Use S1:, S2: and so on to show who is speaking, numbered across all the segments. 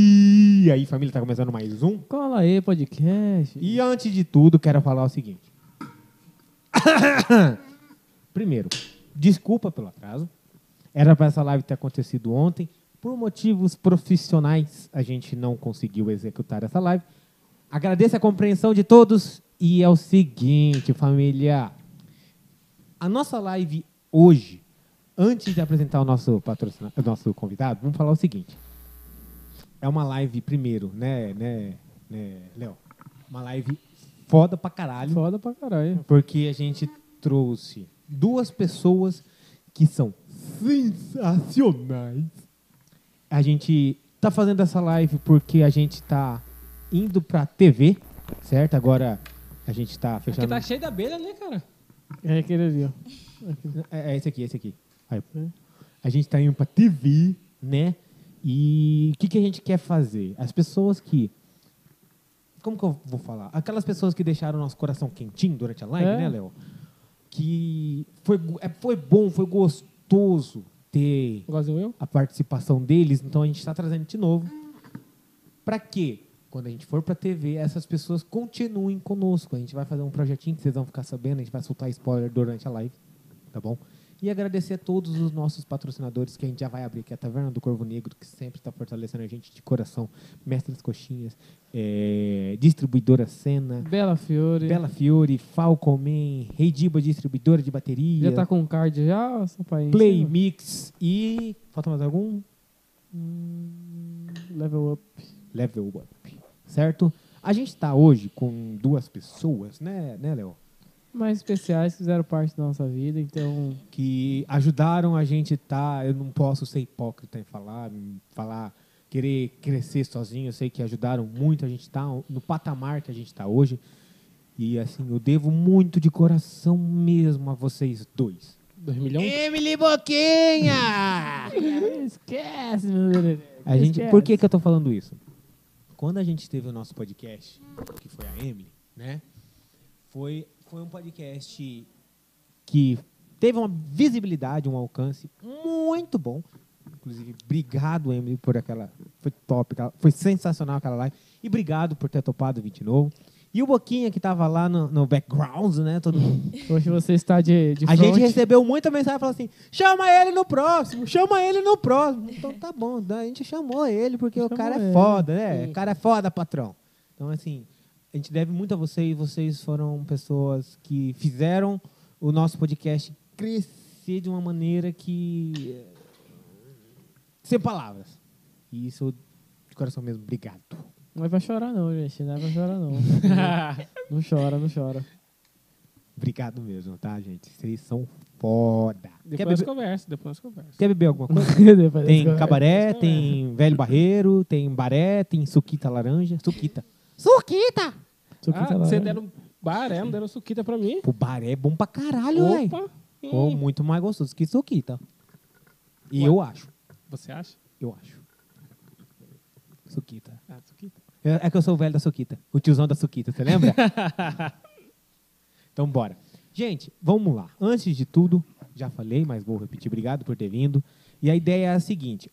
S1: E aí, família, tá começando mais um.
S2: Cola aí, podcast.
S1: E antes de tudo, quero falar o seguinte. Primeiro, desculpa pelo atraso. Era para essa live ter acontecido ontem. Por motivos profissionais, a gente não conseguiu executar essa live. Agradeço a compreensão de todos. E é o seguinte, família. A nossa live hoje, antes de apresentar o nosso, patrocina- o nosso convidado, vamos falar o seguinte. É uma live primeiro, né, né, né, Léo? Uma live foda pra caralho.
S2: Foda pra caralho.
S1: Porque a gente trouxe duas pessoas que são sensacionais. A gente tá fazendo essa live porque a gente tá indo pra TV, certo? Agora a gente tá
S3: Porque
S1: fechando.
S3: tá cheio da abelha, né, cara?
S2: É aquele ali, ó.
S1: É, é esse aqui, esse aqui. Aí. A gente tá indo pra TV, né? E o que, que a gente quer fazer? As pessoas que. Como que eu vou falar? Aquelas pessoas que deixaram nosso coração quentinho durante a live,
S2: É.
S1: né, Léo? Que foi, go- é- foi bom, foi gostoso ter
S2: Igualzinho eu?
S1: a participação deles, então a gente está trazendo de novo. Para que, quando a gente for para TV, essas pessoas continuem conosco. A gente vai fazer um projetinho que vocês vão ficar sabendo, a gente vai soltar spoiler durante a live, tá bom? E agradecer a todos os nossos patrocinadores que a gente já vai abrir, que é a Taverna do Corvo Negro, que sempre está fortalecendo a gente de coração. Mestres Coxinhas, eh, Distribuidora Sena,
S2: Bela Fiore.
S1: Bela Fiore, Falcoman, Rei Diba Distribuidora de Bateria.
S2: Já tá com né? card já, seu pai?
S1: Play Mix e. Falta mais algum?
S2: Level up.
S1: Level Up, certo? A gente tá hoje com duas pessoas, né, né, Léo?
S2: Mais especiais que fizeram parte da nossa vida, então.
S1: Que ajudaram a gente tá. Eu não posso ser hipócrita em falar, em falar, querer crescer sozinho. Eu sei que ajudaram muito a gente tá no patamar que a gente tá hoje. E assim, eu devo muito de coração mesmo a vocês dois. Então,
S2: 2 milhões?
S1: Emily Boquinha!
S2: Esquece, meu Deus.
S1: A gente, por que, que eu tô falando isso? Quando a gente teve o nosso podcast, que foi a Emily, né? Foi, foi um podcast que teve uma visibilidade, um alcance muito bom. Inclusive, obrigado, Emily, por aquela. Foi top, aquela- foi sensacional aquela live. E obrigado por ter topado o vídeo novo. E o Boquinha que tava lá no, no background, né? Todo mundo
S2: Hoje você está de, de
S1: a gente
S2: front.
S1: recebeu muita mensagem falando assim: chama ele no próximo, chama ele no próximo. Então tá bom, a gente chamou ele porque o
S2: Chamou
S1: cara é
S2: ele.
S1: foda, né? O cara é foda, patrão. Então, assim, a gente deve muito a vocês. Vocês foram pessoas que fizeram o nosso podcast crescer de uma maneira que. eh, sem palavras. E isso, eu, de coração mesmo, obrigado.
S2: Não é pra chorar, não, gente. Não é pra chorar, não. não chora, não chora.
S1: Obrigado mesmo, tá, gente? Vocês são foda. Quer
S3: Depois nós
S1: beber,
S3: conversa, depois nós conversa.
S1: quer beber alguma coisa?
S3: é
S2: Depois
S1: Tem
S2: dessa-
S1: cabaré, tem velho barreiro, tem baré, tem suquita laranja. Suquita. Suquita!
S2: Suquita
S3: Ah,
S2: lá,
S3: você
S2: né?
S3: deram baré, não deram suquita pra mim.
S1: O baré é bom pra caralho, velho.
S3: Opa! Hum,
S1: Ou muito mais gostoso que suquita. E
S3: Ué.
S1: eu acho.
S3: Você acha?
S1: Eu acho. Suquita.
S3: Ah, suquita.
S1: É é que eu sou o velho da Suquita. O tiozão da Suquita, você lembra? então, bora. Gente, vamos lá. Antes de tudo, já falei, mas vou repetir. Obrigado por ter vindo. E a ideia é a seguinte.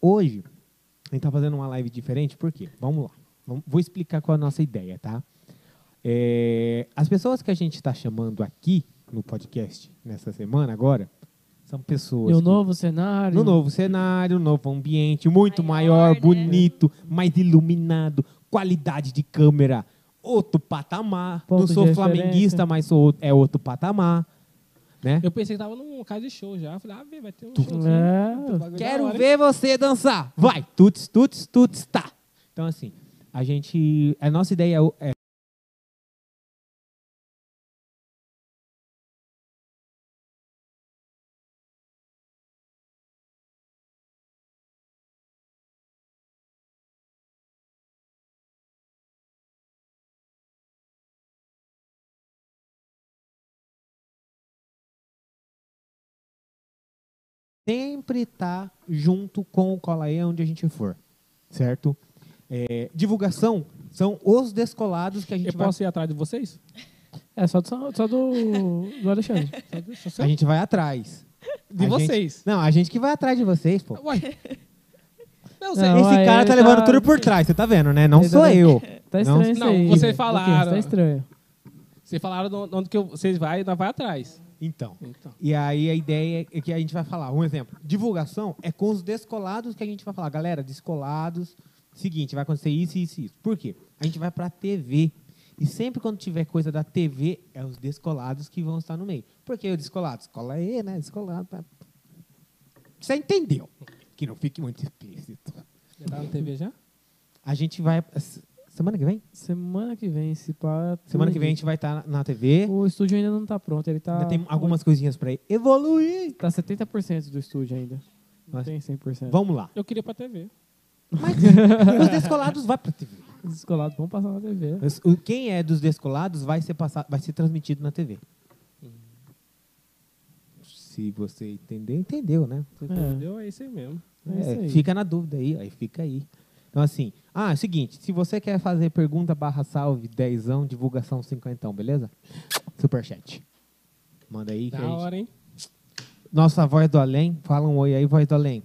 S1: Hoje, a gente tá fazendo uma live diferente, por quê? Vamos lá. Vamos- vou explicar qual é a nossa ideia, tá? É, as pessoas que a gente está chamando aqui no podcast nessa semana agora são
S3: um
S1: pessoas
S2: E o
S1: que-
S2: novo cenário.
S1: no novo cenário, um novo ambiente, muito maior,
S4: Maior, né?
S1: bonito, mais iluminado, qualidade de câmera, outro patamar. Não
S2: Ponto
S1: sou
S2: de
S1: flamenguista,
S2: referência.
S1: mas sou, é outro patamar. Né?
S3: Eu pensei que tava num caso de show já. Falei, ah, vê, vai ter um
S1: Tu-
S3: show.
S2: É.
S1: Quero ver você dançar. Vai, tuts, tuts, tuts, tá. Então, assim, a gente. A nossa ideia é sempre estar junto com o Colaê onde a gente for, certo? É, divulgação são os descolados que a gente
S3: Eu
S1: vai
S3: posso ir atrás de vocês?
S2: É só do, só do, do Alexandre.
S3: Só de- só
S1: A gente vai atrás.
S3: De
S1: A gente-
S3: vocês.
S1: Não, a gente que vai atrás de vocês, pô.
S3: Uai. Eu sei.
S2: Não,
S1: Esse
S2: aí
S1: cara
S2: ele
S1: tá levando
S2: tá-
S1: tudo por trás, você tá vendo, né? Não
S2: Ele tá
S1: sou
S2: bem.
S1: eu.
S2: Tá
S1: Não-
S2: estranho isso
S3: Não,
S2: aí.
S3: vocês
S2: velho.
S3: falaram.
S2: Tá estranho.
S3: Vocês falaram de onde que eu- vocês vai, nós vai atrás.
S1: Então.
S3: Então.
S1: E aí a ideia é que a gente vai falar, um exemplo, divulgação é com os descolados que a gente vai falar, galera, descolados, seguinte, vai acontecer isso, isso, isso. Por quê? A gente vai pra TV. E sempre quando tiver coisa da TV, é os descolados que vão estar no meio. Por que o descolado? Escola aí, né? Descolado. pá. Você entendeu? Que não fique muito explícito.
S3: Já tá na TV já?
S1: A gente vai. s- Semana que vem?
S2: Semana que vem, se pá. tudo
S1: Semana que vem a
S2: aí.
S1: gente vai estar na TV.
S2: O estúdio ainda não tá pronto, ele tá.
S1: Ainda tem algumas coisinhas pra evoluir.
S2: Tá 70% do estúdio ainda. Não
S1: Mas-
S2: tem 100%.
S1: Vamos lá.
S3: Eu queria ir pra TV.
S1: É. Mas os descolados vai pra TV.
S2: Os descolados vão passar na TV.
S1: Mas o- Quem é dos descolados vai ser, passado, vai ser transmitido na TV. Se você entender, entendeu, né?
S3: Você
S2: É.
S3: Entendeu? É isso aí mesmo.
S2: É isso
S1: É,
S2: aí.
S1: fica na dúvida aí, aí fica aí. Então, assim, ah, é o seguinte, se você quer fazer pergunta barra salve, dezão, divulgação cinquentão, beleza? Superchat. Manda aí. que a
S3: Da
S1: gente-
S3: hora, hein?
S1: Nossa, voz do além, fala um oi aí, voz do além.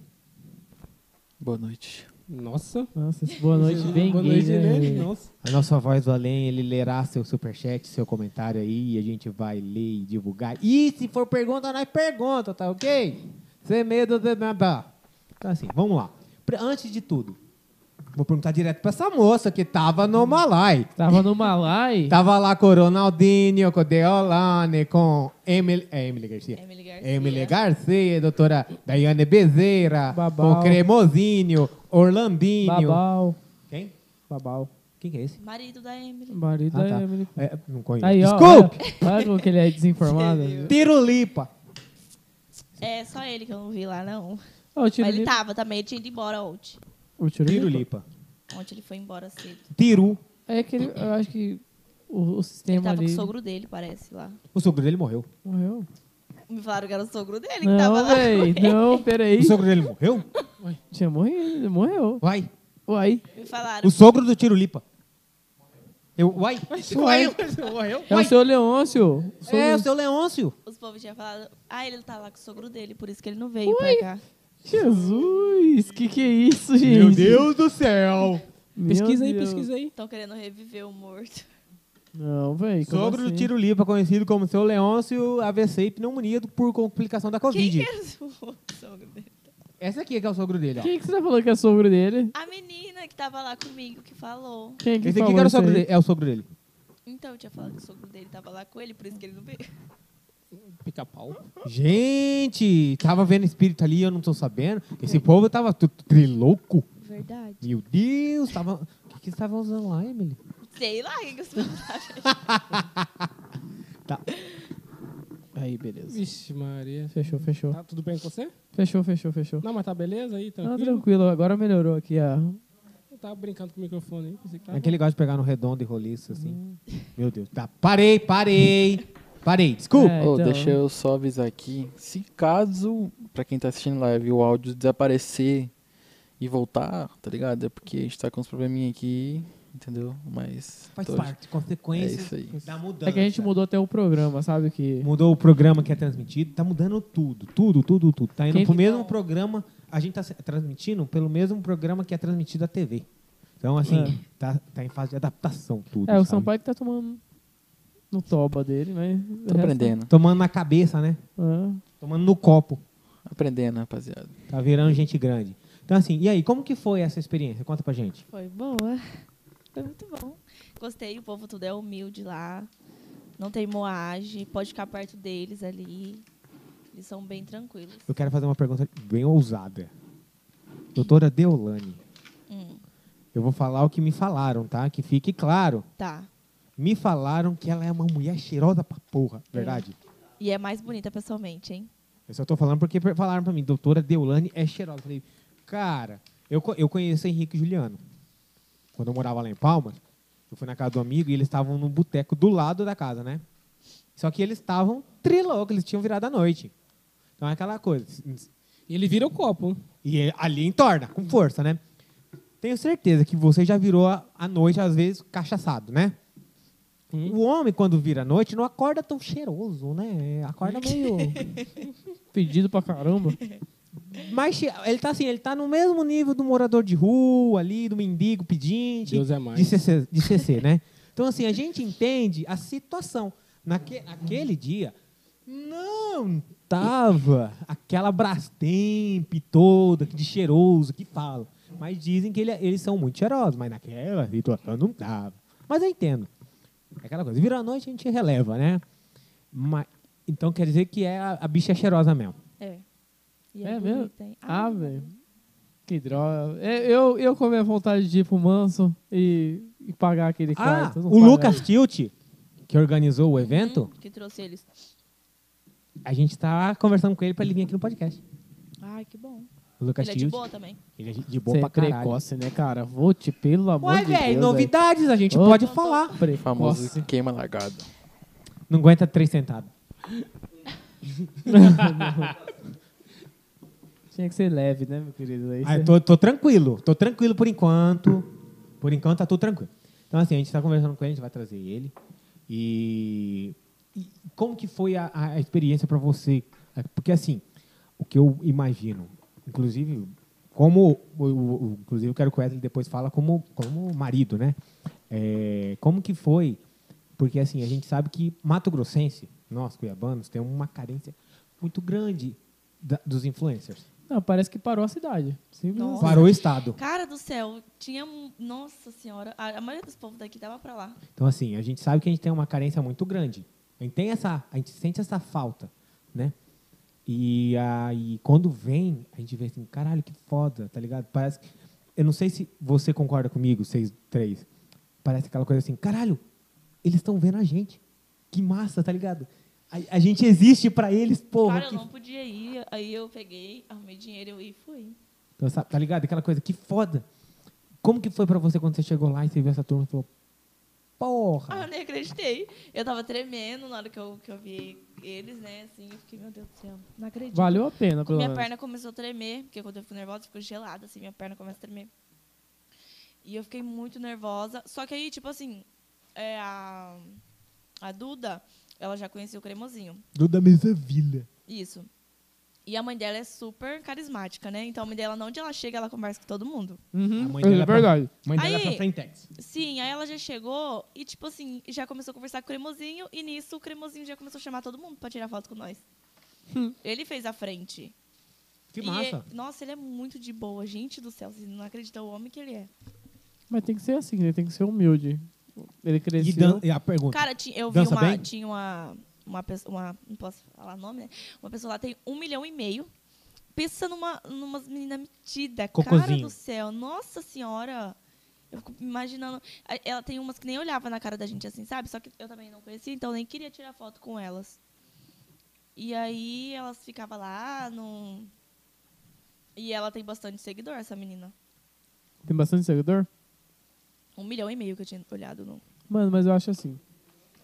S4: Boa noite.
S3: Nossa.
S2: Nossa, esse boa noite, bem
S3: Boa
S2: gay,
S3: noite,
S2: né?
S3: né?
S2: velho?
S3: Nossa.
S1: A nossa voz do além, ele lerá seu superchat, seu comentário aí, e a gente vai ler e divulgar. E se for pergunta, nós pergunta, tá ok? Sem medo de nada. Então assim, vamos lá. Pre- Antes de tudo, vou perguntar direto pra essa moça que tava no Malai.
S2: Tava no Malai.
S1: Tava lá com Ronaldinho, com Deolane, com Emily, é, Emily Garcia.
S5: Emily Garcia.
S1: Emily Garcia, doutora Daiane Bezerra,
S2: Babau.
S1: com Cremosinho, Orlandinho.
S2: Babal.
S1: Quem?
S2: Babal.
S1: Quem que é esse?
S5: Marido da Emily.
S2: Marido
S1: Ah,
S2: da
S1: tá.
S2: Emily.
S1: É, não conheço.
S2: Aí, ó.
S1: Desculpe!
S2: Olha, olha como que ele é desinformado.
S1: Tirulipa.
S5: É só ele que eu não vi lá, não.
S2: Ó, o tiro
S5: Mas ele tá- tava também, ele tinha ido embora ontem.
S2: O tiro
S1: Tirulipa.
S5: Ontem ele foi embora cedo.
S1: Tiru.
S2: É aquele. Eu acho que o, o
S5: Ele
S2: sistema
S5: tava
S2: ali.
S5: com o sogro dele, parece, lá.
S1: O sogro dele morreu.
S2: Morreu?
S5: Me falaram que era o sogro dele que tava
S2: Não,
S5: lá.
S2: véi. Não, peraí.
S1: O sogro dele morreu?
S2: Tinha morrido, ele morreu.
S1: Uai.
S2: Uai.
S5: Me falaram.
S1: O sogro do Tirulipa. Eu, uai.
S2: Uai.
S3: Morreu?
S2: É o seu Leôncio. O sogro-
S1: É, o seu Leôncio.
S5: Os povos tinham falado. Ah, ele tá lá com o sogro dele, por isso que ele não veio
S2: Ué.
S5: pra cá.
S2: Jesus, que que é isso, gente?
S1: do céu.
S2: Meu
S3: Pesquisa aí,
S2: Deus.
S3: pesquisa aí.
S5: Estão querendo reviver o morto.
S2: Não, velho.
S1: Sogro
S2: assim?
S1: do Tirulipa, conhecido como seu Leôncio, AVC e pneumonia do- por complicação da
S5: Quem
S1: Covid.
S5: que era o sogro dele?
S1: Essa aqui é que é o sogro dele, ó.
S2: Quem que você tá falando que é sogro dele?
S5: A menina que tava lá comigo que falou.
S2: Quem que
S1: Esse aqui
S2: falou
S1: que era o
S2: isso
S1: sogro
S2: aí?
S1: dele. É o sogro dele.
S5: Então, eu tinha falado que o sogro dele tava lá com ele, por isso que ele não veio.
S3: Pica-pau.
S1: Gente, tava vendo espírito ali, eu não tô sabendo. Esse povo tava tu- trilouco.
S5: Verdade.
S1: Meu Deus, tava... O que que eles estavam usando lá, Emily?
S5: Sei lá o que que os povos acharam.
S2: Aí, beleza.
S3: Vixe, Maria.
S2: Fechou, fechou.
S3: Tá tudo bem com você?
S2: Fechou, fechou, fechou.
S3: Não, mas tá beleza aí,
S2: Não,
S3: tranquilo?
S2: tranquilo. Agora melhorou aqui a...
S3: Eu tava brincando com o microfone aí. pensei que tava-
S1: É que ele gosta de pegar no redondo e roliço, assim.
S2: Hum.
S1: Meu Deus. Tá, parei, parei. Parei, desculpa.
S2: É,
S4: Ô,
S2: então.
S4: deixa eu só avisar aqui. Se caso, pra quem tá assistindo live, o áudio desaparecer e voltar, tá ligado? É porque a gente tá com uns probleminha aqui, entendeu? Mas.
S1: Faz
S4: tô-
S1: parte,
S4: É
S1: consequência
S4: isso aí.
S1: da mudança.
S2: É que a gente mudou até o programa, sabe? Que...
S1: Mudou o programa que é transmitido, tá mudando tudo, tudo, tudo, tudo. Tá indo
S2: Quem
S1: pro
S2: que
S1: mesmo
S2: tá?
S1: programa, a gente tá se- transmitindo pelo mesmo programa que é transmitido à TV. Então, assim,
S2: É.
S1: tá, tá em fase de adaptação tudo.
S2: É, o
S1: sabe?
S2: Sampaio que tá tomando no toba dele, mas...
S4: Tô aprendendo.
S1: Tomando na cabeça, né?
S2: É.
S1: Tomando no copo.
S4: Aprendendo, rapaziada.
S1: Tá virando gente grande. Então, assim, e aí, como que foi essa experiência? Conta pra gente.
S5: Foi boa. Foi muito bom. Gostei, o povo tudo é humilde lá. Não tem moagem, pode ficar perto deles ali. Eles são bem tranquilos.
S1: Eu quero fazer uma pergunta bem ousada. Doutora Deolane,
S5: Hum,
S1: eu vou falar o que me falaram, tá? Que fique claro.
S5: tá.
S1: Me falaram que ela é uma mulher cheirosa pra porra, verdade?
S5: E é mais bonita pessoalmente, hein?
S1: Eu só tô falando porque per- falaram pra mim, doutora Deolane é cheirosa. Eu falei, cara, eu, co- eu conheço Henrique e Juliano. Quando eu morava lá em Palmas, eu fui na casa do amigo e eles estavam no boteco do lado da casa, né? Só que eles estavam triloucos, eles tinham virado à noite. Então é aquela coisa. s-
S3: E ele vira o copo.
S1: E é- ali entorna, com força, né? Tenho certeza que você já virou a- à noite, às vezes, cachaçado, né?
S3: Hum.
S1: O homem, quando vira à noite, não acorda tão cheiroso, né? Acorda meio.
S2: Pedido pra caramba.
S1: mais che- ele tá assim, ele tá no mesmo nível do morador de rua ali, do mendigo pedinte,
S3: Deus é
S1: de
S3: mais.
S1: CC, de CC, né? Então, assim, a gente entende a situação. Naque, naquele dia, não tava aquela Brastemp toda, de cheiroso, que fala. Mas dizem que ele- é, eles são muito cheirosos, mas naquela situação não tava. Mas eu entendo. É aquela coisa, virou a noite, a gente releva, né? Ma- então quer dizer que é a, a bicha é cheirosa mesmo.
S5: É. E
S2: É mesmo?
S5: bonita, hein?
S2: Ah, velho. Que droga. É, Eu, eu com a minha vontade de ir pro Manso e, e pagar aquele cara.
S1: Ah,
S2: todo mundo
S1: o
S2: paga.
S1: Lucas Tilt, que organizou o evento,
S5: hum, Que trouxe eles.
S1: a gente tá conversando com ele pra ele vir aqui no podcast.
S5: Ai, que bom.
S1: O Lucas
S5: Ele é de
S1: Tilt,
S5: boa também.
S1: ele é de boa
S2: Você é
S1: pra caralho.
S2: precoce, né, cara? Vou te, pelo amor
S1: Ué,
S2: de Deus.
S1: velho,
S2: velho.
S1: novidades a gente
S2: Ô.
S1: pode falar.
S2: Precoce.
S4: Famoso queima largado.
S1: Não aguenta três sentados.
S2: Tinha que ser leve, né, meu querido? Aí
S1: Ah,
S2: você-
S1: eu tô, tô tranquilo, tô tranquilo por enquanto. Por enquanto tá tudo tranquilo. Então, assim, a gente tá conversando com ele, a gente vai trazer ele. E, e como que foi a, a experiência para você? É, Porque, assim, o que eu imagino, inclusive, como, o- o- o- inclusive, eu quero que o Wesley depois fala como, como marido, né? É, como que foi? Porque, assim, a gente sabe que Mato Grossense, nós, cuiabanos, tem uma carência muito grande da- dos influencers.
S2: Não, parece que parou a cidade. Simples
S5: Nossa.
S1: Parou o Estado.
S5: Cara do céu, tinha. um- Nossa senhora, a, a maioria dos povos daqui dava pra lá.
S1: Então, assim, a gente sabe que a gente tem uma carência muito grande. A gente tem essa, a gente sente essa falta, né? E aí, quando vem, a gente vê assim, caralho, que foda, tá ligado? Parece que, eu não sei se você concorda comigo, vocês três, parece aquela coisa assim, caralho, eles estão vendo a gente, que massa, tá ligado? A, a gente existe pra eles, porra.
S5: Cara, eu
S1: que
S5: não podia ir. Aí eu peguei, arrumei dinheiro e fui.
S1: então, sabe, tá ligado? Aquela coisa, que foda. Como que foi pra você quando você chegou lá e você viu essa turma e falou,
S5: Ah, eu
S1: porra,
S5: nem acreditei. Eu tava tremendo na hora que eu, que eu vi eles, né? Assim, eu fiquei, meu Deus do céu, não acredito.
S2: Valeu a pena, pelo
S5: minha
S2: menos.
S5: perna começou a tremer, porque quando eu fico nervosa, eu fico gelada, assim, minha perna começa a tremer. E eu fiquei muito nervosa. Só que aí, tipo assim, é, a, a Duda, ela já conhecia o cremosinho.
S1: Duda Mesa Vila.
S5: Isso. E a mãe dela é super carismática, né? Então a mãe dela, onde ela chega, ela conversa com todo mundo.
S1: A mãe
S2: É
S1: dela é pra-
S2: verdade.
S1: Mãe dela
S5: Aí-
S1: é pra Frentex.
S5: Sim, aí ela já chegou e, tipo assim, já começou a conversar com o cremosinho. E nisso o cremosinho já começou a chamar todo mundo pra tirar foto com nós. Ele fez a frente.
S1: Hum. Que
S5: E
S1: massa.
S5: é- nossa, ele é muito de boa. Gente do céu, vocês não acreditam o homem que ele é.
S2: Mas tem que ser assim, ele tem que ser humilde. Ele
S1: E,
S2: cresceu.
S1: dan- e a pergunta.
S5: Cara, ti- eu vi
S1: Dança
S5: uma.
S1: bem?
S5: Tinha uma. Uma pessoa. Uma, não posso falar nome, né? Uma pessoa lá tem um milhão e meio. Pensa numa, numa menina metida. Cara
S1: Cocôzinho.
S5: do céu. Nossa senhora. Eu fico imaginando. a- Ela tem umas que nem olhava na cara da gente assim, sabe? Só que eu também não conhecia, então nem queria tirar foto com elas. E aí elas ficavam lá no. E ela tem bastante seguidor, essa menina.
S2: Tem bastante seguidor?
S5: Um milhão e meio que eu tinha olhado no.
S2: Mano, mas eu acho assim,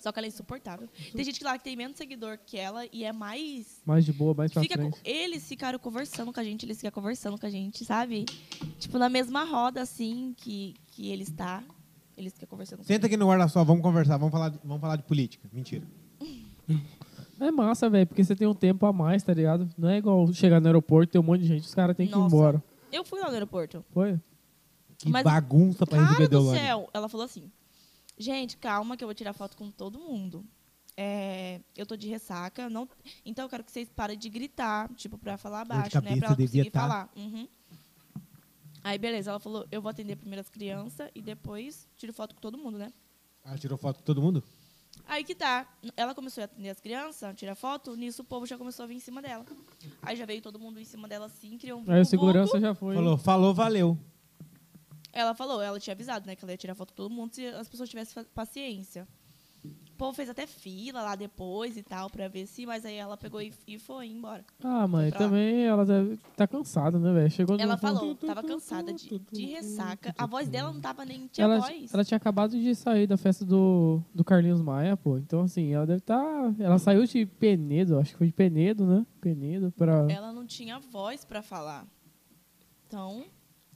S5: Só que ela é insuportável. Tem gente lá que tem menos seguidor que ela e é mais.
S2: mais de boa, mais pra
S5: Fica com-
S2: frente.
S5: Eles ficaram conversando com a gente, eles ficam conversando com a gente, sabe? Tipo, na mesma roda, assim, que, que ele está. Eles ficam conversando com
S6: Senta aqui no guarda-sol, vamos conversar, vamos falar, de- vamos falar de política. Mentira.
S2: É massa, velho, porque você tem um tempo a mais, tá ligado? Não é igual chegar no aeroporto, tem um monte de gente, os caras têm que ir
S5: Nossa.
S2: embora.
S5: Eu fui lá no aeroporto.
S2: Foi?
S1: Que
S5: Mas-
S1: bagunça pra
S5: Cara
S1: receber
S5: do
S1: Deolane.
S5: céu! Ela falou assim: gente, calma que eu vou tirar foto com todo mundo. É, eu tô de ressaca, não, então eu quero que vocês parem de gritar, tipo, pra falar
S1: de
S5: baixo, né?
S1: cabeça
S5: Pra ela
S1: devia
S5: conseguir
S1: tá.
S5: falar. Uhum. Aí, beleza, ela falou: eu vou atender primeiro as crianças e depois tiro foto com todo mundo, né?
S1: Ah, tirou foto com todo mundo?
S5: Aí que tá. Ela começou a atender as crianças, tirar foto, nisso o povo já começou a vir em cima dela. Aí já veio todo mundo em cima dela assim, criou um
S2: Aí o
S5: vulgo.
S2: segurança já foi.
S1: Falou, falou, valeu.
S5: Ela falou, ela tinha avisado, né, que ela ia tirar foto com todo mundo se as pessoas tivessem fa- paciência. O povo fez até fila lá depois e tal, pra ver se, mas aí ela pegou e, e foi embora.
S2: Ah, mãe,
S5: Pra lá.
S2: também ela deve tá cansada, né, velho? Chegou no
S5: Ela
S2: fundo-
S5: falou, tava cansada de, de ressaca. A voz dela não tava nem tinha
S2: Ela,
S5: voz.
S2: ela tinha acabado de sair da festa do, do Carlinhos Maia, pô. Então, assim, ela deve tá. Ela saiu de Penedo, acho que foi de Penedo, né? Penedo pra.
S5: Ela não tinha voz pra falar. Então,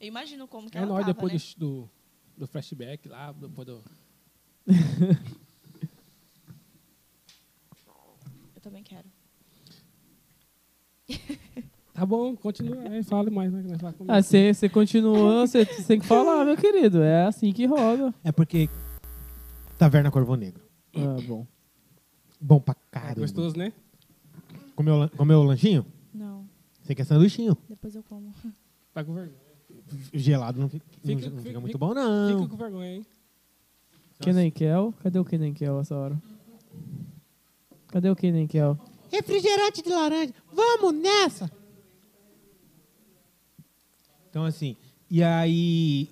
S5: eu imagino como que
S3: É
S5: ela
S3: nóis
S5: tava,
S3: depois
S5: né?
S3: do, do flashback lá, depois do.
S5: Eu também quero.
S3: Tá Tá bom, continua. Aí fala mais, né? que nós fala comigo.
S2: Ah, você continua, você tem que falar, meu querido. É assim que roda.
S1: É porque. Taverna Corvo Negro.
S2: Ah, bom.
S1: Bom pra
S3: É
S1: caramba.
S3: gostoso, né?
S1: Comeu, lan- comeu lanchinho?
S5: Não,
S1: Você quer sanduichinho?
S5: depois eu como.
S3: Tá com vergonha.
S1: Gelado não fica, não-
S3: Fica-
S1: não fica
S3: fica-
S1: muito bom,
S3: Fica
S1: não.
S3: com vergonha, hein?
S2: Kenan Kel? Cadê o Kenan Kel essa hora? Cadê o Kenan Kel?
S1: Refrigerante de laranja. Vamos nessa! Então, assim. E aí.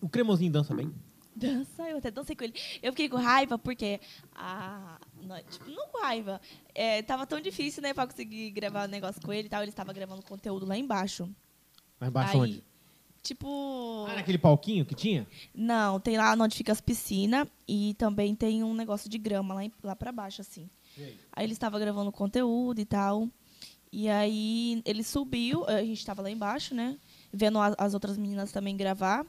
S1: O cremosinho dança bem?
S5: Dança, eu até dancei com ele. Eu fiquei com raiva porque a. nó- tipo, não com raiva. É, tava tão difícil, né, pra conseguir gravar o negócio com ele e tal. Ele estava gravando conteúdo lá embaixo.
S1: Lá embaixo
S5: Aí,
S1: onde?
S5: Tipo.
S1: Ah, naquele palquinho que tinha?
S5: Não, tem lá onde fica as piscinas e também tem um negócio de grama lá, em- lá pra baixo, assim. Aí ele estava gravando conteúdo e tal. E aí ele subiu, a gente estava lá embaixo, né? Vendo a- as outras meninas também gravar.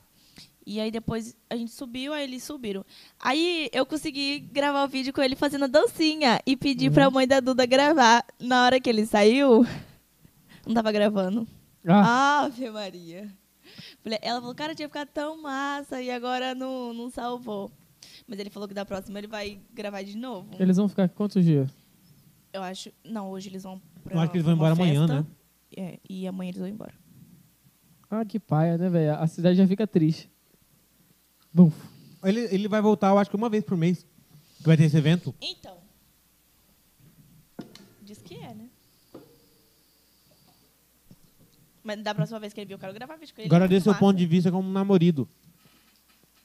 S5: E aí depois a gente subiu, aí eles subiram. Aí eu consegui gravar o vídeo com ele fazendo a dancinha e pedi pra mãe da Duda gravar. Na hora que ele saiu, não tava gravando.
S2: Ah,
S5: Ave Maria. Mulher, Ela falou, cara, tinha ficado tão massa e agora não, não salvou. Mas ele falou que da próxima ele vai gravar de novo.
S2: eles vão ficar quantos dias?
S5: Eu acho. Não, hoje eles vão. Pra
S1: Eu acho que eles vão
S5: uma
S1: embora amanhã,
S5: festa.
S1: né?
S5: É, e amanhã eles vão embora.
S2: Ah, que paia, né, velho? A cidade já fica triste. Bom,
S1: Ele, ele vai voltar, eu acho que uma vez por mês. Que vai ter esse evento.
S5: Então. Diz que é, né? Mas da próxima vez que ele viu, eu quero gravar vídeo com ele.
S1: Agora
S5: é muito
S1: dê seu
S5: massa.
S1: ponto de vista como namorado.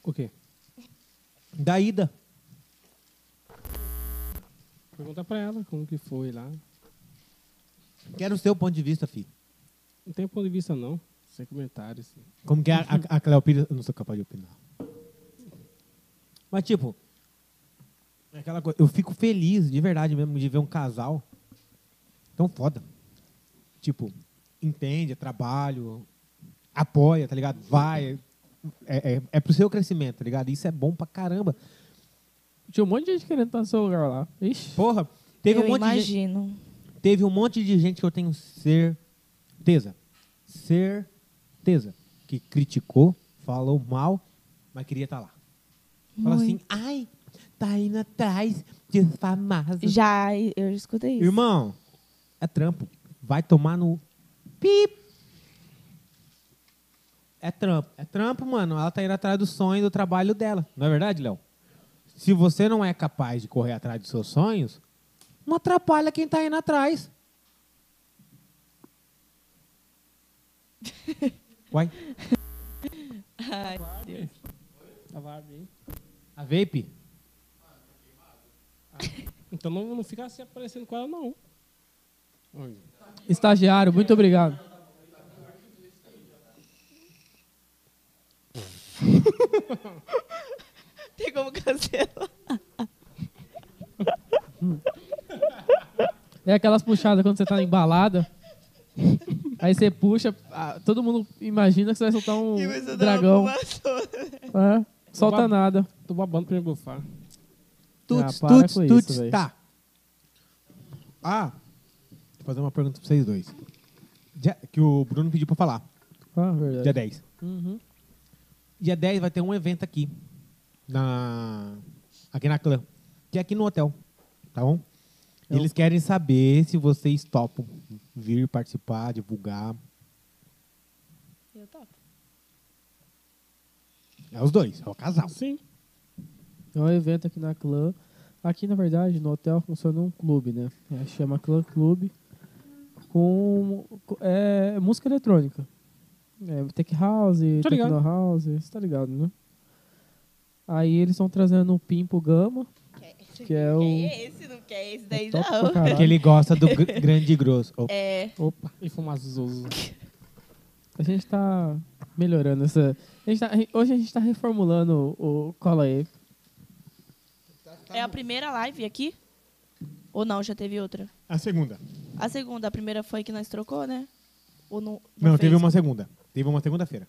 S3: O quê?
S1: Da ida.
S3: Pergunta pra ela como que foi lá.
S1: Quero o seu ponto de vista, filho.
S3: Não tem ponto de vista, não. Sem comentários. Assim.
S1: Como que é a, a, a Cleo Pires, eu não sou capaz de opinar. Mas, tipo, é aquela coisa, eu fico feliz, de verdade mesmo, de ver um casal tão foda. Tipo, entende, é trabalho, apoia, tá ligado? Vai. É, é, é pro seu crescimento, tá ligado? Isso é bom pra caramba.
S2: tinha um monte de gente querendo estar no seu lugar lá. Ixi.
S1: Porra, teve
S5: eu
S1: um monte de gente,
S5: imagino.
S1: teve um monte de gente que eu tenho certeza, certeza, que criticou, falou mal, mas queria estar lá. Fala assim, ai, tá indo atrás de famosa.
S5: Já, eu escutei isso.
S1: Irmão, é trampo. Vai tomar no pip. É trampo. É trampo, mano. Ela tá indo atrás do sonho e do trabalho dela. Não é verdade, Léo? Se você não é capaz de correr atrás dos seus sonhos, não atrapalha quem tá indo atrás. Uai,
S5: Ai, Deus.
S3: Tá vago aí.
S1: a vape?
S3: Então não, não fica se aparecendo com ela, não. Olha.
S2: Estagiário, muito obrigado.
S5: Tem como cancelar?
S2: É aquelas puxadas quando você tá embalada. Aí você puxa, ah, todo mundo imagina que você vai soltar um dragão. É, solta
S3: Babado.
S2: nada.
S3: Tô babando pra me bufar.
S1: Tuts,
S2: Ah, para
S1: tuts,
S2: com isso,
S1: tuts,
S2: véi.
S1: tá. Ah, vou fazer uma pergunta pra vocês dois. Dia- que o Bruno pediu pra falar.
S2: Ah,
S1: Dia
S2: verdade.
S1: 10.
S2: Uhum.
S1: Dia 10 vai ter um evento aqui. Na. Aqui na Clã. Que é aqui no hotel. Tá bom?
S5: É
S1: Eles querem saber se vocês topam vir participar, divulgar.
S5: Eu topo.
S1: É os dois, é o casal.
S3: Sim.
S2: É um evento aqui na Clã. Aqui, na verdade, no hotel funciona um clube, né? É, chama Clã Clube. Com com- é, música eletrônica. É, tech house,
S3: Tô
S2: techno
S3: ligado.
S2: house, você tá ligado, né? Aí eles estão trazendo o Pimpo Gama, que é o...
S5: Quem é esse? Não quer esse daí,
S2: É top pra
S5: não.
S2: caralho.
S1: Porque ele gosta do gr- grande e grosso. Opa,
S5: É.
S2: Opa,
S3: E fumazoso.
S2: a gente tá melhorando essa... a gente tá- hoje a gente tá reformulando o, o Cola aí.
S5: É a primeira live aqui? Ou não, já teve outra?
S6: A segunda.
S5: A segunda, a primeira foi que nós trocou, né? Ou não?
S1: Não, teve
S5: fez?
S1: uma segunda. Teve uma segunda-feira.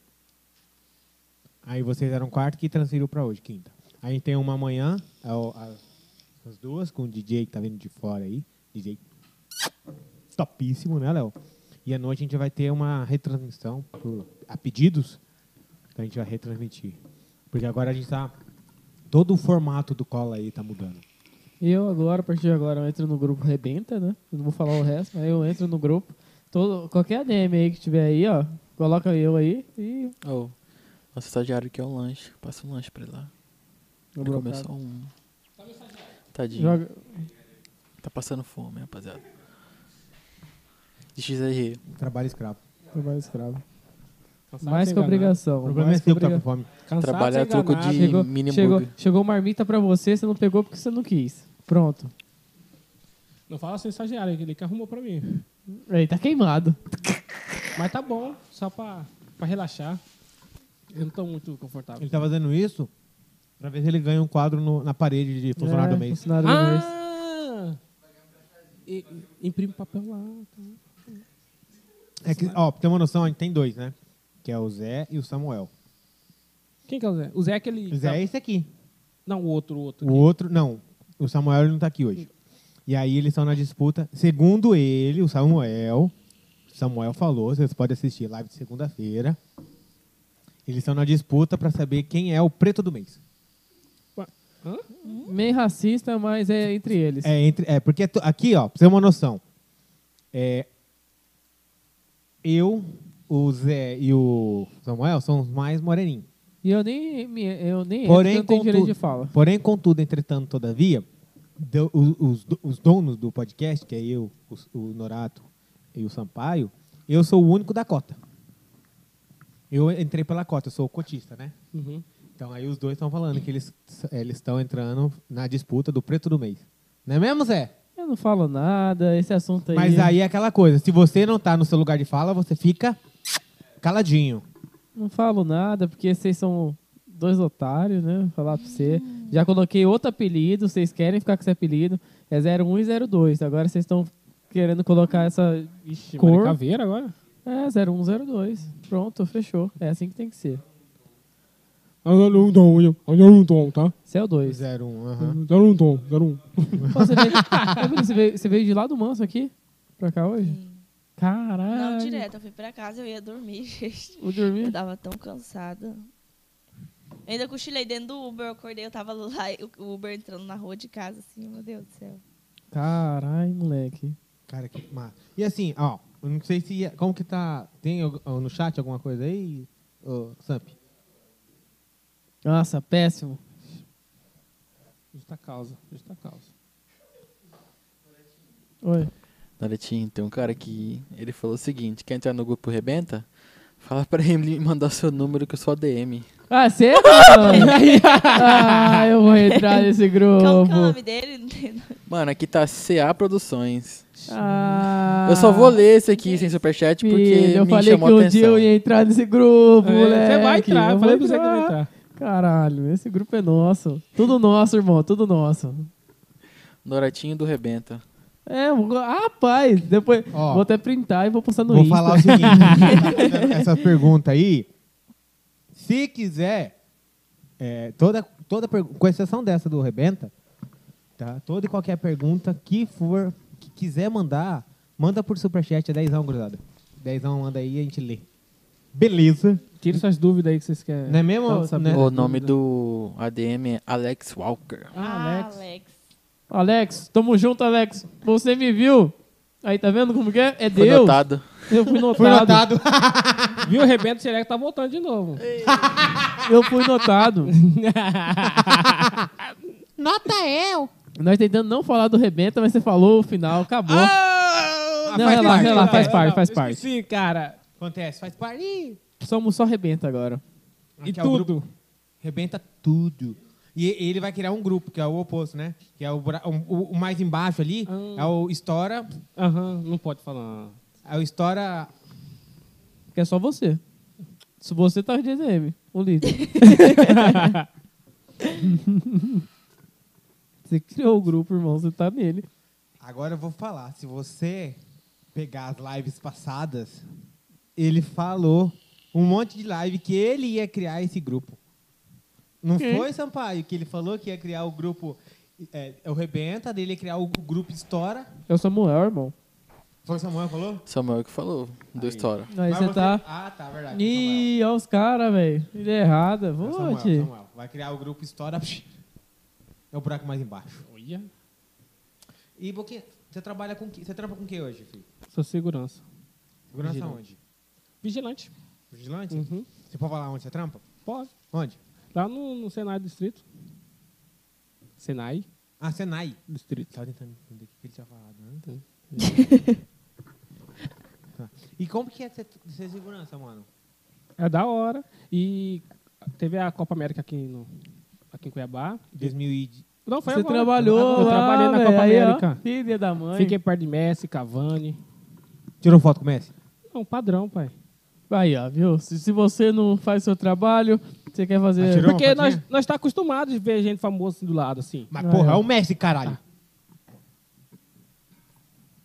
S1: Aí vocês eram quarto que transferiu pra hoje, quinta. Aí tem uma amanhã, é o- a- as duas, com o DJ que tá vindo de fora aí. DJ topíssimo, né, Léo? E E à noite a gente vai ter uma retransmissão por- a pedidos que a gente vai retransmitir. Porque agora a gente tá. Todo o formato do cola aí tá mudando.
S2: Eu agora, a partir de agora, eu entro no grupo Rebenta, né? Eu não vou falar o resto, mas eu entro no grupo. Todo, qualquer DM aí que tiver aí, ó, coloca eu aí e.
S4: Ô, nosso estagiário aqui é o lanche. Passa o lanche pra ele lá.
S2: eu
S4: Ele
S2: bloqueado.
S4: comeu só um. Tadinho.
S2: Joga.
S4: Tá passando fome, rapaziada. XRE.
S6: Trabalho escravo.
S2: Trabalho escravo.
S3: Cansado de
S2: Mais
S3: ser
S2: que
S1: O
S2: obrigação.
S1: problema é
S2: mais
S1: seu que tá
S2: obriga-
S1: com fome.
S3: enganado. Cansado de
S4: Trabalhar
S3: ser
S4: a troco
S3: enganado.
S4: de-
S2: Chegou,
S4: mini
S2: chegou,
S4: hambúrguer.
S2: chegou marmita pra você, você não pegou porque você não quis. Pronto.
S3: Não fala assim, estagiário, ele que arrumou pra mim.
S2: Aí tá queimado.
S1: É,
S3: Mas tá bom, só pra, pra relaxar. Eu não tô muito confortável.
S1: Ele tá fazendo isso pra ver se ele ganha um quadro no- na parede de funcionário
S2: É,
S1: do mês.
S3: tá
S2: Funcionário do mês.
S3: Ah! E- e- Imprime papel lá.
S1: É que, ó, pra ter uma noção, a gente tem dois, né? Que é o Zé e o Samuel.
S3: Quem que é o Zé? O Zé é aquele...
S1: O Zé é esse aqui.
S3: Não, o outro, o outro.
S1: O outro, não. O Samuel ele não tá aqui hoje. E aí eles estão na disputa. Segundo ele, o Samuel. Samuel falou, vocês podem assistir live de segunda-feira. Eles estão na disputa pra saber quem é o preto do mês.
S2: Meio racista, mas é entre eles.
S1: É, entre, é porque to- aqui, ó, pra você ter uma noção. É, eu, o Zé e o Samuel são os mais moreninhos.
S2: E eu nem, me- eu nem
S1: Porém,
S2: eu não tenho direito
S1: contudo-
S2: de fala.
S1: Porém, contudo, entretanto, todavia, do- o- os, do- os donos do podcast, que é eu, o, S- o Norato e o Sampaio, eu sou o único da cota. Eu entrei pela cota, eu sou o cotista, né?
S3: Uhum.
S1: Então aí os dois estão falando que eles s- eles estão entrando na disputa do preto do mês. Não é mesmo, Zé?
S2: Eu não falo nada, esse assunto aí.
S1: Mas aí é aquela coisa, se você não tá no seu lugar de fala, você fica caladinho.
S2: Não falo nada, porque vocês são dois otários, né? Vou Falar pra você.
S5: Hum.
S2: Já coloquei outro apelido, vocês querem ficar com esse apelido. É 01 e 02. Agora vocês estão querendo colocar essa
S3: Ixi,
S2: Cor.
S3: Cor. caveira agora?
S2: É, 0102. Pronto, fechou. É assim que tem que ser.
S3: Eu Ah, não tô, eu não tô, tá?
S2: Você é o 2.
S1: 0 um, aham.
S3: Eu não tô, eu não
S2: Você, veio... Ô, Bruno, você, veio, você veio de lá do Manso aqui? Pra cá hoje? Caralho.
S5: Não, direto, eu fui pra casa, eu ia dormir, gente.
S2: Vou
S5: Eu
S2: dormir.
S5: tava tão cansada. Eu ainda cochilei dentro do Uber, eu acordei, eu tava lá, o Uber entrando na rua de casa, assim, meu Deus do céu.
S2: Caralho, moleque.
S1: Cara, que massa. E assim, ó, eu não sei se. Como que tá. Tem algu- ó, no chat alguma coisa aí, ô, Samp?
S2: Nossa, péssimo.
S3: Justa causa, justa causa.
S2: Oi.
S4: Naretinho, tem um cara que ele falou o seguinte: quer entrar no grupo Rebenta? Fala pra ele me mandar seu número que eu sou ADM.
S2: Ah, você? mano? ah, eu vou entrar nesse
S5: Qual que é o
S2: grupo.
S5: nome dele? Não tem nome.
S4: Mano, aqui tá CA Produções.
S2: Ah,
S4: eu só vou ler esse aqui sem superchat porque
S2: filho, eu
S4: me
S2: falei que
S4: chamou
S2: um dia
S4: atenção.
S2: eu ia entrar nesse grupo, moleque.
S3: É, você vai entrar,
S2: eu
S3: eu
S2: vou
S3: falei pra você que vai entrar.
S2: Caralho, esse grupo é nosso. Tudo nosso, irmão, tudo nosso.
S4: Noratinho do Rebenta.
S2: É, vou- ah, rapaz, depois
S1: Ó.
S2: vou até printar e vou postar no
S1: Vou
S2: Insta.
S1: falar o seguinte: tá fazendo essa pergunta aí. Se quiser, é, toda, toda pergu- com exceção dessa do Rebenta, tá? Toda e qualquer pergunta que for, que quiser mandar, manda por superchat, é dezão, grudada. Dezão manda aí e a gente lê. Beleza.
S3: Tira suas dúvidas aí que vocês querem.
S1: Não é mesmo?
S2: Então,
S3: Quero saber.
S1: Né?
S4: O nome do ADM é Alex Walker.
S2: Ah, Alex.
S5: Alex.
S2: Alex, tamo junto, Alex. Você me viu? Aí, tá vendo como que é? É
S4: Foi
S2: Deus.
S4: notado.
S2: Eu fui notado.
S1: Foi notado.
S3: Viu? O Rebento Xereca tá voltando de novo.
S2: Eu fui notado.
S1: Nota eu.
S2: Nós tentando não falar do Rebenta, mas você falou o final, acabou.
S3: Ah!
S2: não,
S1: faz
S2: relaxa,
S1: parte,
S2: relaxa, faz
S1: relaxa.
S2: parte, faz
S3: Eu
S2: parte.
S3: Esqueci, cara.
S1: Acontece, faz parte. Ih,
S2: Somos só Rebenta agora.
S3: E
S1: Aqui é o
S3: tudo.
S1: grupo. Rebenta tudo. E e ele vai criar um grupo, que é o oposto, né? Que é o, bra- o- o mais embaixo ali,
S3: Ah.
S1: é o Estoura.
S3: Aham, não pode falar.
S1: É o Estoura.
S2: Que é só você. Se você tá de DM, o líder. você criou o grupo, irmão, você tá nele.
S1: Agora eu vou falar. Se você pegar as lives passadas, ele falou um monte de live que ele ia criar esse grupo. Não
S2: Quem?
S1: foi, Sampaio, que ele falou que ia criar o é grupo. É, o Rebenta, dele ia criar o grupo Estoura.
S2: É o Samuel, irmão.
S1: Foi o Samuel que falou?
S4: Samuel que falou, deu história.
S2: Aí
S1: Mas
S2: você tá.
S1: Ah, tá, verdade. Samuel.
S2: Ih, olha os caras, velho. Ele é errada.
S1: É o Samuel,
S2: Vote.
S1: Samuel. Vai criar o grupo História. psh, É o buraco mais embaixo.
S3: Olha.
S1: E Boquinha, você trabalha com que? Você trabalha com que hoje, filho?
S3: Sou segurança.
S1: Segurança
S3: Vigilante.
S1: onde?
S3: Vigilante.
S1: Vigilante?
S3: Uhum.
S1: Você pode falar onde você trampa?
S3: Pode.
S1: Onde?
S3: Lá no, no Senai Distrito. Senai
S1: Ah, Senai.
S3: Distrito.
S1: Tava tentando entender o que ele tinha falado antes. Tá. E como que é ser, ser segurança, mano?
S3: É da hora. E teve a Copa América aqui, no, aqui em Cuiabá.
S1: 2000 e...
S3: Não, foi
S2: Você
S3: agora.
S2: trabalhou
S3: Eu
S2: lá,
S3: trabalhei na
S2: véi.
S3: Copa
S2: Aí, ó,
S3: América.
S2: Filha da mãe.
S3: Fiquei perto de Messi, Cavani.
S1: Tirou foto com o Messi?
S3: Não, padrão, pai.
S2: Aí, ó, viu? Se, se você não faz seu trabalho, você quer fazer.
S1: Atirou? Tirou uma
S3: Porque nós,
S1: fotinha?
S3: nós tá acostumado de ver gente famosa assim do lado, assim.
S1: Mas,
S2: Não,
S1: porra,
S2: eu-
S1: é o Messi, caralho.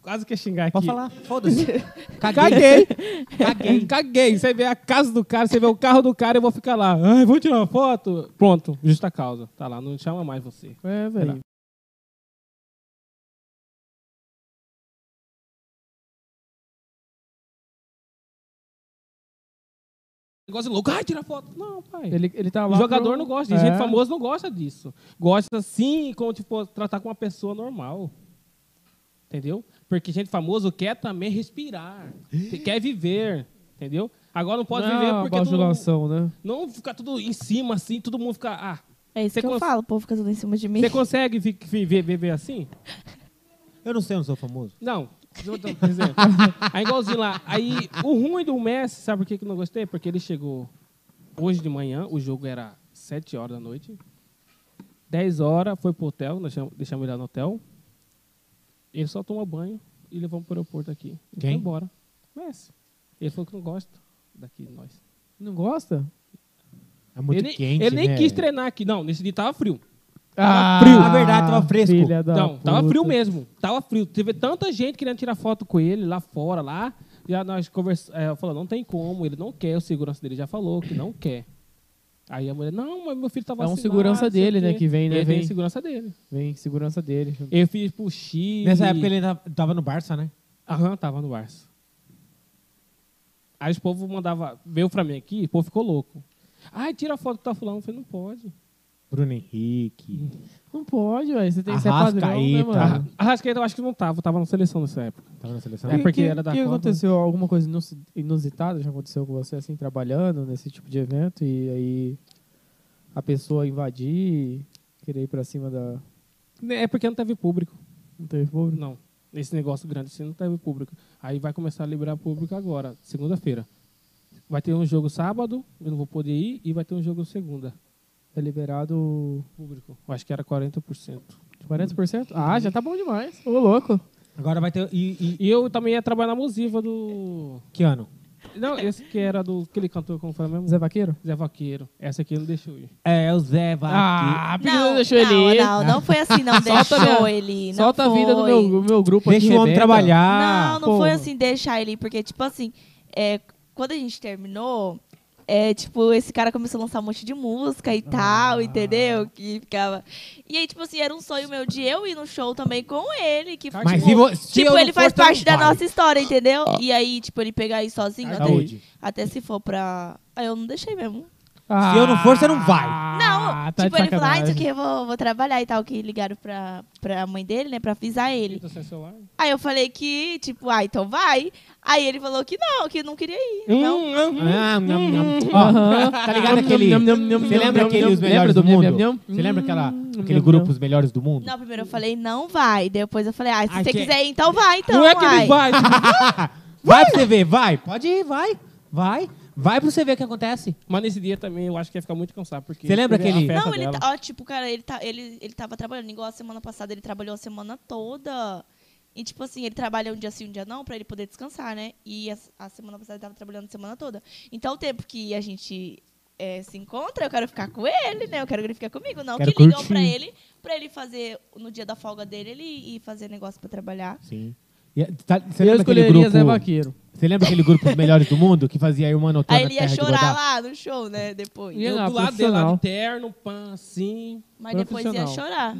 S3: Quase que ia xingar aqui.
S1: Pode falar, foda-se.
S3: Caguei. Caguei. Caguei. Você vê a casa do cara, você vê o carro do cara, eu vou ficar lá. Ai, vou tirar uma foto. Pronto, justa causa. Tá lá, não chama mais você.
S2: É, velho.
S3: Negócio louco. Ai, tira foto. Não, pai.
S2: Ele, ele tá
S3: o
S2: lá.
S3: jogador
S2: pro-
S3: não gosta disso.
S2: É.
S3: Gente famosa não gosta disso. Gosta sim, como tipo, tratar com uma pessoa normal. Entendeu? Porque gente famosa quer também respirar. quer viver. Entendeu? Agora não pode
S2: não é
S3: viver
S2: uma
S3: porque todo mundo-
S2: bajulação, né?
S3: não ficar tudo em cima assim, todo mundo fica. Ah,
S5: É isso
S3: Você
S5: que eu
S3: cons-
S5: falo, o povo fica tudo em cima de mim.
S3: você consegue vi- vi- vi- viver assim?
S1: Eu não sei, eu não sou famoso.
S3: Não. Eu tô- quer dizer, Aí É igualzinho lá. Aí o ruim do Messi, sabe por que que eu não gostei? Porque ele chegou hoje de manhã, o jogo era 7 horas da noite. 10 horas, foi pro hotel, nós cham- deixamos ele lá no hotel. Ele só tomou banho e levamos pro aeroporto aqui. Ele foi
S1: Quem?
S3: embora. Messi. Ele falou que não gosta daqui de nós.
S2: Não gosta?
S1: É muito
S3: ele,
S1: quente,
S3: ele nem
S1: né?
S3: quis treinar aqui. Não, nesse dia tava frio.
S2: Ah,
S1: frio. Na verdade, tava fresco.
S2: Filha da
S3: Não, tava
S2: puta.
S3: frio mesmo. Tava frio. Teve tanta gente querendo tirar foto com ele lá fora, lá. Já nós conversamos. É, falou, não tem como, ele não quer. O segurança dele já falou que não quer. Aí a mulher, não, mas meu filho
S2: É
S3: tá
S2: um
S3: vacinado.
S2: segurança
S3: não sei
S2: dele,
S3: o quê."
S2: né, que vem, né,
S3: Ele tem
S2: vem.
S3: segurança dele.
S2: Vem, segurança dele.
S3: Eu fiz pro Chile.
S1: Nessa época ele ainda tava no Barça, né?
S3: Aham, tava no Barça. Aí os povo mandava, veio pra mim aqui, o povo ficou louco. Ai, tira a foto que tá falando. Eu falei, não pode.
S1: Bruno Henrique.
S2: Não pode, velho. Você tem que ser padrão, né,
S1: Arrascaeta.
S2: mano?
S3: A Rasqueta eu acho que não tava, tava na seleção nessa época.
S1: Tava na seleção.
S3: É
S2: E
S3: porque
S2: que-
S3: era da
S2: que
S3: Copa.
S2: aconteceu alguma coisa inus- inusitada? Já aconteceu com você, assim, trabalhando nesse tipo de evento e aí a pessoa invadir, querer ir pra cima da...
S3: É porque não teve público.
S2: Não teve público?
S3: Não. Esse negócio grande assim não teve público. Aí vai começar a liberar público agora, segunda-feira. Vai ter um jogo sábado, eu não vou poder ir, e vai ter um jogo segunda.
S2: É liberado
S3: Público. Eu acho que era 40%.
S2: 40%? Ah, já tá bom demais. Ô, louco.
S1: Agora vai ter... E, e-
S3: Uhum. E eu também ia trabalhar na musiva do.
S1: Que ano?
S3: Não, esse que era do. Aquele cantor, como foi mesmo?
S2: Zé Vaqueiro?
S3: Zé Vaqueiro. Essa aqui não deixou ir.
S1: É, o Zé vai
S2: Ah, porque não,
S5: Não,
S2: deixou
S5: não,
S2: ele ir.
S5: não, não foi assim, não.
S2: Solta
S5: deixou
S2: minha-
S5: ele. Não
S2: Solta a vida do
S5: foi.
S2: meu, do meu grupo aqui.
S1: Deixa o um homem
S2: rebenta.
S1: trabalhar.
S5: Não, não foi
S2: porra.
S5: assim, deixar ele, ir, porque, tipo assim, é, quando a gente terminou, é, tipo, esse cara começou a lançar um monte de música e
S1: Ah.
S5: tal, entendeu? Que ficava. E aí, tipo assim, era um sonho meu de eu ir no show também com ele, que
S1: Mas
S5: tipo,
S1: se vo- se eu
S5: tipo,
S1: não
S5: ele faz
S1: for, você
S5: parte
S1: não
S5: da
S1: vai. Tá
S5: nossa história, entendeu? E aí, tipo, ele pegar aí sozinho, até,
S1: Saúde.
S5: até se for pra. Aí eu não deixei mesmo.
S1: Se eu não for, você não
S3: Ah.
S1: vai.
S5: Não,
S2: tá de
S5: tipo, ele falou, ah,
S2: sacanagem.
S5: isso aqui eu vou, vou trabalhar e tal, que ligaram pra, pra mãe dele, né, pra avisar ele.
S3: Tá sem celular?
S5: Aí eu falei que, tipo, ah, então vai. Aí ele falou que não, que não queria ir. Não.
S1: Ah, nham, nham.
S2: Aham.
S1: Tá ligado aquele...
S2: Nham, nham, nham,
S1: Você
S2: nham,
S1: lembra
S2: nham,
S1: aquele
S2: nham.
S1: Os Melhores
S2: Lembra
S1: do
S2: do nham, nham,
S1: Mundo?
S2: nham?
S1: Você lembra aquela, aquele
S2: nham,
S1: grupo
S2: nham.
S1: Os Melhores do Mundo?
S5: Não, primeiro eu falei, não vai. Depois eu falei, ah, se
S1: Ai,
S5: você
S1: que-
S5: quiser ir, então vai, então
S3: não é que
S5: vai.
S3: ele vai.
S1: Vai pra você ver, vai. Pode ir, vai. Vai. Vai pra você ver o que acontece.
S3: Mas nesse dia também eu acho que ia ficar muito cansado. Porque
S1: Você lembra
S3: teve a
S1: aquele-
S3: festa
S5: Não, ele
S3: dela.
S5: tá, ó, tipo, cara, ele, tá, ele, ele tava trabalhando, igual a semana passada, ele trabalhou a semana toda. E, tipo assim, ele trabalha um dia sim, um dia não, pra ele poder descansar, né? E a, a semana passada ele tava trabalhando a semana toda. Então, o tempo que a gente é, se encontra, eu quero ficar com ele, né? Eu quero que ele fique comigo. Não
S1: Quero
S5: que ligam
S1: curtir.
S5: pra ele, pra ele fazer, no dia da folga dele, ele ir fazer negócio pra trabalhar.
S1: Sim. E, tá, você
S2: Eu
S1: lembra aquele
S2: escolheria
S1: grupo?
S2: Zé Vaqueiro.
S1: Você lembra aquele grupo Os Melhores do Mundo que fazia aí uma notada
S5: Aí ele ia
S1: terra de Godá?
S5: chorar lá no show, né? Depois.
S3: E eu
S2: Não,
S3: do lado dele, lá
S2: profissional.
S3: de terno, pan, assim.
S5: Mas depois ia
S3: profissional.
S5: chorar.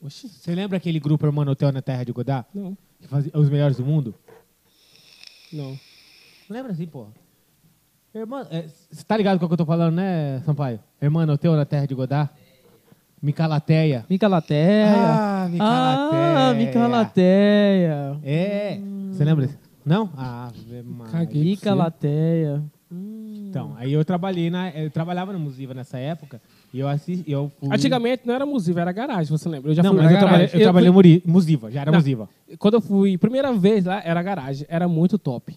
S3: Oxi,
S1: Você lembra aquele grupo Hermano Hotel na Terra de Godá?
S3: não.
S1: Fazia Os melhores do mundo?
S3: Não.
S1: Lembra assim, porra? Irmã, você tá ligado com o que eu tô falando, né, Sampaio? Irmã, eu teu na terra de Godá? Micalateia.
S2: Mica Lateia.
S1: Ah,
S2: Ah, Mica Lateia.
S1: É. Você lembra disso? Não? Ah, Ave Maria.
S3: Caguei.
S2: Mica
S3: Sim.
S2: Lateia.
S1: Então, aí eu trabalhei na. Eu trabalhava no Musiva nessa época e eu assisti. Eu fui...
S3: Hum. Antigamente não era Musiva, era garagem, você lembra? Eu já
S1: Não,
S3: fui
S1: mas eu
S3: na garagem.
S1: trabalhei, eu trabalhei
S3: fui-
S1: muri- Musiva, já era
S3: Não.
S1: Musiva.
S3: Quando eu fui, primeira vez lá, era garagem. Era muito top.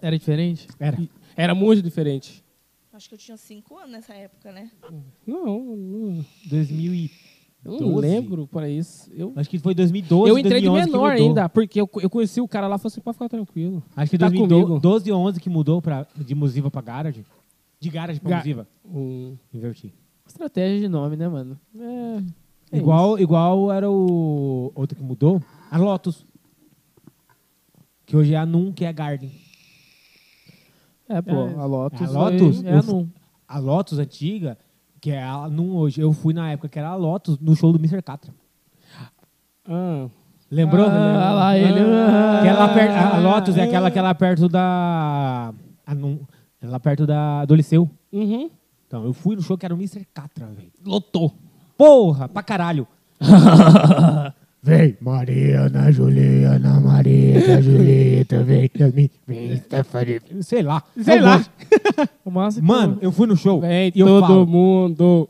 S2: Era diferente?
S1: Era.
S3: Era muito diferente.
S5: Acho que eu tinha cinco anos nessa época, né?
S3: Não, não,
S1: 2012.
S3: eu não lembro para isso. Eu,
S1: Acho que foi 2012.
S3: eu entrei de
S1: 2011 que
S3: menor
S1: mudou.
S3: ainda, porque eu, eu conheci o cara lá e falei assim, pode ficar tranquilo.
S1: Acho que
S3: Tá
S1: 2012 ou 11 que mudou pra, de Musiva pra Garage. De Garage pra
S3: Ga-
S1: Musiva.
S3: Hum,
S1: Inverti.
S2: Estratégia de nome, né, mano? É. é
S1: igual, igual era o outro que mudou. A Lotus. Que hoje é a Nun, que é a Garden.
S2: isso. É, pô, a Lotus.
S1: A Lotus?
S2: É, é a Num.
S1: A Lotus antiga, que é a Nun hoje. Eu fui na época que era a Lotus no show do Mr. Catra.
S3: ah,
S1: Lembrou?
S2: Ah, lá ele. Ah.
S1: Que ela per- a a Lotus é aquela que ela perto da. A Nun, ela perto da, do Liceu.
S3: uhum,
S1: Então, eu fui no show que era o Mr. Catra, velho.
S3: lotou.
S1: Porra, pra caralho. Vem, Mariana, Juliana, Maria, Julieta, vem, Yasmin, vem, Stephanie. Sei lá.
S3: Sei
S1: Eu
S3: lá.
S1: gosto.
S2: O massa é que
S1: Mano, eu fui no show.
S3: Vem
S1: e eu
S3: todo
S1: falo,
S3: mundo.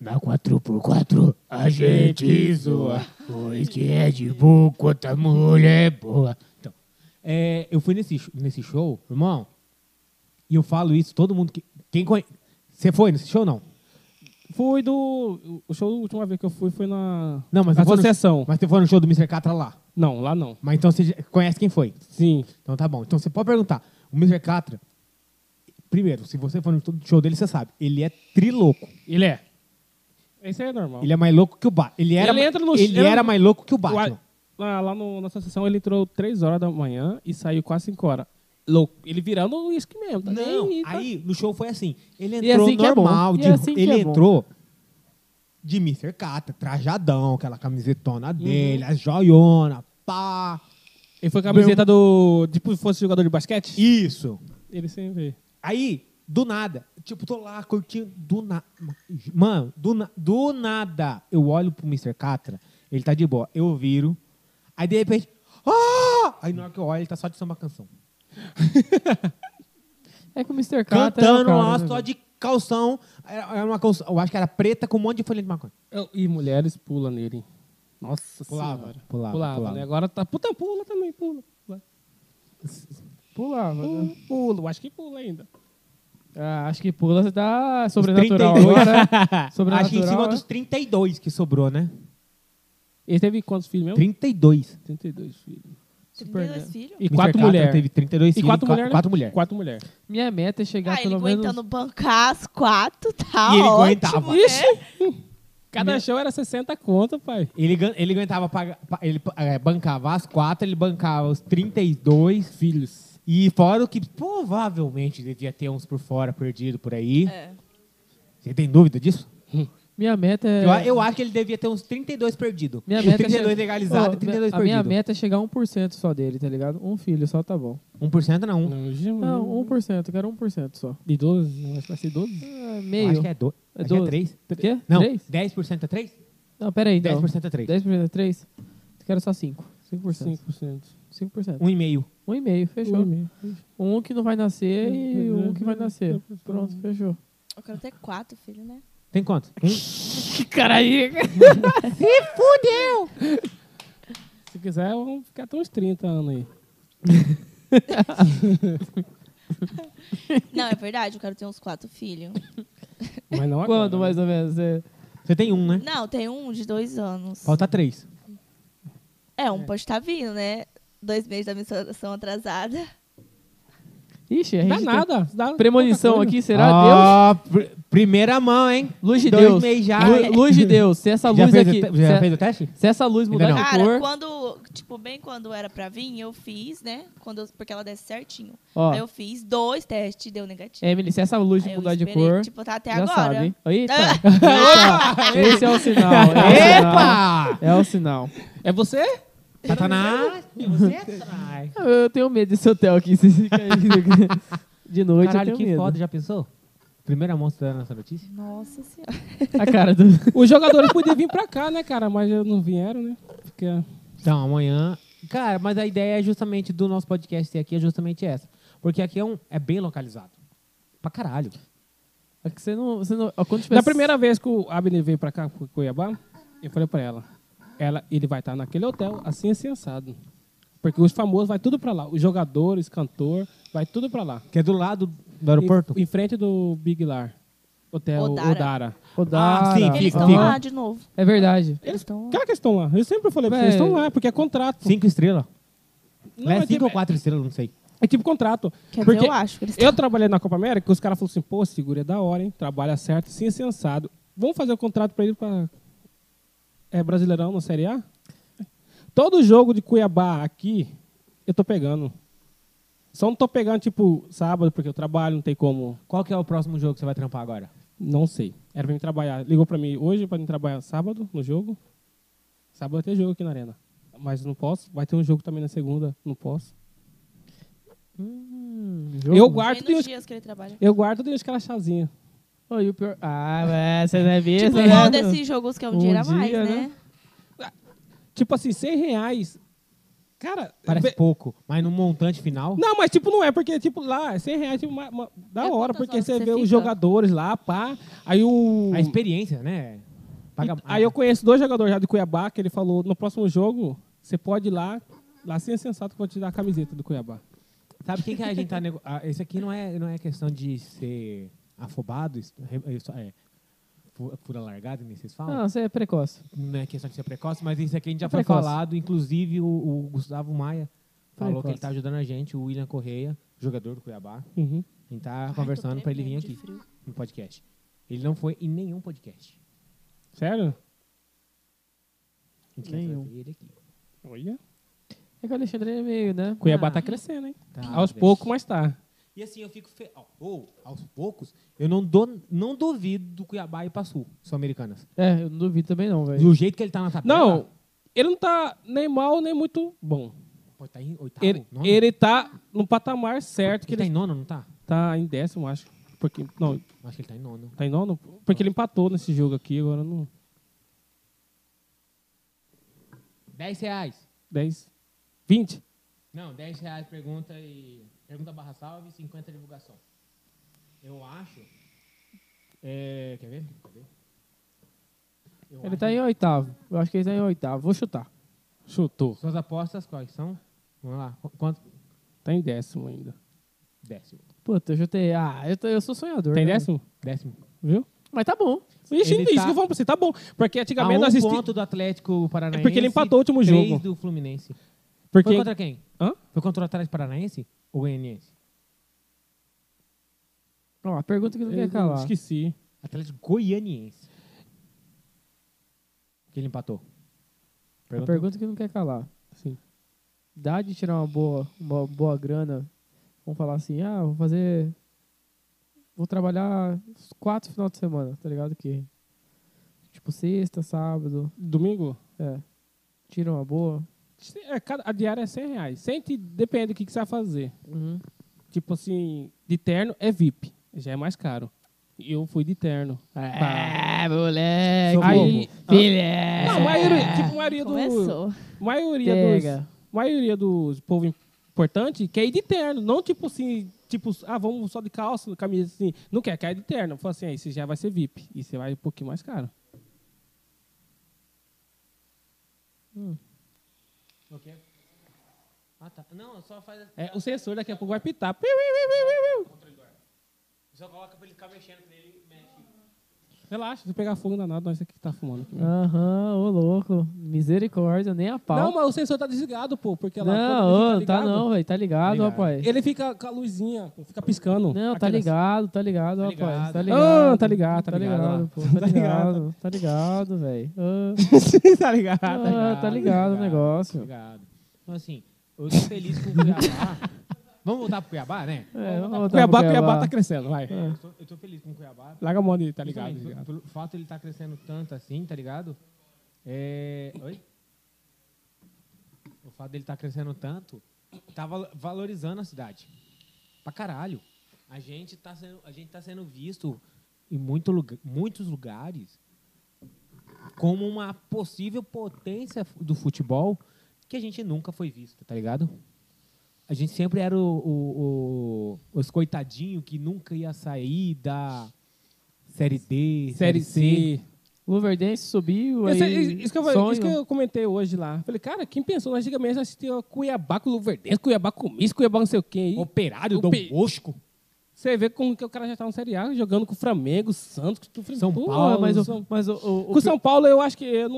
S1: Na 4x4 a gente zoa, pois que é de boa, quanta mulher boa. Então, é, eu fui nesse, sh- nesse show, irmão, e eu falo isso, todo mundo que... Quem conhece... Você foi nesse show, não?
S3: Fui do... O show, a última vez que eu fui foi na...
S1: Não, mas
S3: na
S1: eu vou no-
S3: concessão.
S1: Mas você foi no show do Mr. Catra lá.
S3: Não, lá não.
S1: Mas então você já conhece quem foi.
S3: Sim.
S1: Então tá bom. Então você pode perguntar. O Mr. Catra, primeiro, se você for no todo show dele, você sabe. Ele é triloco.
S3: Ele é. Esse aí é normal.
S1: Ele é mais louco que o Batman. Ele era,
S3: Ele entra no-
S1: ele
S3: ele- é um
S1: era mais louco que o
S3: O
S1: Batman.
S3: a- Lá, lá no, na associação ele entrou 3 horas da manhã e saiu quase 5 horas. Louco. Ele virando o uísque mesmo. Tá
S1: Não,
S3: nem, tá-
S1: aí no show foi assim. Ele
S2: E é
S1: entrou
S2: assim que é bom.
S1: normal,
S2: E
S1: de-
S2: é assim que
S1: ele
S2: é bom.
S1: entrou de Mr. Catra, trajadão, aquela
S2: Uhum.
S1: camisetona dele, a joiona, pá.
S3: Ele foi com a camiseta do. Tipo, se fosse jogador de basquete?
S1: Isso.
S3: Ele sem ver.
S1: Aí, do nada, tipo, tô lá curtindo, do nada. Mano, do, na- do nada, eu olho pro Mr. Catra, ele tá de boa, eu viro, aí de repente, ah! aí na hora que eu olho, ele tá só de samba canção.
S2: É que o Mr. Catra
S1: Cantando
S2: é o
S1: lá,
S2: cara, né,
S1: só
S2: velho?
S1: de calção, era era uma calção, eu acho que era preta com um monte de folha de maconha.
S3: Eu- e mulheres pulam nele. Nossa
S1: Pulava,
S3: senhora.
S1: pulava, Ah, pulava.
S3: né? Agora tá. Puta, pula também, pula. Pula.
S2: Pulava, né?
S3: Pula, pula. Acho que pula ainda.
S2: Ah, acho que pula você tá
S1: Os
S2: sobrenatural
S1: 32.
S2: agora. sobrenatural.
S1: Acho que em cima
S2: é? Então?
S1: dos 32 que sobrou, né?
S3: Ele teve quantos filhos mesmo?
S1: 32.
S3: 32 filhos.
S2: Super,
S5: 32
S2: né?
S5: filhos.
S3: E
S1: Mr.
S3: quatro
S1: Catra
S3: mulheres.
S1: Teve 32
S3: E
S1: filhos,
S3: quatro
S1: qua-
S3: mulheres.
S1: Quatro mulheres.
S3: Quatro mulheres.
S2: Minha meta é chegar
S5: Ah, ele
S2: pelo menos.
S5: aguentando bancar as quatro, tá
S1: E ele
S5: ótimo,
S1: aguentava.
S5: né?
S3: Cada show era 60 conto, pai.
S1: Ele, gan- ele aguentava pagar- pa- ele eh, bancava as quatro, ele bancava os 32 filhos. E fora o que provavelmente devia ter uns por fora perdido por aí.
S5: É.
S1: Você tem dúvida disso?
S2: Minha meta é.
S1: Eu, a- eu acho que ele devia ter uns 32 perdido.
S2: Minha
S1: Os
S2: meta é
S1: 32
S2: che-
S1: legalizado
S2: Ô,
S1: e 32
S2: A minha
S1: perdido.
S2: meta é chegar a 1% só dele, tá ligado? Um filho só tá bom.
S1: 1% Hum. não.
S3: Não, Gil,
S2: Não, 1%, eu quero 1% só.
S3: De 12, acho que vai ser 12.
S2: Ah,
S1: Eu Acho
S2: meio.
S1: que é 2.
S2: É
S1: Acho que é
S2: 12.
S1: 3.
S2: O quê?
S1: Não,
S2: 3?
S1: 10% é 3?
S2: Não, pera aí, então.
S1: 10% é 3.
S2: 10% é 3? Eu quero só 5. 5%.
S3: 5%.
S2: 5%.
S1: 1,5.
S2: 1,5, fechou. Um que não vai nascer e um que vai nascer. Pronto, fechou.
S5: Eu quero ter quatro filhos, né?
S1: Tem quanto?
S2: é
S3: Se quiser, vamos ficar até uns 30 anos aí.
S5: Não, é verdade, eu quero ter uns quatro filhos.
S3: Mas não agora.
S2: Quando mais ou menos? É...
S1: Você tem um, né?
S5: Não, tem um de dois anos.
S1: Falta três.
S5: É, um pode estar vindo, né? Dois meses da menstruação atrasada.
S2: Ixi, a gente.
S3: né? Dá
S2: tem
S3: nada. Dá
S2: Premonição
S3: pouca coisa.
S2: aqui, será? Deus?
S1: Ó, pr- Ah, primeira mão, hein?
S2: Luz de
S1: Dois
S2: Deus.
S1: meses já.
S2: Lu- Luz de Deus. Se essa
S1: já
S2: luz
S1: fez,
S2: aqui.
S1: o, te- já
S2: se-
S1: fez o teste?
S2: Se essa luz
S1: Ainda
S2: mudar
S1: não.
S2: de
S5: Cara,
S2: cor.
S5: quando, tipo, bem quando era pra vir, eu fiz, né? Quando eu- porque ela desce certinho.
S2: Ó,
S5: Aí eu fiz dois testes e deu negativo.
S2: Emily, se essa luz
S5: Aí eu
S2: mudar de
S5: esperei,
S2: cor.
S5: Tipo, tá até
S2: já
S5: agora.
S2: sabe, hein? Eita!
S5: Ah.
S2: Eita! Esse é o sinal. É o sinal.
S1: Epa!
S2: É o sinal.
S3: É você?
S1: Satanás! Você é Satanás.
S2: Eu tenho medo desse hotel aqui. se fica aí. De noite
S1: Caralho,
S2: eu tenho
S1: que
S2: medo.
S1: foda, já pensou? Primeira amostra da nossa notícia?
S5: Nossa senhora.
S2: A cara do...
S3: Os jogadores podiam vir pra cá, né, cara? Mas eles não vieram, né? Porque
S1: Então, amanhã. Cara, mas a ideia é justamente do nosso podcast ter aqui é justamente essa. Porque aqui é, um, é bem localizado. Pra caralho.
S2: É que você não... Você não ó, quando tiver-
S3: Na primeira vez que o Abner veio pra cá, pro Cuiabá, eu falei pra ela, ela ele vai estar naquele hotel, assim, assim, assado. Porque os famosos vai tudo pra lá. Os jogadores, cantor, vai tudo pra lá.
S1: Que é do lado do aeroporto.
S3: Em, em frente do Big Lar. Hotel
S5: Odara.
S3: Odara.
S2: Odara.
S1: Ah, sim,
S5: Eles
S1: Fica,
S5: estão
S1: fica.
S5: lá de novo.
S2: né? É verdade.
S5: Eles estão lá.
S3: Claro que eles estão lá. Eu sempre falei pra vocês,
S2: Véi.
S3: eles estão lá, porque é contrato.
S1: Cinco estrelas.
S3: Não,
S1: é,
S3: é,
S1: cinco
S3: tipo,
S1: ou quatro estrelas, não sei.
S3: é tipo contrato.
S5: Quer
S3: porque
S5: dizer, eu acho que eles
S3: Eu trabalhei na Copa América, os caras falaram assim, pô, segura é da hora, hein? Trabalha certo, sim, é sensado. Vamos fazer o contrato pra ele pra... É Brasileirão na Série A? Todo jogo de Cuiabá aqui, eu tô pegando. Só não tô pegando, tipo, sábado, porque eu trabalho, não tem como...
S1: Qual que é o próximo jogo que você vai trampar agora?
S3: Não sei. Era pra mim trabalhar. Ligou pra mim hoje pra mim trabalhar sábado no jogo. Sábado vai ter jogo aqui na Arena. Mas não posso. Vai ter um jogo também na segunda. Não posso. eu guardo
S5: Tem
S3: tudo
S5: nos
S3: isso-
S5: dias que ele trabalha.
S3: eu guardo tudo isso, aquela é chazinha.
S2: Ô, e o pior... Ah, mas você não é mesmo,
S5: Tipo,
S2: né?
S5: igual desses jogos que é um,
S2: Um
S5: dinheiro a mais,
S2: dia,
S5: né?
S3: Tipo assim, 100 reais. Cara,
S1: Parece
S3: be-
S1: pouco, mas no montante final.
S3: não, mas tipo, não é, porque tipo, lá, é 100 reais, tipo, ma- ma- da
S5: É
S3: hora,
S5: quantas
S3: porque
S5: horas
S3: você
S5: que
S3: vê
S5: você
S3: os
S5: fica?
S3: jogadores lá, pá. Aí o.
S1: A experiência, né? Paga mais.
S3: Aí eu conheço dois jogadores já de Cuiabá, que ele falou, no próximo jogo, você pode ir lá, lá sim é sensato que eu vou te dar a camiseta do Cuiabá.
S1: Sabe quem que a gente tá nego... ah, Esse aqui não é, não é questão de ser afobado, isso- re- isso- é, fu- fura largada, nem vocês falam.
S2: Não, você é precoce.
S1: Não é questão de ser precoce, mas isso aqui a gente já
S2: É
S1: foi
S2: precoce.
S1: falado. Inclusive, o, o Gustavo Maia falou que
S2: é Precoce.
S1: ele tá ajudando a gente, o William Correia, jogador do Cuiabá.
S3: Uhum.
S1: A gente tá
S5: Ai, tô
S1: conversando pra ele vir
S5: tremendo
S1: aqui
S5: de frio.
S1: no podcast. Ele não foi em nenhum podcast.
S3: Sério?
S1: A gente quer
S2: Nenhum.
S1: trazer ele aqui.
S3: Olha.
S2: É que o Alexandre é meio, né?
S3: Cuiabá
S5: Ah.
S3: tá crescendo, hein?
S1: Tá,
S3: Aos
S1: deixa.
S3: poucos, mas tá.
S1: E assim, eu fico fe... ó, ou, aos poucos, eu não, dou, não duvido do Cuiabá e Sul, são americanas.
S2: É, eu não duvido também não, velho.
S1: Do jeito que ele tá na tabela.
S3: Não, ele não tá nem mal, nem muito bom.
S1: Pô, tá em oitavo,
S3: Ele,
S1: nono?
S3: ele tá no patamar certo que
S1: ele tá em
S3: ele
S1: nono, não tá?
S3: tá em décimo, acho. Porque, não,
S1: Acho que ele tá em nono.
S3: tá em nono? Porque ele empatou nesse jogo aqui, agora não.
S1: 10 reais.
S3: 10, 20.
S1: Não, 10 reais pergunta e. Pergunta barra salve, 50 divulgação. Eu acho. É, quer ver? Cadê? Eu
S2: Ele tá em oitavo. Eu acho que ele tá em oitavo. Vou chutar.
S3: Chutou.
S1: Suas apostas quais são? Vamos lá. qu- Quanto?
S3: Tá em décimo ainda.
S1: Décimo.
S2: Puta, eu chutei. Ah, eu, tô- eu sou sonhador.
S3: Tá em
S2: né?
S3: décimo?
S1: Décimo.
S3: Viu?
S2: Mas tá bom.
S3: Ixi,
S1: Ele
S3: isso
S1: tá-
S3: que eu falo pra você, tá bom. Porque
S1: A
S3: antigamente
S1: um
S3: nós assisti...
S1: ponto do Atlético Paranaense.
S3: É porque ele empatou o último
S1: três
S3: jogo.
S1: do Fluminense.
S3: Porque... é
S1: Foi contra quem?
S3: Hã?
S1: Foi contra o Atlético Paranaense ou Goianiense?
S2: Ó, a pergunta que não quer
S3: Eu
S2: calar.
S3: Esqueci.
S1: Atlético Goianiense. Que ele empatou.
S2: A
S1: Pergunta-
S2: pergunta que não quer calar.
S3: Sim.
S2: Dá de tirar uma boa, uma boa grana. Vamos falar assim, ah, vou fazer. Vou trabalhar uns quatro final de semana, tá ligado? Que. Tipo, sexta, sábado.
S3: Domingo?
S2: É. Tira uma boa.
S3: É, cada- A diária é 100 reais. 100 te- depende do que, que você vai fazer.
S2: Uhum.
S3: Tipo assim, de terno é VIP. Já é mais caro. E Eu fui de terno.
S2: É, moleque.
S3: Aí-
S2: filé.
S3: Não, a maioria, tipo, a maioria do...
S5: É. Começou.
S3: Maioria dos...
S2: Pega.
S3: Maioria dos povo importante quer ir de terno. Não tipo assim... Tipo, ah, vamos só de calça, camisa, assim. Não quer, quer ir de terno. Fala assim, aí você já vai ser VIP. E você vai um pouquinho mais caro.
S1: O quê? Ah, tá. Não, só faz assim.
S3: É, o sensor daqui a pouco vai pitar. Piu, piu, piu, piu, piu.
S1: Só coloca pra ele ficar mexendo nele e mexe.
S3: Relaxa, se pegar fogo danado, nós aqui que tá fumando. Aqui.
S2: Aham, ô louco. Misericórdia, nem a pau.
S3: Não, mas o sensor tá desligado, pô. Porque lá
S2: Não,
S3: quando ele
S2: ô, tá
S3: ligado,
S2: não, velho. Tá ligado,
S1: Ligado.
S2: rapaz.
S3: Ele fica com a luzinha, pô, fica piscando.
S2: Não, tá
S3: Aquela-
S2: ligado, tá ligado,
S1: Tá
S2: rapaz.
S1: ligado.
S2: Tá ligado.
S3: Ah, tá ligado, tá
S2: Tá
S3: ligado,
S2: ligado,
S3: ó.
S2: pô. Tá
S3: Tá ligado.
S2: ligado, tá ligado, velho. Ah,
S3: tá ligado.
S2: ah, tá ligado o negócio.
S1: Obrigado. Então, assim, eu tô feliz com o Cuiabá. Vamos voltar pro Cuiabá, né?
S2: É, vamos voltar
S3: Cuiabá,
S2: pro
S3: Cuiabá tá crescendo, vai.
S1: Eu tô, eu tô feliz com o Cuiabá.
S3: Larga a mão de tá ligado.
S1: Justamente
S3: ligado.
S1: Pelo pelo fato ele tá crescendo tanto assim, tá ligado? É... Oi? o fato dele estar crescendo tanto, tá val- valorizando a cidade. Pra caralho. A gente tá sendo, a gente tá sendo visto em muito lugar- muitos lugares como uma possível potência fu- do futebol que a gente nunca foi visto, tá ligado? A gente sempre era o, o- o- os coitadinhos que nunca ia sair da Série D,
S3: Série C.
S2: Luverdense subiu, aí
S3: Isso, é- isso que eu, falei,
S2: sonho.
S3: isso que eu comentei hoje lá. Falei, cara, quem pensou nós antigamente assistia Cuiabá com Luverdense, Cuiabá com Miss, Cuiabá não sei o quê. aí.
S1: Operário,
S3: O
S1: Dom
S3: P-
S1: Bosco.
S3: Você vê como que o cara já tá no Série A, jogando com o Flamengo, Santos, que tu fris-
S1: São
S3: Pô,
S1: Paulo,
S3: Mas
S2: mas
S3: o,
S2: o, mas o, o, o,
S3: com o São Paulo eu acho que eu não,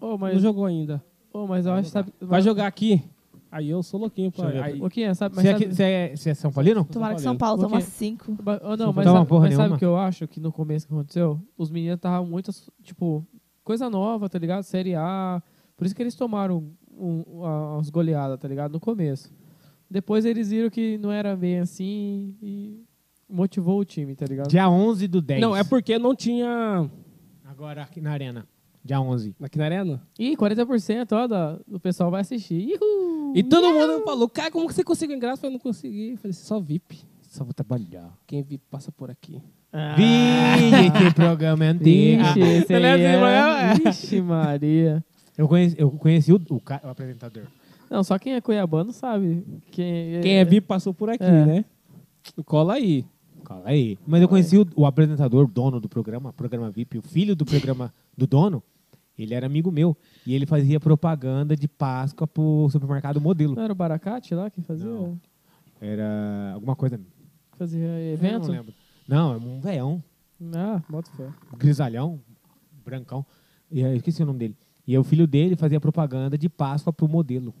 S2: oh,
S3: não
S2: mas,
S3: jogou ainda.
S2: oh, mas eu acho, sabe,
S3: Vai jogar aqui. Aí eu sou louquinho, pô.
S1: Deixa eu ver.
S3: Aí,
S2: O que é, sabe, mas
S1: Você é,
S2: sabe,
S1: que- você é- você é São Paulino?
S5: Tomara que São Paulo
S2: Porque-
S5: toma cinco.
S2: Ba- oh, não,
S1: Só
S2: mas,
S1: faltava
S2: sabe,
S1: porra
S2: mas sabe
S1: nenhuma.
S2: o que eu acho que no começo que aconteceu? Os meninos estavam muito, ass- tipo, coisa nova, tá ligado? Série A. Por isso que eles tomaram um, um, a- umas goleadas, tá ligado? No começo. Depois eles viram que não era bem assim e motivou o time, tá ligado?
S1: Dia 11 do 10.
S3: não, é porque não tinha.
S1: Agora aqui na Arena. Dia 11.
S3: Aqui na Arena?
S2: Ih, 40% ó, da- do pessoal vai assistir. Ihu!
S3: E todo mundo falou, cara, como que você conseguiu ingresso? Eu falei, não consegui. Eu falei, só VIP.
S1: Só vou trabalhar.
S3: Quem VIP passa por aqui.
S1: Vixe, que programa é antigo.
S2: Ixi, esse aí
S3: Beleza,
S2: era...
S3: irmão?
S2: Ixi, Maria.
S1: Eu conheci, eu conheci o, o ca- o apresentador.
S2: Não, só quem é cuiabano sabe. Quem,
S3: Quem é VIP passou por aqui,
S2: É.
S3: né? Cola aí.
S1: Cala aí. Mas eu conheci o, o apresentador, o dono do programa, programa VIP, o filho do programa do dono. Ele era amigo meu. E ele fazia propaganda de Páscoa pro supermercado modelo.
S2: Não era o Baracate lá que fazia?
S1: Não. Era alguma coisa.
S2: Fazia
S1: Eu
S2: evento?
S1: não lembro. Não, é um veião.
S2: Ah, bota fé.
S1: grisalhão, brancão. E aí, eu esqueci o nome dele. E aí o filho dele fazia propaganda de Páscoa pro modelo.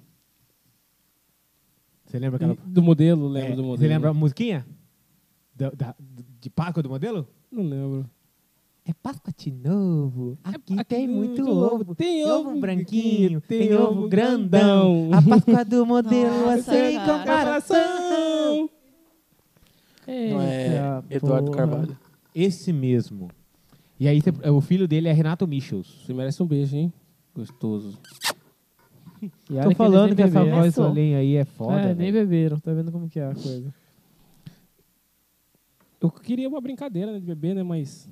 S1: Você lembra aquela.
S3: Do modelo, Hum. lembro
S1: É,
S3: do modelo.
S1: Você lembra a musiquinha? Da- da- de Páscoa do modelo?
S3: Não lembro.
S1: É Páscoa de novo. Aqui,
S3: aqui
S1: tem
S3: tem
S1: muito
S3: muito
S1: ovo.
S3: ovo. Tem ovo
S1: branquinho,
S3: tem
S1: tem, ovo
S3: ovo
S1: grandão.
S3: grandão.
S1: A Páscoa do modelo é
S5: Nossa,
S1: sem
S5: cara.
S1: comparação.
S4: Não é Eduardo Carvalho.
S1: Esse mesmo. E aí você- o filho dele é Renato Michels.
S3: Você merece um beijo, hein? Gostoso.
S1: Tô falando que essa voz
S2: né?
S5: Começou.
S1: além aí é foda.
S2: É,
S1: velho.
S2: nem beberam, tá vendo como que é a coisa.
S3: Eu queria uma brincadeira né, de bebê, né? Mas.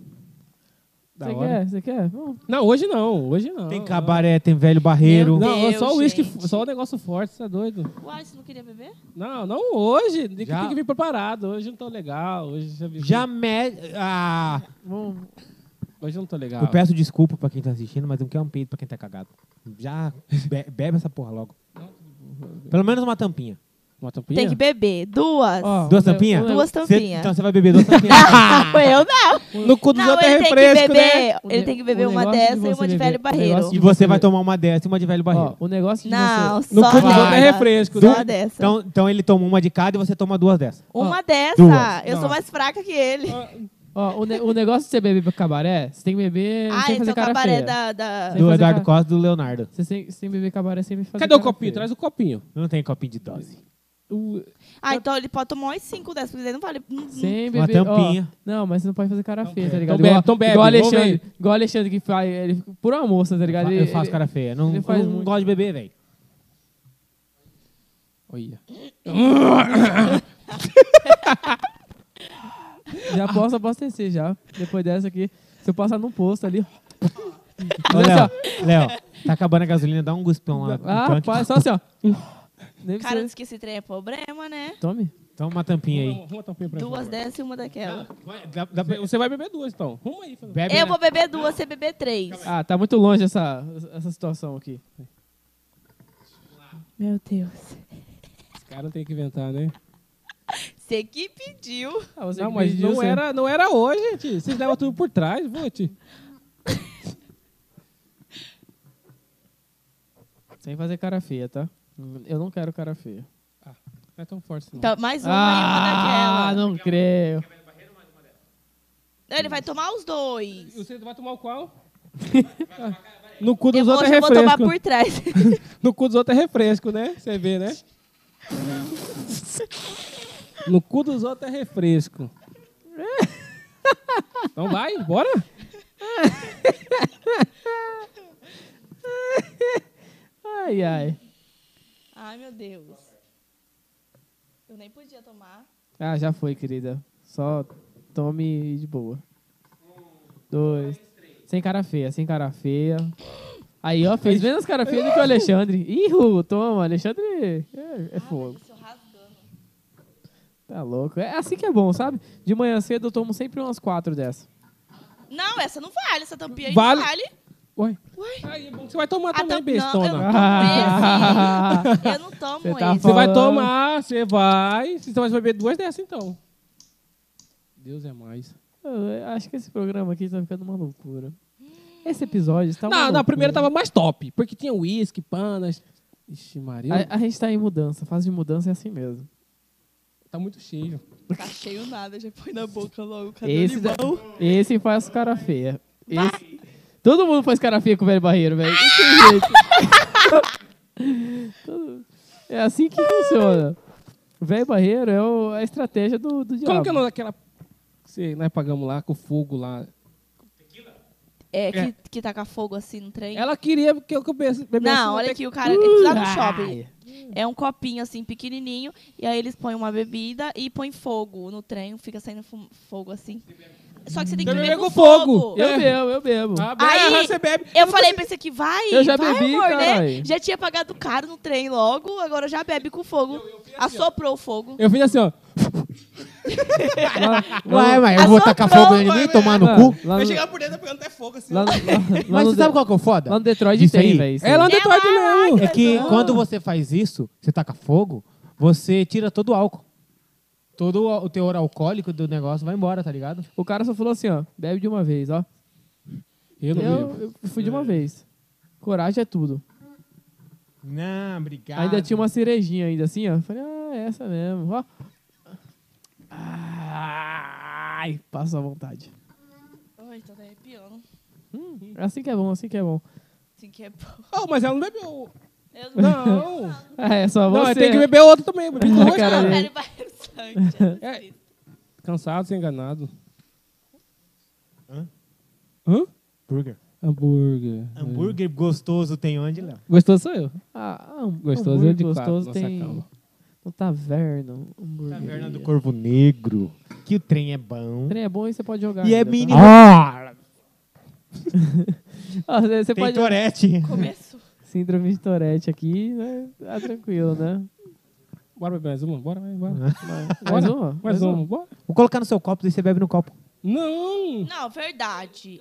S2: Você quer? Você quer? Vamos.
S3: Não, hoje não. Hoje não.
S1: Tem cabaré, tem velho barreiro.
S3: Não, não,
S5: Meu
S3: só o
S5: Deus,
S3: uísque,
S5: gente.
S3: só o negócio forte, você é doido?
S5: O Alisson não queria beber?
S3: Não, não hoje. Tem que,
S1: Já?
S3: tem que vir preparado. Hoje eu não tô legal. Hoje já vi.
S1: Já me... Ah,
S2: vamos.
S3: Hoje eu não tô legal.
S1: eu peço desculpa pra quem tá assistindo, mas eu quero um peido pra quem tá cagado. Já be- bebe essa porra logo. Pelo menos uma tampinha.
S3: Uma tampinha?
S5: Tem que beber. Duas.
S2: Ó,
S1: Duas
S2: um ne-
S1: tampinhas?
S2: um ne-
S5: Duas
S1: Cê-
S5: tampinhas.
S1: então você vai beber duas tampinhas.
S5: eu não.
S3: No cu dos
S5: Não,
S3: outros é
S5: ele tem que
S3: refresco, né?
S5: beber.
S2: O
S5: Ele
S2: ne-
S5: tem que beber
S2: o
S5: uma
S2: negócio de
S5: dessa e
S2: você
S5: uma de
S2: beber-
S5: velho
S2: o
S5: barreiro.
S2: negócio
S1: e você vai tomar uma dessa e uma de velho barreiro.
S2: Ó, o negócio de
S5: Não,
S2: você.
S5: só
S3: cu dos outros
S5: dessa.
S3: é refresco,
S5: Só
S3: né?
S5: dessa.
S1: Então, então ele toma uma de cada e você toma duas dessas.
S5: uma dessa.
S1: duas.
S5: Eu sou mais fraca que ele.
S2: Ó, o, ne- o negócio de você beber pra cabaré, você tem que beber
S5: ah,
S2: É, sem
S5: então
S2: fazer
S5: o
S2: cara
S5: cabaré
S2: feia.
S5: da, da-
S2: Tem que
S1: Do
S2: fazer
S1: Eduardo
S2: ca-
S1: Costa e do Leonardo.
S2: Você tem, você tem que beber cabaré sem fazer
S3: Cadê o
S2: cara
S3: copinho?
S2: feia.
S3: Traz o copinho.
S1: Não tem copinho de dose.
S3: O-
S5: Ah, então ele pode tomar umas cinco dessas, porque ele não vale. um não- não-
S2: Sem
S1: Uma
S2: beber. ó,
S1: tampinha.
S2: não, mas você não pode fazer cara feia, tá
S3: bebe,
S2: ligado?
S3: então
S2: igual,
S3: bebe,
S2: igual
S3: vamos ver.
S2: Alexandre, igual Alexandre que faz. Ele, por uma moça, tá ligado?
S1: eu
S2: Ele-
S1: faço
S2: ele-
S1: cara feia. Não,
S2: ele faz
S1: eu não
S2: muito.
S1: gosto de beber, velho.
S3: Olha.
S2: Já posso abastecer já. Depois dessa aqui, se eu passar num posto ali.
S1: Ô, Léo, Léo, tá acabando a gasolina, dá um guspão lá. tipo, no
S2: Ah,
S1: tanque.
S2: rapaz, só assim, ó. Nem
S5: Cara,
S2: precisa.
S5: diz que esse trem é problema, né?
S2: Tome.
S1: Toma uma tampinha aí.
S3: Uma tampinha pra mim,
S5: Duas
S3: por favor.
S5: dessas e uma daquela.
S1: Vai, dá- dá-
S3: Você- Você vai beber duas, então. Uma aí. Fernando.
S1: bebe
S2: né?
S5: Eu
S1: na-
S5: vou beber duas, você beber três.
S2: Ah, tá muito longe essa, essa situação aqui.
S5: Meu Deus.
S3: Esse cara tem que inventar, né?
S5: Você que pediu.
S2: Ah, você
S3: Não,
S2: que
S3: mas é-
S2: pediu,
S3: não
S2: você-
S3: era, não era hoje, gente. Vocês levam tudo por trás, vou te.
S2: Sem fazer cara feia, tá? Eu não quero cara feia.
S3: Não é tão forte, não.
S5: Então, mais uma
S2: Ah,
S5: e uma daquela.
S2: não creio.
S5: Ele vai tomar os dois.
S3: E Você vai tomar o qual? No cu
S5: Eu
S3: dos
S5: vou,
S3: outros é
S5: hoje eu vou tomar
S3: refresco.
S5: por trás.
S3: No cu dos outros é refresco, né? Você vê, né? No cu dos outros é refresco. Então vai, bora.
S2: Ai, ai.
S5: meu Deus. Eu nem podia tomar.
S2: Ah, já foi, querida. Só tome de boa. Dois. Sem cara feia, sem cara feia. Aí, ó, fez menos cara feia do que o Alexandre. Ih, Ru, toma, Alexandre é, é fogo.
S5: Isso rasgando.
S2: Tá louco. É assim que é bom, sabe? De manhã cedo eu tomo sempre umas quatro dessas.
S5: Não, essa não vale, essa tampinha aí
S3: Vale.
S5: não vale.
S3: Ué.
S5: Ué.
S3: Aí, é bom, você vai tomar
S5: Ah,
S3: também,
S5: tam-
S3: bestona.
S5: Não, eu não
S3: é assim?
S5: tomo esse. Eu não tomo
S2: Você tá
S5: esse.
S3: Você vai
S2: Falando.
S3: tomar, você vai. Você vai beber duas dessas, então. Deus é mais.
S2: Eu acho que esse programa aqui tá ficando uma loucura. Esse episódio está uma
S3: na, na
S2: loucura.
S3: primeira tava mais top, porque tinha uísque, panas. Ixi, Maria.
S2: A, a gente tá em mudança, fase de mudança é assim mesmo.
S3: Tá muito cheio.
S5: Tá cheio nada, já põe na boca logo. Cadê
S2: Esse,
S5: o
S2: da-
S5: Tá limão?
S2: esse faz cara feia. Esse- todo mundo faz cara feia com o velho barreiro, velho. Não tem jeito. Todo- é assim que funciona. O velho barreiro é o- a estratégia do, do diabo.
S3: Como que é o nome daquela. que você- nós pagamos lá com fogo lá.
S5: É, que, que taca fogo assim no trem.
S3: Ela queria que eu que eu bebesse.
S5: Não,
S3: uma
S5: olha
S3: te-
S5: aqui, o cara. é Lá no shopping. É um copinho assim, pequenininho. E aí eles põem uma bebida e põem fogo no trem. Fica saindo fu- fogo assim. Só que você tem que
S3: Eu
S5: beber
S3: bebo
S5: com
S3: fogo.
S5: fogo.
S2: Eu
S3: É.
S2: bebo, eu bebo.
S3: Ah, be-
S5: Aí,
S3: ah, você bebe.
S5: Eu falei pra esse aqui, vai,
S2: Eu já
S5: vai,
S2: bebi,
S5: amor, né?
S2: carai.
S5: Já tinha pagado caro no trem logo, agora já bebe com fogo. Assoprou o fogo.
S3: Eu fiz assim, ó.
S1: Ué, mas eu vou tacar
S5: Assoprou,
S1: fogo dentro de mim, tomar no
S2: Ah,
S1: cu.
S2: Lá no,
S3: por dentro pegando até fogo assim.
S2: lá no- lá- lá
S1: Mas
S2: no
S1: você sabe qual que é o foda?
S2: Lá no Detroit
S1: Isso
S2: tem,
S1: aí.
S2: velho. isso
S3: É lá no
S5: É
S3: Detroit
S5: lá,
S3: mesmo.
S1: É que
S5: Ah.
S1: quando você faz isso, você taca fogo, você tira todo o álcool. Todo o o teor alcoólico do negócio vai embora, tá ligado?
S2: O cara só falou assim, ó, bebe de uma vez, ó.
S3: Eu não bebo.
S2: Eu, eu fui de uma vez. Coragem é tudo.
S1: Não, obrigado.
S2: Ainda tinha uma cerejinha ainda assim, ó. Falei, ah, é essa mesmo, ó. Ai, passo à vontade.
S5: Ai, tô até arrepiando.
S2: Assim que é bom, assim que é bom.
S5: Assim que é bom.
S3: Oh, mas ela não bebeu.
S5: Eu não
S3: Não.
S2: É, só
S3: não,
S2: você.
S3: tem que beber outra também. bebi
S2: Ah,
S3: duas,
S2: cara.
S3: cara.
S5: Não, velho, vai no sangue.
S3: É. Cansado, sem enganado.
S1: Hã?
S3: Hã?
S1: hambúrguer.
S3: Hambúrguer.
S1: Hambúrguer gostoso tem onde, Léo?
S3: Gostoso sou eu.
S2: Ah, um
S3: Gostoso
S2: hambúrguer
S3: é de quatro,
S2: gostoso
S3: nossa
S2: tem
S3: calma.
S2: no taverna. um hambúrguer.
S1: Caverna do Corvo Negro. Que o trem é bom.
S2: O trem é bom e você pode jogar.
S1: E é
S2: ainda, tá?
S1: mini.
S2: Ah, você você
S1: tem
S2: pode
S1: Torete.
S5: Começou.
S2: Síndrome de Tourette aqui, né? Tá tranquilo, né?
S3: Bora beber mais uma? Bora, vai, bora.
S2: Mais uma?
S3: Mais uma, bora.
S1: Vou colocar no seu copo, daí você bebe no copo.
S3: Não!
S5: Não, verdade.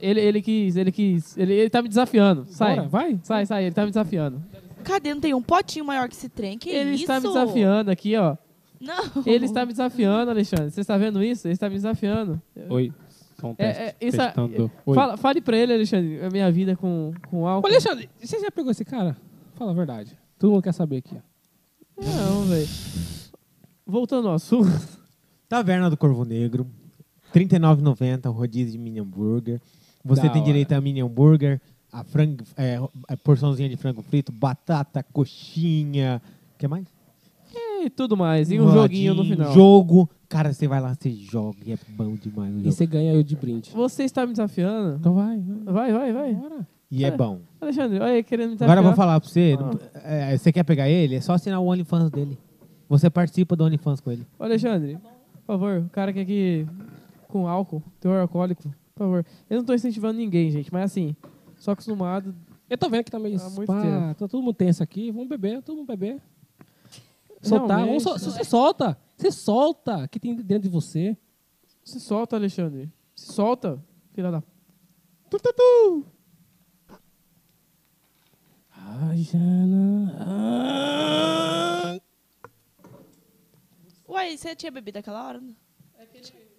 S2: Ele, ele quis, ele quis. Ele, ele tá me desafiando. Sai.
S3: Bora, vai.
S2: Sai, sai, ele tá me desafiando.
S5: Cadê? Não tem um potinho maior que esse trem? Que
S2: ele
S5: isso?
S2: está me desafiando aqui, ó.
S5: Não.
S2: Ele está me desafiando, Alexandre. Você está vendo isso? Ele está me desafiando.
S3: Oi. Só um teste.
S2: É, é, isso é-
S3: Testando. Oi.
S2: Fala, fale pra ele, Alexandre, a minha vida com, com
S3: Ô,
S2: álcool.
S3: Alexandre, você já pegou esse cara? Fala a verdade. Todo mundo quer saber aqui. ó.
S2: Não, velho. Voltando ao assunto.
S1: Taverna do Corvo Negro. R$ 39,90, rodízio de mini hambúrguer. Você
S3: Da
S1: tem
S3: hora.
S1: direito a mini hambúrguer, a, frango, é, a porçãozinha de frango frito, batata, coxinha. O que mais?
S2: E tudo mais. E um joguinho no
S1: Roladinho,
S2: final.
S1: Jogo. Cara, você vai lá, você joga e é bom demais. o
S3: E
S1: jogo.
S3: você ganha eu de brinde.
S2: Você está me desafiando?
S3: Então vai, vai.
S2: Vai, vai, vai.
S3: Bora.
S1: E é bom.
S2: Alexandre, olha aí, querendo me desafiar.
S1: Agora eu vou falar pra você.
S2: Ah.
S1: não- é, você quer pegar ele? É só assinar o OnlyFans dele. Você participa do OnlyFans com ele.
S2: Ô, Alexandre, por favor, o cara que é aqui com álcool, teor alcoólico, por favor. Eu não tô incentivando ninguém, gente, mas assim, sou acostumado.
S3: Eu tô vendo que tá meio
S2: Há muito
S3: pá,
S2: tempo.
S3: tá todo mundo tenso aqui. Vamos beber, todo mundo beber. Soltar.
S2: Realmente.
S3: Vamos sol- você solta. Você solta o que tem dentro de você.
S2: Se solta, Alexandre. Se solta, filha da.
S3: Ah,
S2: Ah,
S3: Jana.
S5: Uai, você tinha bebido aquela hora? não?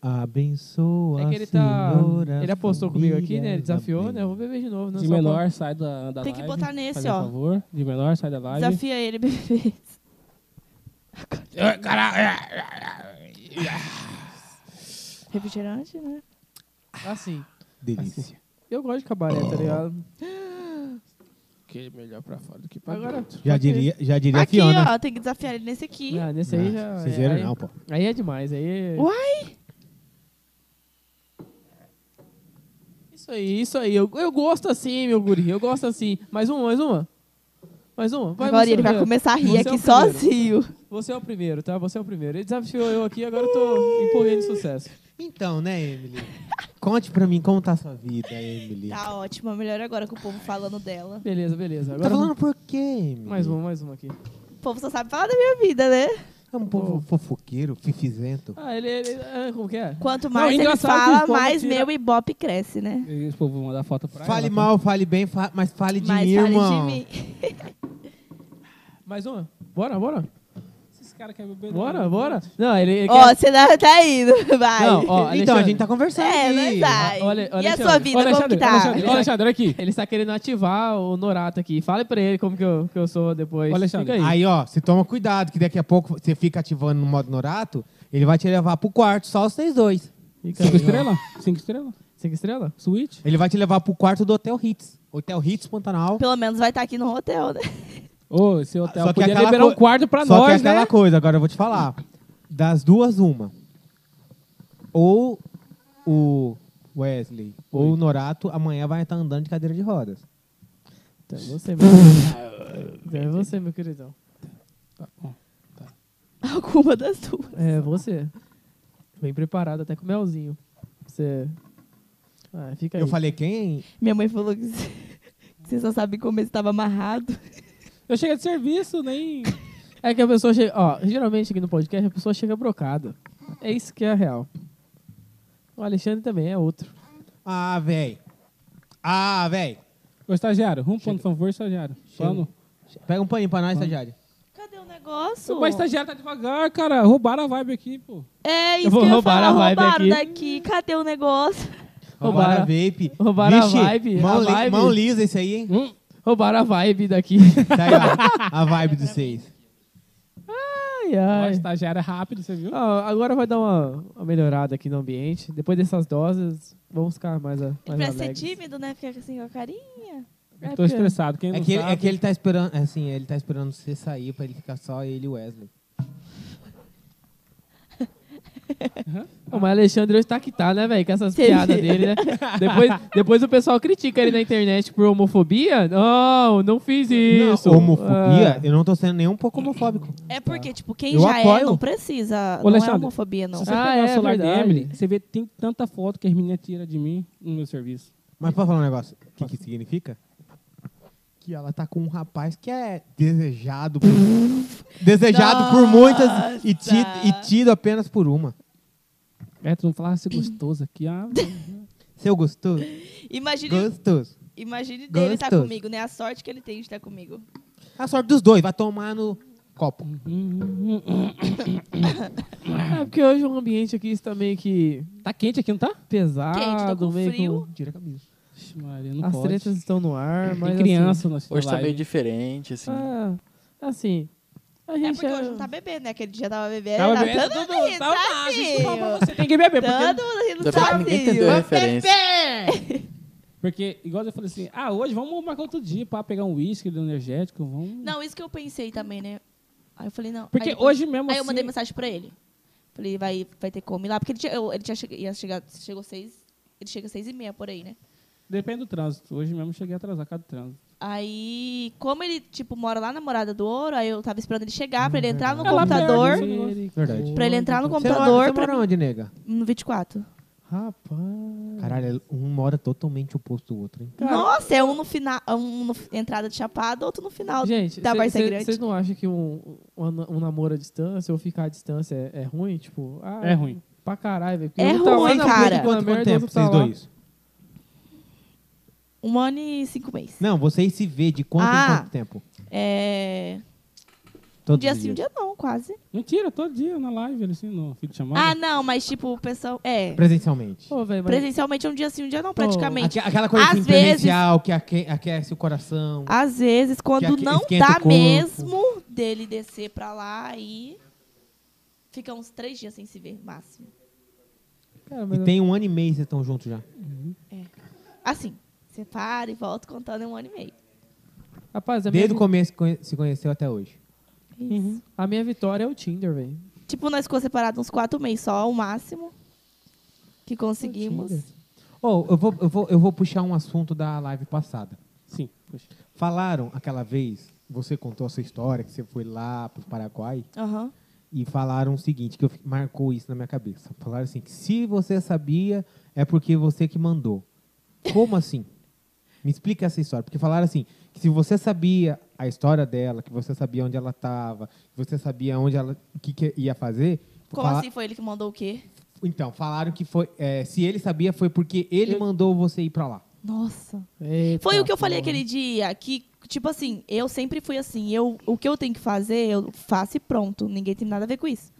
S1: Abençoa.
S2: É que ele tá.
S1: Senhor, as
S2: Ele apostou comigo aqui, né?
S1: famílias.
S2: Ele desafiou,
S1: Amém.
S2: né? Eu vou beber de novo, né?
S3: De
S2: Só pra-
S3: menor, sai da, da
S5: Tem que
S3: live.
S5: botar nesse,
S3: Fazer um
S5: ó.
S3: favor. De menor, sai da live.
S5: Desafia ele, bebê. Refrigerante, né?
S2: Assim.
S1: Delícia.
S2: Eu gosto de cabaré, tá ligado?
S3: Que é melhor pra fora do que pra
S2: Agora.
S1: Já
S2: pode-
S1: diria, já diria a
S5: Aqui,
S1: Fiona.
S5: ó, tem que desafiar ele nesse aqui.
S2: Ah, nesse aí já.
S1: Vocês
S2: é,
S1: viram?
S2: aí,
S1: Não, pô.
S2: aí é demais. Aí.
S5: Uai!
S2: Isso aí, isso aí. Eu, eu gosto assim, meu guri. Eu gosto assim. Mais um, uma, mais uma. Mais uma. Vai
S5: agora
S2: você
S5: ele vai
S2: primeiro.
S5: começar a rir
S2: Você é o
S5: aqui
S2: primeiro.
S5: sozinho.
S2: Você é o primeiro, tá? Você é o primeiro. Ele desafiou eu aqui, agora eu tô empolguei de sucesso.
S1: Então, né, Emily? Conte pra mim como tá a sua vida, Emily.
S5: Tá ótimo, melhor agora com o povo falando dela.
S2: Beleza, beleza.
S1: Tá
S2: Agora
S1: falando por quê, Emily?
S2: mais uma, mais uma aqui.
S5: O povo só sabe falar da minha vida, né?
S1: É um povo fofoqueiro, fifizento.
S2: Ah, ele, ele ah, como que é?
S5: Quanto mais ele
S3: engraçado que o
S5: fala,
S3: povo
S5: mais
S3: tira-
S5: meu ibope cresce, né?
S3: Esse povo vão mandar foto pra
S1: Fale
S3: ela, tá?
S1: mal, fale bem, fa- mas fale de
S5: mais
S1: mim,
S5: fala
S1: irmão.
S5: de mim.
S2: Mais uma. Bora, bora.
S3: Esses caras querem beber.
S2: Bora,
S3: não.
S2: bora. Não, ele, ele
S5: Ó,
S2: quer...
S5: você não tá indo, vai.
S2: É Não, ó,
S1: então, a
S2: Alexandre.
S1: gente tá conversando
S5: é,
S1: aqui.
S5: não vai.
S2: Olha-
S5: e a
S2: Alexandre,
S5: sua vida,
S3: Ô,
S5: como que
S3: Alexandre,
S5: tá?
S3: Alexandre, ô, Alexandre, olha aqui.
S2: Ele está querendo ativar o Norato aqui. Fale pra ele como que eu, que eu sou depois.
S3: Ô, Alexandre.
S2: Fica aí.
S1: Aí, ó, você toma cuidado, que daqui a pouco você fica ativando no modo Norato, ele vai te levar pro quarto, só vocês dois.
S2: Fica aí,
S3: Cinco
S2: ó.
S3: estrelas? Cinco estrelas?
S2: Cinco estrelas?
S3: Switch?
S1: Ele vai te levar pro quarto do Hotel Hits. Hotel Hits Pantanal.
S5: Pelo menos vai estar aqui no hotel, né?
S3: Ô, esse hotel
S1: Só que
S3: podia
S1: aquela
S3: liberar um
S1: co-
S3: quarto pra
S1: Só que é
S3: nós,
S1: aquela
S3: né?
S1: coisa, agora eu vou te falar. Das duas, uma. Ou o Wesley ou o Norato amanhã vai estar andando de cadeira de rodas.
S2: Então é você, meu queridão. Então é você, meu queridão.
S5: Alguma das duas.
S2: É você. Bem preparado, até com melzinho. Você... Ah, fica aí.
S1: Eu falei, quem?
S5: Minha mãe falou que você só sabe comer se tava amarrado.
S3: Eu cheguei de serviço, nem...
S2: É que a pessoa chega. Ó, geralmente aqui no podcast a pessoa chega brocada. É isso que é a real. O Alexandre também é outro.
S1: Ah, véi. Ah, véi.
S3: Ô, estagiário, rumo, por favor, estagiário. Pano.
S1: Pega um paninho pra nós, estagiário.
S5: Cadê o negócio?
S3: Mas estagiário tá devagar, cara. Roubaram a vibe aqui, pô.
S5: É isso
S2: Eu vou
S5: que eu ia
S2: roubar
S5: falar,
S2: a vibe
S5: roubaram
S2: aqui.
S5: daqui. Cadê o negócio?
S1: Roubaram
S2: Roubaram-
S1: a vape.
S2: roubaram a vibe,
S1: Mão,
S2: a
S1: li-
S2: vibe.
S1: mão lisa esse aí, hein?
S2: Roubaram a vibe daqui.
S1: Tá aí, ó. A vibe dos seis.
S2: Ai,
S3: Ó,
S2: ai.
S3: estagiário é rápido, você viu?
S2: Ó, agora vai dar uma, uma melhorada aqui no ambiente. Depois dessas doses, vamos ficar mais, a- mais
S5: Pra ser
S2: alegres.
S5: tímido, né? Fica assim com a carinha. Né,
S2: É
S3: Tô
S2: porque-
S3: estressado, quem
S1: É
S3: não
S1: que, ele,
S3: sabe...
S1: é que ele tá esperando, assim, ele tá esperando você sair pra ele ficar só ele e o Wesley.
S2: Ô, mas Alexandre hoje tá que tá, né, velho? Com essas
S5: Você
S2: piadas
S5: vê.
S2: dele, né? Depois, depois o pessoal critica ele na internet por homofobia. Não, não fiz isso.
S1: Não, homofobia?
S2: Ah.
S1: Eu não tô sendo nem um pouco homofóbico.
S5: É porque, tipo, quem
S1: Eu
S5: já é
S1: apoio.
S5: não precisa.
S3: Ô,
S5: Não é
S3: Alexandre,
S5: homofobia, não.
S3: Se você
S2: Ah,
S3: pegar
S2: é
S3: o celular
S2: verdade.
S3: da Emily, você vê tem tanta foto que as meninas tiram de mim no meu serviço.
S1: Mas posso falar um negócio? O que, que significa? Que ela tá com um rapaz que é desejado por, desejado por muitas e tido, e tido apenas por uma.
S3: É, tu não fala esse gostoso aqui, ah...
S1: Seu gostoso?
S5: Imagine,
S1: Gostoso.
S5: imagine dele estar
S1: Gostoso.
S5: comigo, né? A sorte que ele tem de estar comigo.
S1: A sorte dos dois, vai tomar no copo.
S2: É porque hoje o ambiente aqui está meio que
S3: Tá quente aqui, não tá?
S2: pesado,
S5: Quente, tô com
S2: meio
S5: frio.
S1: Tira a camisa.
S3: Ixi, Maria, não
S2: As
S3: pode.
S2: tretas estão no ar, mas
S3: Tem criança na
S4: Hoje tá
S3: live.
S4: meio diferente, assim.
S2: assim, ah, assim, a
S5: É
S2: gente
S5: porque
S2: é-
S5: hoje não tá bebendo, né? Aquele dia tava bebendo.
S3: Tava
S5: tá
S3: bebendo
S5: todo
S3: tudo,
S5: rindo,
S3: tava
S5: tá
S3: massa,
S5: assim,
S3: desculpa,
S5: ó.
S3: mas você tem que beber, É porque,
S5: Todo rindo
S4: Ainda bem que ninguém entendeu a
S5: sozinho.
S4: referência.
S3: porque igual eu falei assim, ah, hoje vamos marcar outro dia pra pegar um uísque do energético, vamos...
S5: Não, isso que eu pensei também, né? Aí eu falei, não.
S3: Porque
S5: Aí depois-
S3: hoje mesmo
S5: Aí eu
S3: assim-
S5: mandei mensagem pra ele. Falei, vai, vai ter como ir lá. Porque ele, tinha, eu- ele tinha, che- ia chegar, chegou seis. Ele chega às seis e meia por aí, né?
S3: Depende do trânsito. Hoje mesmo eu cheguei atrasado por causa do trânsito.
S5: Aí, como ele, tipo, mora lá na Morada do Ouro, aí eu tava esperando ele chegar pra ele entrar no
S3: É lá
S5: computador.
S3: perto, né?
S1: Verdade.
S5: Pra ele entrar no
S1: Você mora, você mora
S5: computador pra,
S1: onde, nega?
S5: no 24.
S2: Rapaz.
S1: Caralho, um mora totalmente oposto do outro, hein?
S5: Nossa, é um no final, um no f- entrada de Chapada, outro no final
S2: Gente,
S5: da Barça Grande.
S2: vocês não acham que um, um, na- um namoro à distância ou ficar à distância é, é ruim? Tipo, ah,
S3: É ruim.
S2: Pra caralho, velho. porque
S5: É
S2: um tá lá
S5: ruim,
S2: na
S5: cara.
S2: puta,
S1: Quanto,
S2: na
S1: quanto
S2: merda,
S1: tempo
S2: outro tá
S1: vocês
S2: lá.
S1: dois?
S5: Um ano e cinco meses.
S3: Né?
S1: Não, vocês se vê de quanto
S5: Ah.
S1: em quanto tempo?
S5: É. Um
S1: Todo
S5: dia sim, um dia não, quase.
S3: Mentira, todo dia na live, ele assim, no vídeo chamado.
S5: Ah, não, mas tipo, o pessoal. É.
S1: Presencialmente.
S2: Ô, velho, mas-
S5: Presencialmente é um dia sim, um dia não, praticamente.
S1: Aque- Aquela coisa
S5: às
S1: assim,
S5: vezes- Ah,
S1: presencial, que aque- aquece o coração.
S5: Às vezes, quando
S1: aque-
S5: não
S1: é esquenta o
S5: dá
S1: corpo.
S5: mesmo dele descer pra lá, aí. Fica uns três dias sem se ver, no máximo.
S2: Cara, é, mas
S1: E tem um ano e meio que vocês estão juntos já.
S5: Assim, separa e volta contando em um ano e meio.
S2: Rapaz, é a minha,
S1: Desde o
S2: vi-
S1: começo que conhe- se conheceu até hoje.
S5: Isso.
S1: Uhum.
S2: a minha vitória é o Tinder, velho.
S5: Tipo, nós ficou separados uns quatro meses só, o máximo. Que conseguimos.
S2: É
S1: Ô, eu, vou, eu, vou, eu vou puxar um assunto da live passada.
S3: Sim. puxa.
S1: Falaram aquela vez, você contou a sua história, que você foi lá pro Paraguai,
S5: Aham.
S1: e falaram o seguinte, que eu fi- marcou isso na minha cabeça. Falaram assim, que se você sabia, é porque você que mandou. Como assim? Me explica essa história. Porque falaram assim, que se você sabia a história dela, que você sabia onde ela estava, que você sabia onde ela, o que, que ia fazer...
S5: Como
S1: fala-
S5: assim foi ele que mandou o quê?
S1: Então, falaram que foi, é, se ele sabia, foi porque ele mandou você ir pra lá.
S5: Nossa.
S2: Eita,
S5: Foi o que eu falei
S2: porra.
S1: né?
S5: aquele dia, que, tipo assim, eu sempre fui assim, eu, o que eu tenho que fazer, eu faço e pronto. Ninguém tem nada a ver com isso.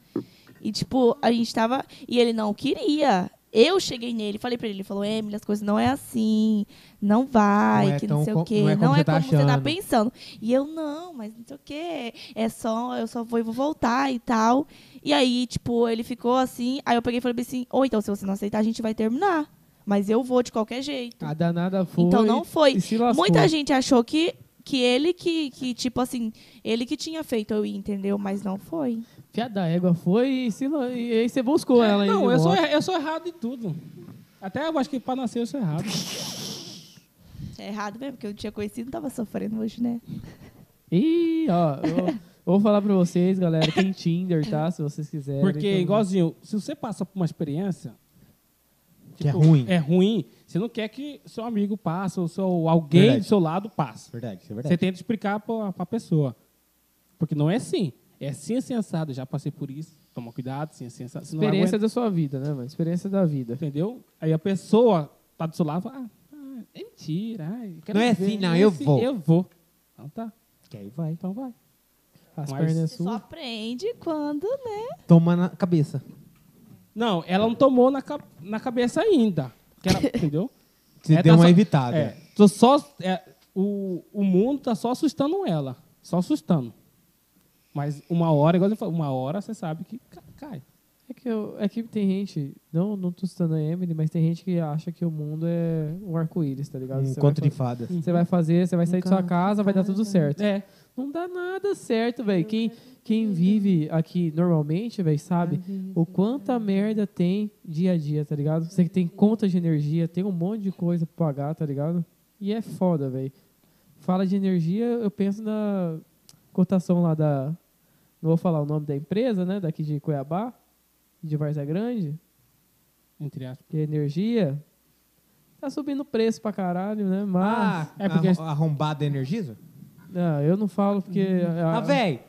S5: E, tipo, a gente tava. E ele não queria. Eu cheguei nele, falei pra ele, ele falou, Emily, as coisas não é assim, não vai,
S1: Não é
S5: que
S1: tão
S5: não sei
S1: co-
S5: o quê,
S1: não
S5: não
S1: é
S5: é
S1: como
S5: como,
S1: você tá
S5: você tá
S1: achando."
S5: pensando. E eu, não, mas não sei o quê, é só, eu só vou e vou voltar e tal. E aí, tipo, ele ficou assim, aí eu peguei e falei assim, ou então se você não aceitar, a gente vai terminar. Mas eu vou de qualquer jeito.
S2: A danada foi.
S5: Então não foi.
S2: e se lascou.
S5: Muita gente achou que, que ele que, que, tipo assim, ele que tinha feito eu ir, entendeu? Mas não foi.
S2: Fiada da égua foi e, se la- e aí você buscou
S5: É,
S2: ela ainda.
S3: Não, eu sou,
S2: embora.
S3: eu sou errado em tudo. Até eu acho que pra nascer eu sou errado.
S5: É errado mesmo, porque eu não tinha conhecido, não tava sofrendo hoje, né?
S2: Ih, ó. Eu, vou falar pra vocês, galera. Tem Tinder, tá? Se vocês quiserem.
S3: Porque,
S2: Então,
S3: igualzinho, se você passa por uma experiência.
S1: Que é ruim.
S3: É ruim. Você não quer que seu amigo passe, ou seu, alguém
S1: Verdade.
S3: do seu lado passe.
S1: Verdade, isso é
S3: Você tenta explicar pra, pra pessoa. Porque não é assim. É assim, assim, assado. Já passei por isso. Toma cuidado, assim, assim, assado. Você não
S2: Experiência
S3: aguenta,
S2: da sua vida, né, mano? Experiência da vida.
S3: Entendeu? Aí a pessoa tá do seu lado e fala, ah, ah, é mentira. ai, eu quero
S1: Não é
S3: ver,
S1: assim, não,
S3: é
S1: eu
S3: assim,
S1: vou.
S3: Eu vou. Então tá.
S1: Que aí vai.
S3: Então vai.
S2: As
S3: Mas-
S2: pernas
S5: Você só
S2: suas.
S5: aprende quando, né?
S1: Toma na cabeça.
S3: Não, ela não tomou na, ca- na cabeça ainda. Que era- entendeu?
S1: Você
S3: É,
S1: deu
S3: tá
S1: uma
S3: só-
S1: evitada.
S3: É, tô só, é, o, o mundo tá só assustando ela. Só assustando. Mas uma hora, igual você falou, uma hora você sabe que ca- cai.
S2: É que, eu, é que tem gente, não, não tô citando a Emily, mas tem gente que acha que o mundo é um arco-íris, tá ligado?
S1: Um
S2: Você
S1: conto
S2: vai
S1: de fadas.
S2: Você vai fazer, você vai sair de sua casa, vai dar tudo certo.
S3: É.
S2: Não dá nada certo, velho. Quem, quem vive aqui normalmente, velho, sabe o quanta merda tem dia a dia, tá ligado? Você que tem conta de energia, tem um monte de coisa pra pagar, tá ligado? E é foda, velho. Fala de energia, eu penso na cotação lá da. Não vou falar o nome da empresa, né? Daqui de Cuiabá, de Varza Grande
S3: Entre aspas.
S2: que é energia, tá subindo o preço pra caralho, né? Mas.
S1: é
S3: é porque-
S1: arro arrombada energiza?
S2: Não, eu não falo porque.
S1: Ah,
S2: a-
S1: velho.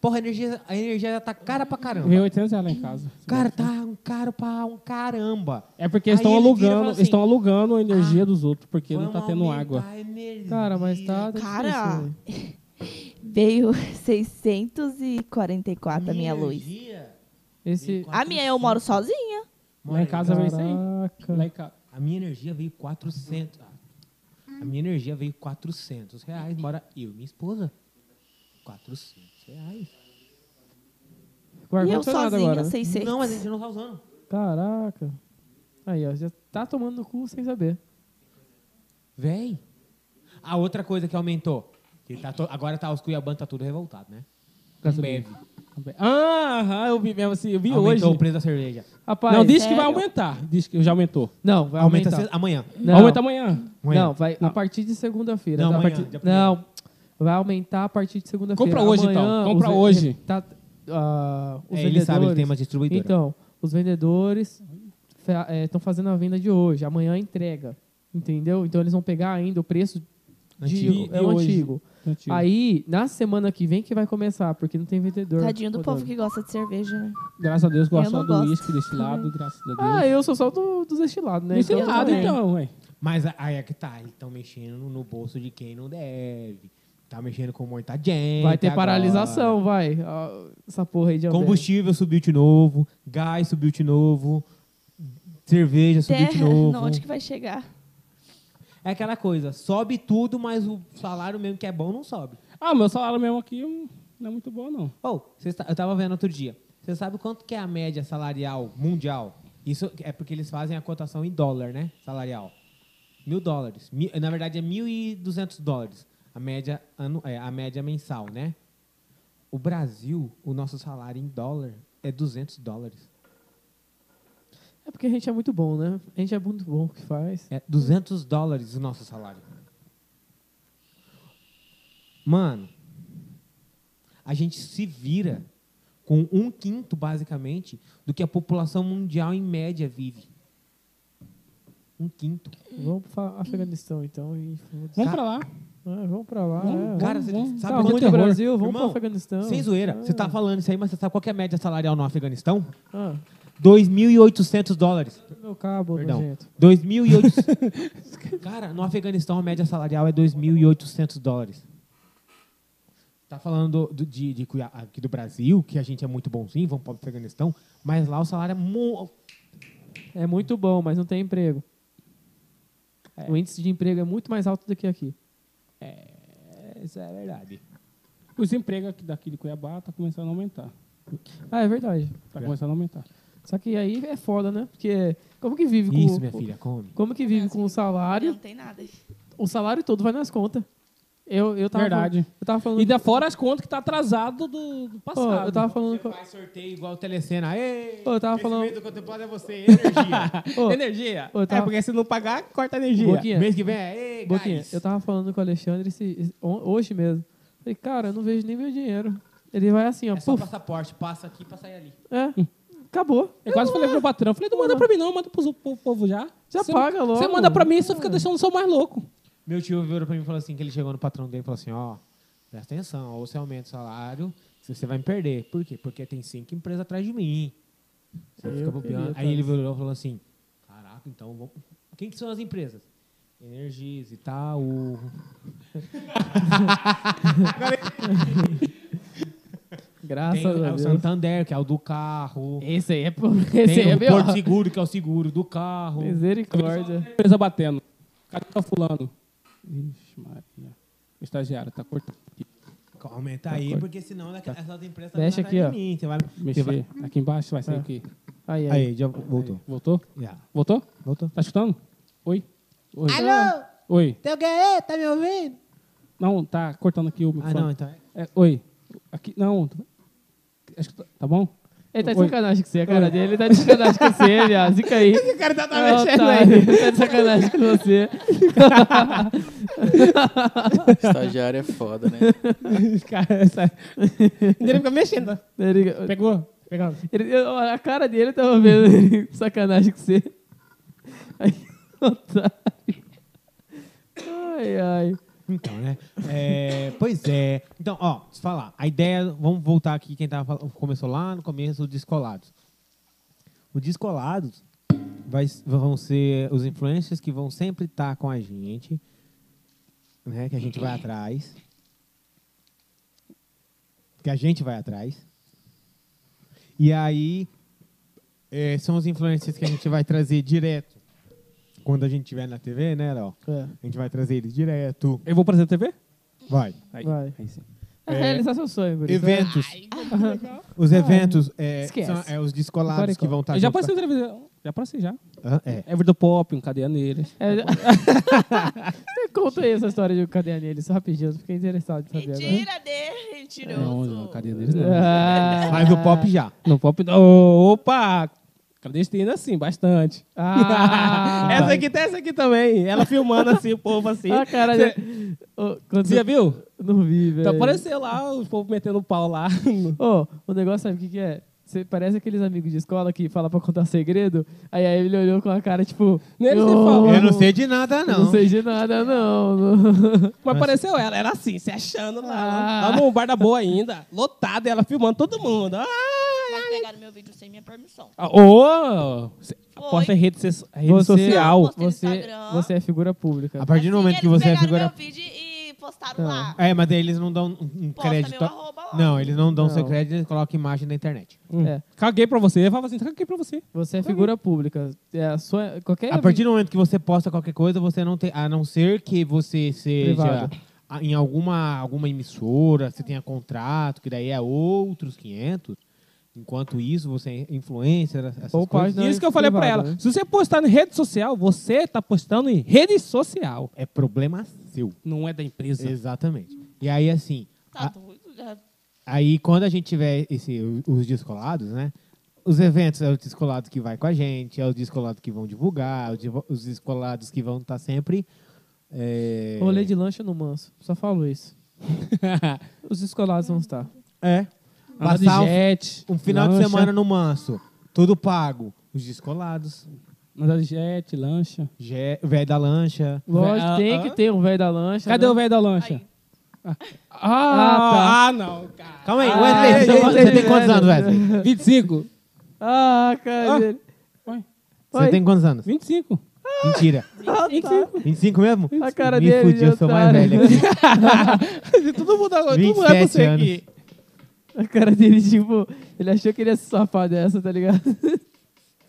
S1: Porra, a energia, a energia já tá cara pra caramba.
S3: Veio 800 ela em casa.
S1: Cara, tá um caro pra um caramba.
S3: É porque
S1: Aí
S3: eles estão
S1: ele vira e
S3: alugando,
S1: fala assim, "Ah,
S3: estão alugando a energia dos outros, porque não tá
S1: Vamos
S3: tendo
S1: aumentar
S3: água.
S1: a energia.
S2: Cara, mas tá. tá
S5: Cara,
S2: difícil, velho.
S5: Veio 644 a minha luz.
S1: energia?
S2: Esse.
S5: A minha eu moro sozinha.
S3: Lá em casa veio isso aí. Lá
S2: Caraca.
S3: em casa.
S1: A minha energia veio 400. ah, A minha energia veio 400 reais. Mora eu e minha esposa. 400 reais.
S2: Com
S5: e eu
S2: ar-condicionado
S5: sozinha,
S2: agora. né?
S5: 600.
S1: Não, mas a gente não tá usando.
S2: Caraca. Aí, ó, já tá tomando no cu sem saber.
S1: Véi. A outra coisa que aumentou. Que tá to- Agora tá, os Cuiabano tá tudo revoltado, né?
S3: Gasolina.
S1: Bebe.
S3: Ah, aham, eu vi mesmo assim, eu vi
S1: Aumentou o
S3: hoje.
S1: preço da cerveja.
S2: Rapaz.
S3: Não, diz que
S5: Sério?
S3: vai aumentar. Diz que já aumentou.
S2: Não, vai
S1: Aumenta
S2: aumentar.
S1: sexta- amanhã.
S2: Não,
S3: Aumenta amanhã.
S1: Amanhã.
S2: Não, vai a partir de segunda-feira.
S1: Não,
S2: tá? A
S1: amanhã,
S2: partir-
S1: dia primeiro.
S2: Não, vai aumentar a partir de segunda-feira.
S3: Compra hoje, então.
S2: Amanhã,
S3: Compra
S2: os-
S3: hoje.
S2: Tá, ah, os
S1: É, ele sabe, ele
S2: vendedores-
S1: tem uma distribuidora.
S2: Então, os vendedores estão fazendo a venda de hoje, amanhã entrega, entendeu? Então eles vão pegar ainda o preço de-
S1: Antigo.
S2: é
S3: De
S2: o
S3: hoje.
S2: antigo. Aí, na semana que vem que vai começar, porque não tem vendedor.
S5: Tadinho do
S2: rodando.
S5: povo que gosta de cerveja, né?
S3: Graças a Deus, gosto
S5: Eu
S3: só
S5: não
S3: do
S5: gosto.
S3: uísque destilado, graças a Deus.
S2: Uhum. Ah, eu sou só do, dos destilados, né? Então,
S3: Destilado,
S2: também.
S3: então, ué.
S1: Mas a- aí é que tá, eles estão mexendo no bolso de quem não deve. Tá mexendo com muita gente.
S2: Vai ter
S1: agora.
S2: paralisação, vai. Ah, Essa porra aí de Alberto.
S1: Combustível subiu de novo, gás subiu de novo, cerveja subiu de
S5: Terra,
S1: novo.
S5: não, onde que vai chegar?
S1: É aquela coisa, sobe tudo, mas o salário mesmo que é bom não sobe.
S3: Ah, meu salário mesmo aqui hum, não é muito bom, não.
S1: Ou, cês ta- tá, eu tava vendo outro dia. Você sabe quanto que é a média salarial mundial? Isso é porque eles fazem a cotação em dólar, né? Salarial. Mil dólares. Mi- na verdade, é mil e duzentos dólares. A média, anu, é, a média mensal, né? O Brasil, o nosso salário em dólar é 200 dólares.
S2: É porque a gente é muito bom, né? A gente é muito bom o que faz.
S1: É 200 dólares o nosso salário. Mano, a gente se vira com um quinto, basicamente, do que a população mundial, em média, vive. Um quinto.
S2: Vamos para Afeganistão, então. E... foda-se.
S3: Vamos pra lá.
S2: Ah, vamos pra lá. é.
S1: Hum? Cara, você
S2: vamos,
S1: sabe quanto
S2: tá ruim
S1: é
S2: no
S1: terror?
S2: Brasil, vamos
S1: Irmão,
S2: pro Afeganistão.
S1: Sem zoeira. Você tá
S2: Ah,
S1: falando isso aí, mas você sabe qual que é a média salarial no Afeganistão?
S2: Ah,
S1: 2.800 dólares.
S2: meu cabo,
S1: Perdão.
S2: nojento.
S1: 2.800. Cara, no Afeganistão a média salarial é 2.800 dólares. Tá falando do- do- de, de Cuiá- aqui do Brasil, que a gente é muito bonzinho, vamos para o Afeganistão, mas lá o salário é. Mo...
S2: É muito bom, mas não tem emprego. O índice de emprego é muito mais alto do que aqui.
S1: Isso é verdade.
S3: Os empregos aqui daqui de Cuiabá tá começando a aumentar.
S2: Ah, é verdade.
S3: Tá começando a aumentar.
S2: Só que aí é foda, né? Porque como que vive com
S1: Isso, minha filha, come.
S2: Como que vive com o
S5: Não
S2: salário?
S5: tem nada.
S2: O salário todo vai nas contas. Eu, eu tava
S3: Verdade.
S2: falando- eu tava falando
S3: E da fora as contas que tá atrasado do, do
S2: Pô,
S3: passado.
S2: eu tava falando com-
S1: Faz sorteio igual o Telecena. Ei,
S2: Pô, eu tava falando-
S1: mês do contemplado é você, energia.
S2: Ô,
S3: Energia.
S2: ô, eu tava-
S3: É porque se não pagar, corta a energia.
S2: Boquinha.
S1: mês que vem é. Ei,
S2: Boquinha,
S1: gás.
S2: eu tava falando com o Alexandre esse- esse- on- hoje mesmo. Falei, cara, eu não vejo nem meu dinheiro. Ele vai assim, ó,
S1: É só
S2: puf,
S1: passaporte, passa aqui pra sair ali.
S2: é, acabou.
S3: É, Eu quase falei pro patrão. Falei, não manda pra mim não, manda pro, pro povo já.
S2: Já
S3: Cê-
S2: paga logo.
S3: Você manda pra mim, você fica deixando o seu mais louco.
S1: Meu tio virou pra mim e falou assim, que ele chegou no patrão dele e falou assim, ó, presta atenção, ou você aumenta o salário, se você vai me perder. Por quê? Porque tem cinco empresas atrás de mim. Você
S2: Eu
S1: fica
S2: queria,
S1: bobeando.
S2: cara.
S1: Aí ele virou e falou assim, caraca, então, vou... quem que são as empresas? Energis, Itaú...
S2: Graças
S1: Tem
S2: a
S1: o
S2: Deus.
S1: Santander, que é o do carro.
S2: Esse aí é, pro- esse aí
S1: tem um
S2: é
S1: o Porto
S2: pior.
S1: Seguro, que é o seguro do carro.
S2: Misericórdia.
S3: Empresa batendo. Cadê tá fulano? Ixi, Maria. O estagiário tá cortando.
S2: é
S1: Aumenta aí, porque senão daqui- essas empresas estão
S2: Tá, Mexe
S1: atrás
S2: aqui,
S1: de
S2: ó.
S1: mim. Você vai...
S3: Mexer.
S1: vai-
S3: Aqui embaixo vai sair o quê?
S2: Aí, aí.
S1: Aí, já voltou.
S3: Voltou?
S1: Já.
S3: Voltou?
S1: Voltou.
S3: Tá escutando? Oi? Oi.
S1: Alô?
S3: Oi.
S1: Tem alguém aí? Tá me ouvindo?
S3: Não, tá cortando aqui o
S1: Ah,
S3: microfone.
S1: não, então é.
S3: É, oi. Aqui, não. tu- Acho que tá, tá bom?
S2: Ele tá de
S3: Oi.
S2: sacanagem com você, a cara dele. Ele tá de sacanagem com você, viado. Fica aí. Esse cara tá,
S3: mexendo
S2: aí. Ele tá de sacanagem com você.
S4: Estagiário é foda, né?
S3: Cara, essa... Ele fica mexendo.
S2: Ele-
S3: Pegou? Pegou.
S2: ele- eu- a cara dele tava vendo ele de sacanagem com você. Aí, otário. Ai, ai.
S1: Então, né? É, pois é. Então, ó, deixa eu falar. A ideia, vamos voltar aqui quem tava, fal- começou lá no começo, o Descolados. O Descolados vai, vão ser os influencers que vão sempre estar com a gente, né? Que a gente vai atrás. Que a gente vai atrás. E aí, é, são os influencers que a gente vai trazer direto. Quando a gente tiver na TV, né, Léo? A gente vai trazer eles direto.
S3: Eu vou trazer a TV?
S1: Vai.
S3: Aí,
S2: Vai.
S3: aí sim.
S2: É realizar seu sonho, guri. Então
S1: Eventos. Os eventos é,
S2: Esquece.
S1: são é, os descolados
S2: Agora
S1: que vão tá estar
S3: Eu já passei a televisão. Já passei já.
S1: Ah, é.
S3: Everton Pop, um Cadeaneiras.
S2: É... Conta aí essa história de caderno deles, só rapidinho. Eu fiquei interessado em saber agora.
S5: Mentira dele,
S3: Não,
S5: mentiroso.
S3: não, Cadeaneiras um não.
S2: Ah,
S1: Mas o pop já.
S3: No Pop... Ô, Opa! Clandestina, sim, bastante.
S2: Ah,
S3: essa aqui tem essa aqui também. Ela filmando assim, o povo assim.
S2: Ah, cara.
S3: Cê-
S2: quando
S3: Você já viu?
S2: Não vi, velho.
S3: Tá apareceu lá, o povo metendo um pau lá.
S2: Ô, o negócio sabe o que, que é? Você parece aqueles amigos de escola que falam pra contar segredo. Aí, aí ele olhou com a cara, tipo.
S3: Nem ele
S2: "Ô,
S3: se fala.
S1: Eu não sei de nada, não.
S2: Não sei de nada, não.
S3: Mas apareceu ela, era assim, se achando lá.
S2: Ah.
S3: Lá no bar da boa ainda, lotada, ela filmando todo mundo. Ah,
S5: Mas pegaram meu vídeo sem minha permissão.
S3: Ah, Ô! Cê-
S5: Foi.
S3: Posta em rede, so- rede
S2: Você-
S3: social.
S5: Postei no
S2: Você,
S5: Instagram.
S2: você é figura pública.
S1: A partir do
S5: Assim,
S1: momento que
S5: eles
S1: você é
S5: pegaram
S1: figura.
S5: meu vídeo e postaram
S2: Tá.
S5: lá.
S1: É, mas daí eles não dão um um
S5: Posta
S1: crédito.
S5: meu arroba lá.
S1: Não, eles não dão
S2: Não.
S1: seu crédito, eles colocam imagem na internet.
S3: Hum.
S2: É.
S3: Caguei pra você. Eu falava assim, caguei pra você.
S2: Você é figura pública. É a sua. Qualquer.
S1: A partir do momento que você posta qualquer coisa, você não tem. A não ser que você seja
S2: Privado.
S1: a- em alguma, alguma emissora, você tenha contrato, que daí é outros 500. Enquanto isso, você é influencer, essas
S2: Ou
S1: coisas.
S2: Não,
S3: e isso que eu falei pra
S2: privado,
S3: ela.
S2: né?
S3: Se você postar em rede social, você tá postando em rede social.
S1: É problema seu.
S3: Não é da empresa.
S1: Exatamente. E aí, assim,
S5: Tá
S1: a-
S5: doido? Já
S1: aí quando a gente tiver esse, os descolados, né? Os eventos é o descolado que vai com a gente, é os descolados que vão divulgar, é o divo- os descolados que vão estar sempre. tá É...
S2: Rolê de lancha no manso. Só falo isso. Os escolados vão estar.
S1: É.
S3: Andar de
S1: Passar um-
S3: jet.
S1: Um final de
S3: lancha,
S1: semana no manso. Tudo pago. Os descolados.
S3: Andar de jet, lancha.
S1: Gé- Velho da lancha.
S2: Lógico,
S3: Ah,
S2: tem
S3: ah.
S2: que ter um velho da lancha.
S3: Cadê
S2: né?
S3: o velho da lancha?
S5: Aí.
S3: Ah, ah, não, cara.
S1: Calma aí,
S2: Ah,
S1: Wesley,
S2: então
S1: você-
S2: você
S1: você
S2: velho.
S1: tem quantos anos, Wesley?
S3: 25.
S2: Ah, cara
S3: Ah.
S2: dele.
S3: Ué,
S1: Você tem quantos anos?
S3: 25.
S1: Mentira.
S3: 25.
S1: 25 mesmo?
S2: Ah, tá. A cara
S1: Me
S2: dele,
S1: fudi, eu sou mais
S2: otário.
S1: velho aqui.
S3: Todo mundo agora, todo mundo é
S1: 27
S3: você
S1: anos.
S3: aqui.
S2: A cara dele, tipo, ele achou que ele ia se safar dessa, tá ligado?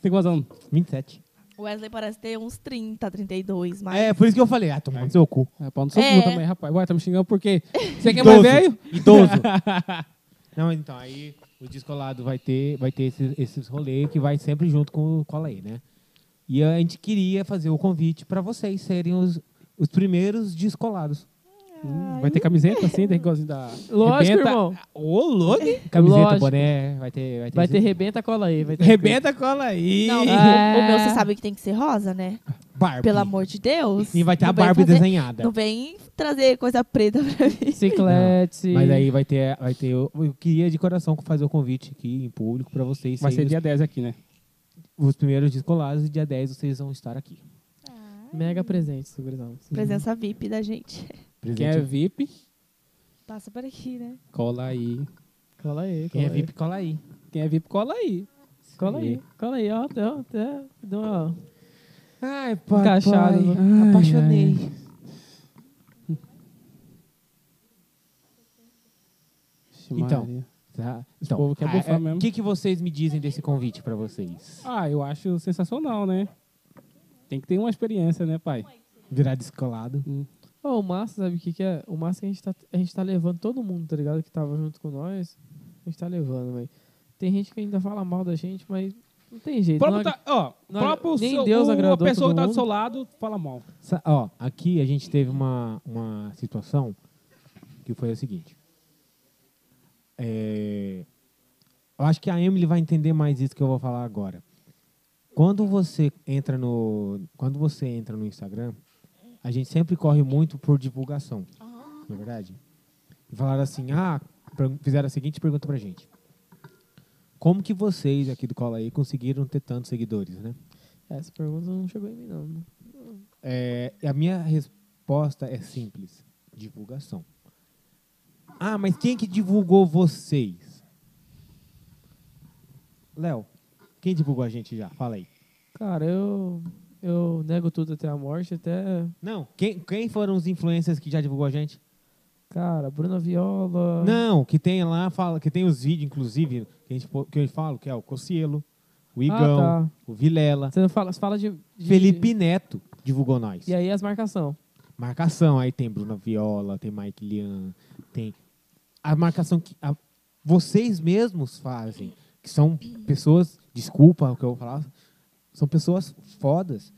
S3: Tem quantos anos?
S1: 27.
S5: O Wesley parece ter uns 30, 32, mas...
S1: É, por isso que eu falei. Ah, toma no seu cu.
S3: É, pau no seu
S5: É.
S3: cu também, rapaz. Ué, tá me xingando por quê? Você quer mais
S1: Idoso.
S3: velho?
S1: Idoso. Não, então, aí o descolado vai ter, vai ter esses, esses rolês que vai sempre junto com o Cola aí, né? E a gente queria fazer o convite pra vocês serem os, os primeiros descolados.
S3: Vai ter camiseta assim, tem igualzinho da...
S2: Lógico,
S3: Rebenta-
S2: irmão.
S3: Ô, louco.
S1: Camiseta,
S2: Lógico.
S1: boné, vai ter... Vai ter,
S2: Vai ter rebenta, cola aí. Vai ter
S3: Rebenta, cola aí.
S5: Não,
S2: Ah.
S5: o meu você sabe que tem que ser rosa, né?
S1: Barbie.
S5: Pelo amor de Deus.
S1: É E vai ter a
S5: Não vem
S1: Barbie
S5: fazer-
S1: desenhada.
S5: Não vem trazer coisa preta pra mim.
S2: Biciclete.
S1: Mas aí vai ter... Vai ter eu, eu queria de coração fazer o convite aqui em público pra vocês
S3: Vai ser
S1: serem
S3: dia 10 aqui, né?
S1: os, os primeiros descolados e dia 10 vocês vão estar aqui.
S2: Mega presente, segurizão.
S1: Uhum.
S5: Presença VIP da gente.
S3: Quem é VIP,
S5: Passa por aqui, né?
S3: cola aí.
S2: Cola aí,
S1: Quem
S2: cola
S1: é
S2: aí.
S1: VIP, é cola aí.
S3: Quem é VIP, cola aí.
S2: Cola aí, cola aí, ó. Até, até deu uma...
S1: Ai,
S2: papai,
S3: ai,
S1: apaixonei. Então.
S3: Maria.
S1: Tá.
S3: Esse povo quer
S1: ah,
S3: bufar
S1: é,
S3: mesmo.
S1: O que, que vocês me dizem desse convite pra vocês?
S3: Ah, eu acho sensacional, né? Tem que ter uma experiência, né, pai?
S1: Virar descolado.
S2: Ó, o massa, sabe o que que é? O massa que a gente, tá, a gente tá levando todo mundo, tá ligado? Que tava junto com nós. A gente tá levando, velho. Tem gente que ainda fala mal da gente, mas não tem
S3: O
S2: jeito.
S3: próprio,
S2: não
S3: tá- ó,
S2: não,
S3: próprio
S2: nem
S3: seu,
S2: Deus
S3: o- a
S2: agradou todo
S3: pessoa que tá do
S2: mundo.
S3: seu lado fala mal.
S1: Sa- ó, aqui a gente teve uma, uma situação que foi a seguinte. É, eu acho que a Emily vai entender mais isso que eu vou falar agora. Quando você entra no, quando você entra no Instagram, a gente sempre corre muito por divulgação, não é verdade? E falaram assim, ah, per- fizeram a seguinte pergunta pra gente. Como que vocês aqui do Cola aí conseguiram ter tantos seguidores, né?
S2: é, Essa pergunta não chegou em mim, não. né?
S1: É, a minha resposta é simples: divulgação. Ah, mas quem que divulgou vocês? Léo, quem divulgou a gente já? Fala aí.
S2: Cara, eu... Eu nego tudo até a morte, até...
S1: Não, quem, quem foram os influencers que já divulgou a gente?
S2: Cara, Bruna Viola...
S1: Não, que tem lá, fala, que tem os vídeos, inclusive, que, a gente, pô- que eu falo, que é o Cocielo, o Igão,
S2: Ah, tá.
S1: o Vilela.
S2: Você não fala, você fala de, de-
S1: Felipe Neto divulgou nós.
S2: E aí as marcação.
S1: marcação. Aí tem Bruna Viola, tem Mike Lian, tem a marcação que a- vocês mesmos fazem, que são pessoas, desculpa o que eu vou falar, são pessoas fodas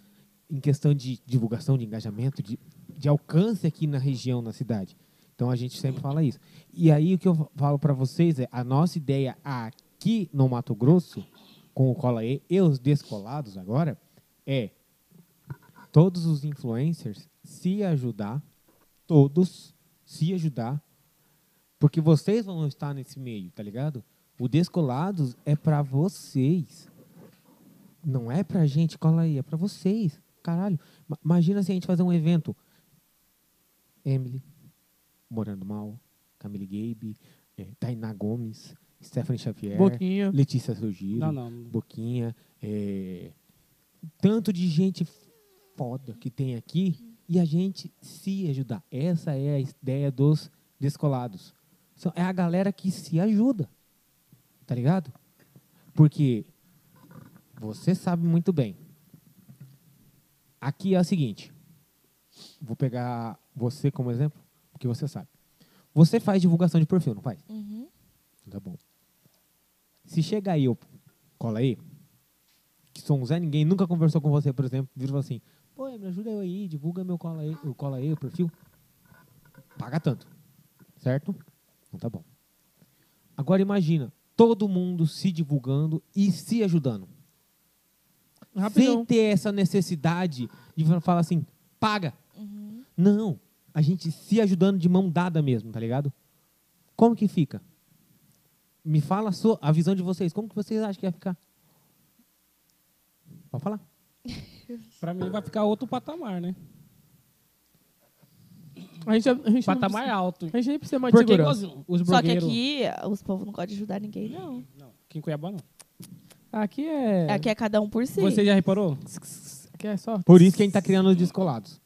S1: em questão de divulgação, de engajamento, de, de alcance aqui na região, na cidade. Então a gente sempre fala isso. E aí o que eu falo para vocês é a nossa ideia aqui no Mato Grosso, com o Cola E e os descolados agora, é todos os influencers se ajudar, todos se ajudar, porque vocês vão estar nesse meio, tá ligado? O Descolados é pra vocês. Não é pra gente, cola aí, é pra vocês. Caralho, ma- imagina se a gente fazer um evento. Emily, Morando Mal, Camille Gabe, eh, Tainá Gomes, Stephanie Xavier,
S2: Boquinha.
S1: Letícia Sugiro.
S3: Não, não.
S1: Boquinha, é, tanto de gente foda que tem aqui e a gente se ajudar. Essa é a ideia dos descolados. São- É a galera que se ajuda, tá ligado? Porque você sabe muito bem. Aqui é o seguinte. Vou pegar você como exemplo, porque você sabe. Você faz divulgação de perfil, não faz?
S5: Uhum.
S1: Tá bom. Se chega aí, eu cola aí, que sou um Zé Ninguém, nunca conversou com você, por exemplo, vira e fala assim, pô, me ajuda eu aí, divulga meu cola aí, o cola aí, o perfil. Paga tanto. Certo? Então tá bom. Agora imagina, todo mundo se divulgando e se ajudando. Sem
S2: Rapidão.
S1: ter essa necessidade de fa- falar assim, paga. Não. a gente se ajudando de mão dada mesmo, tá ligado? Como que fica? Me fala a, sua- a visão de vocês. Como que vocês acham que ia ficar? Pode falar.
S3: Pra mim vai ficar outro patamar, né?
S2: A gente, a gente, não
S3: Patamar alto.
S2: precisa, a gente nem precisa mais de
S3: Porque
S2: segurança.
S3: igualzinho, os
S5: Só que
S3: blogueiros...
S5: aqui os povos não podem ajudar ninguém, não.
S3: Aqui em Cuiabá, não.
S2: Aqui é...
S5: Aqui é cada um por si.
S3: Você já reparou?
S2: aqui é só...
S1: Por isso que a gente tá criando os descolados.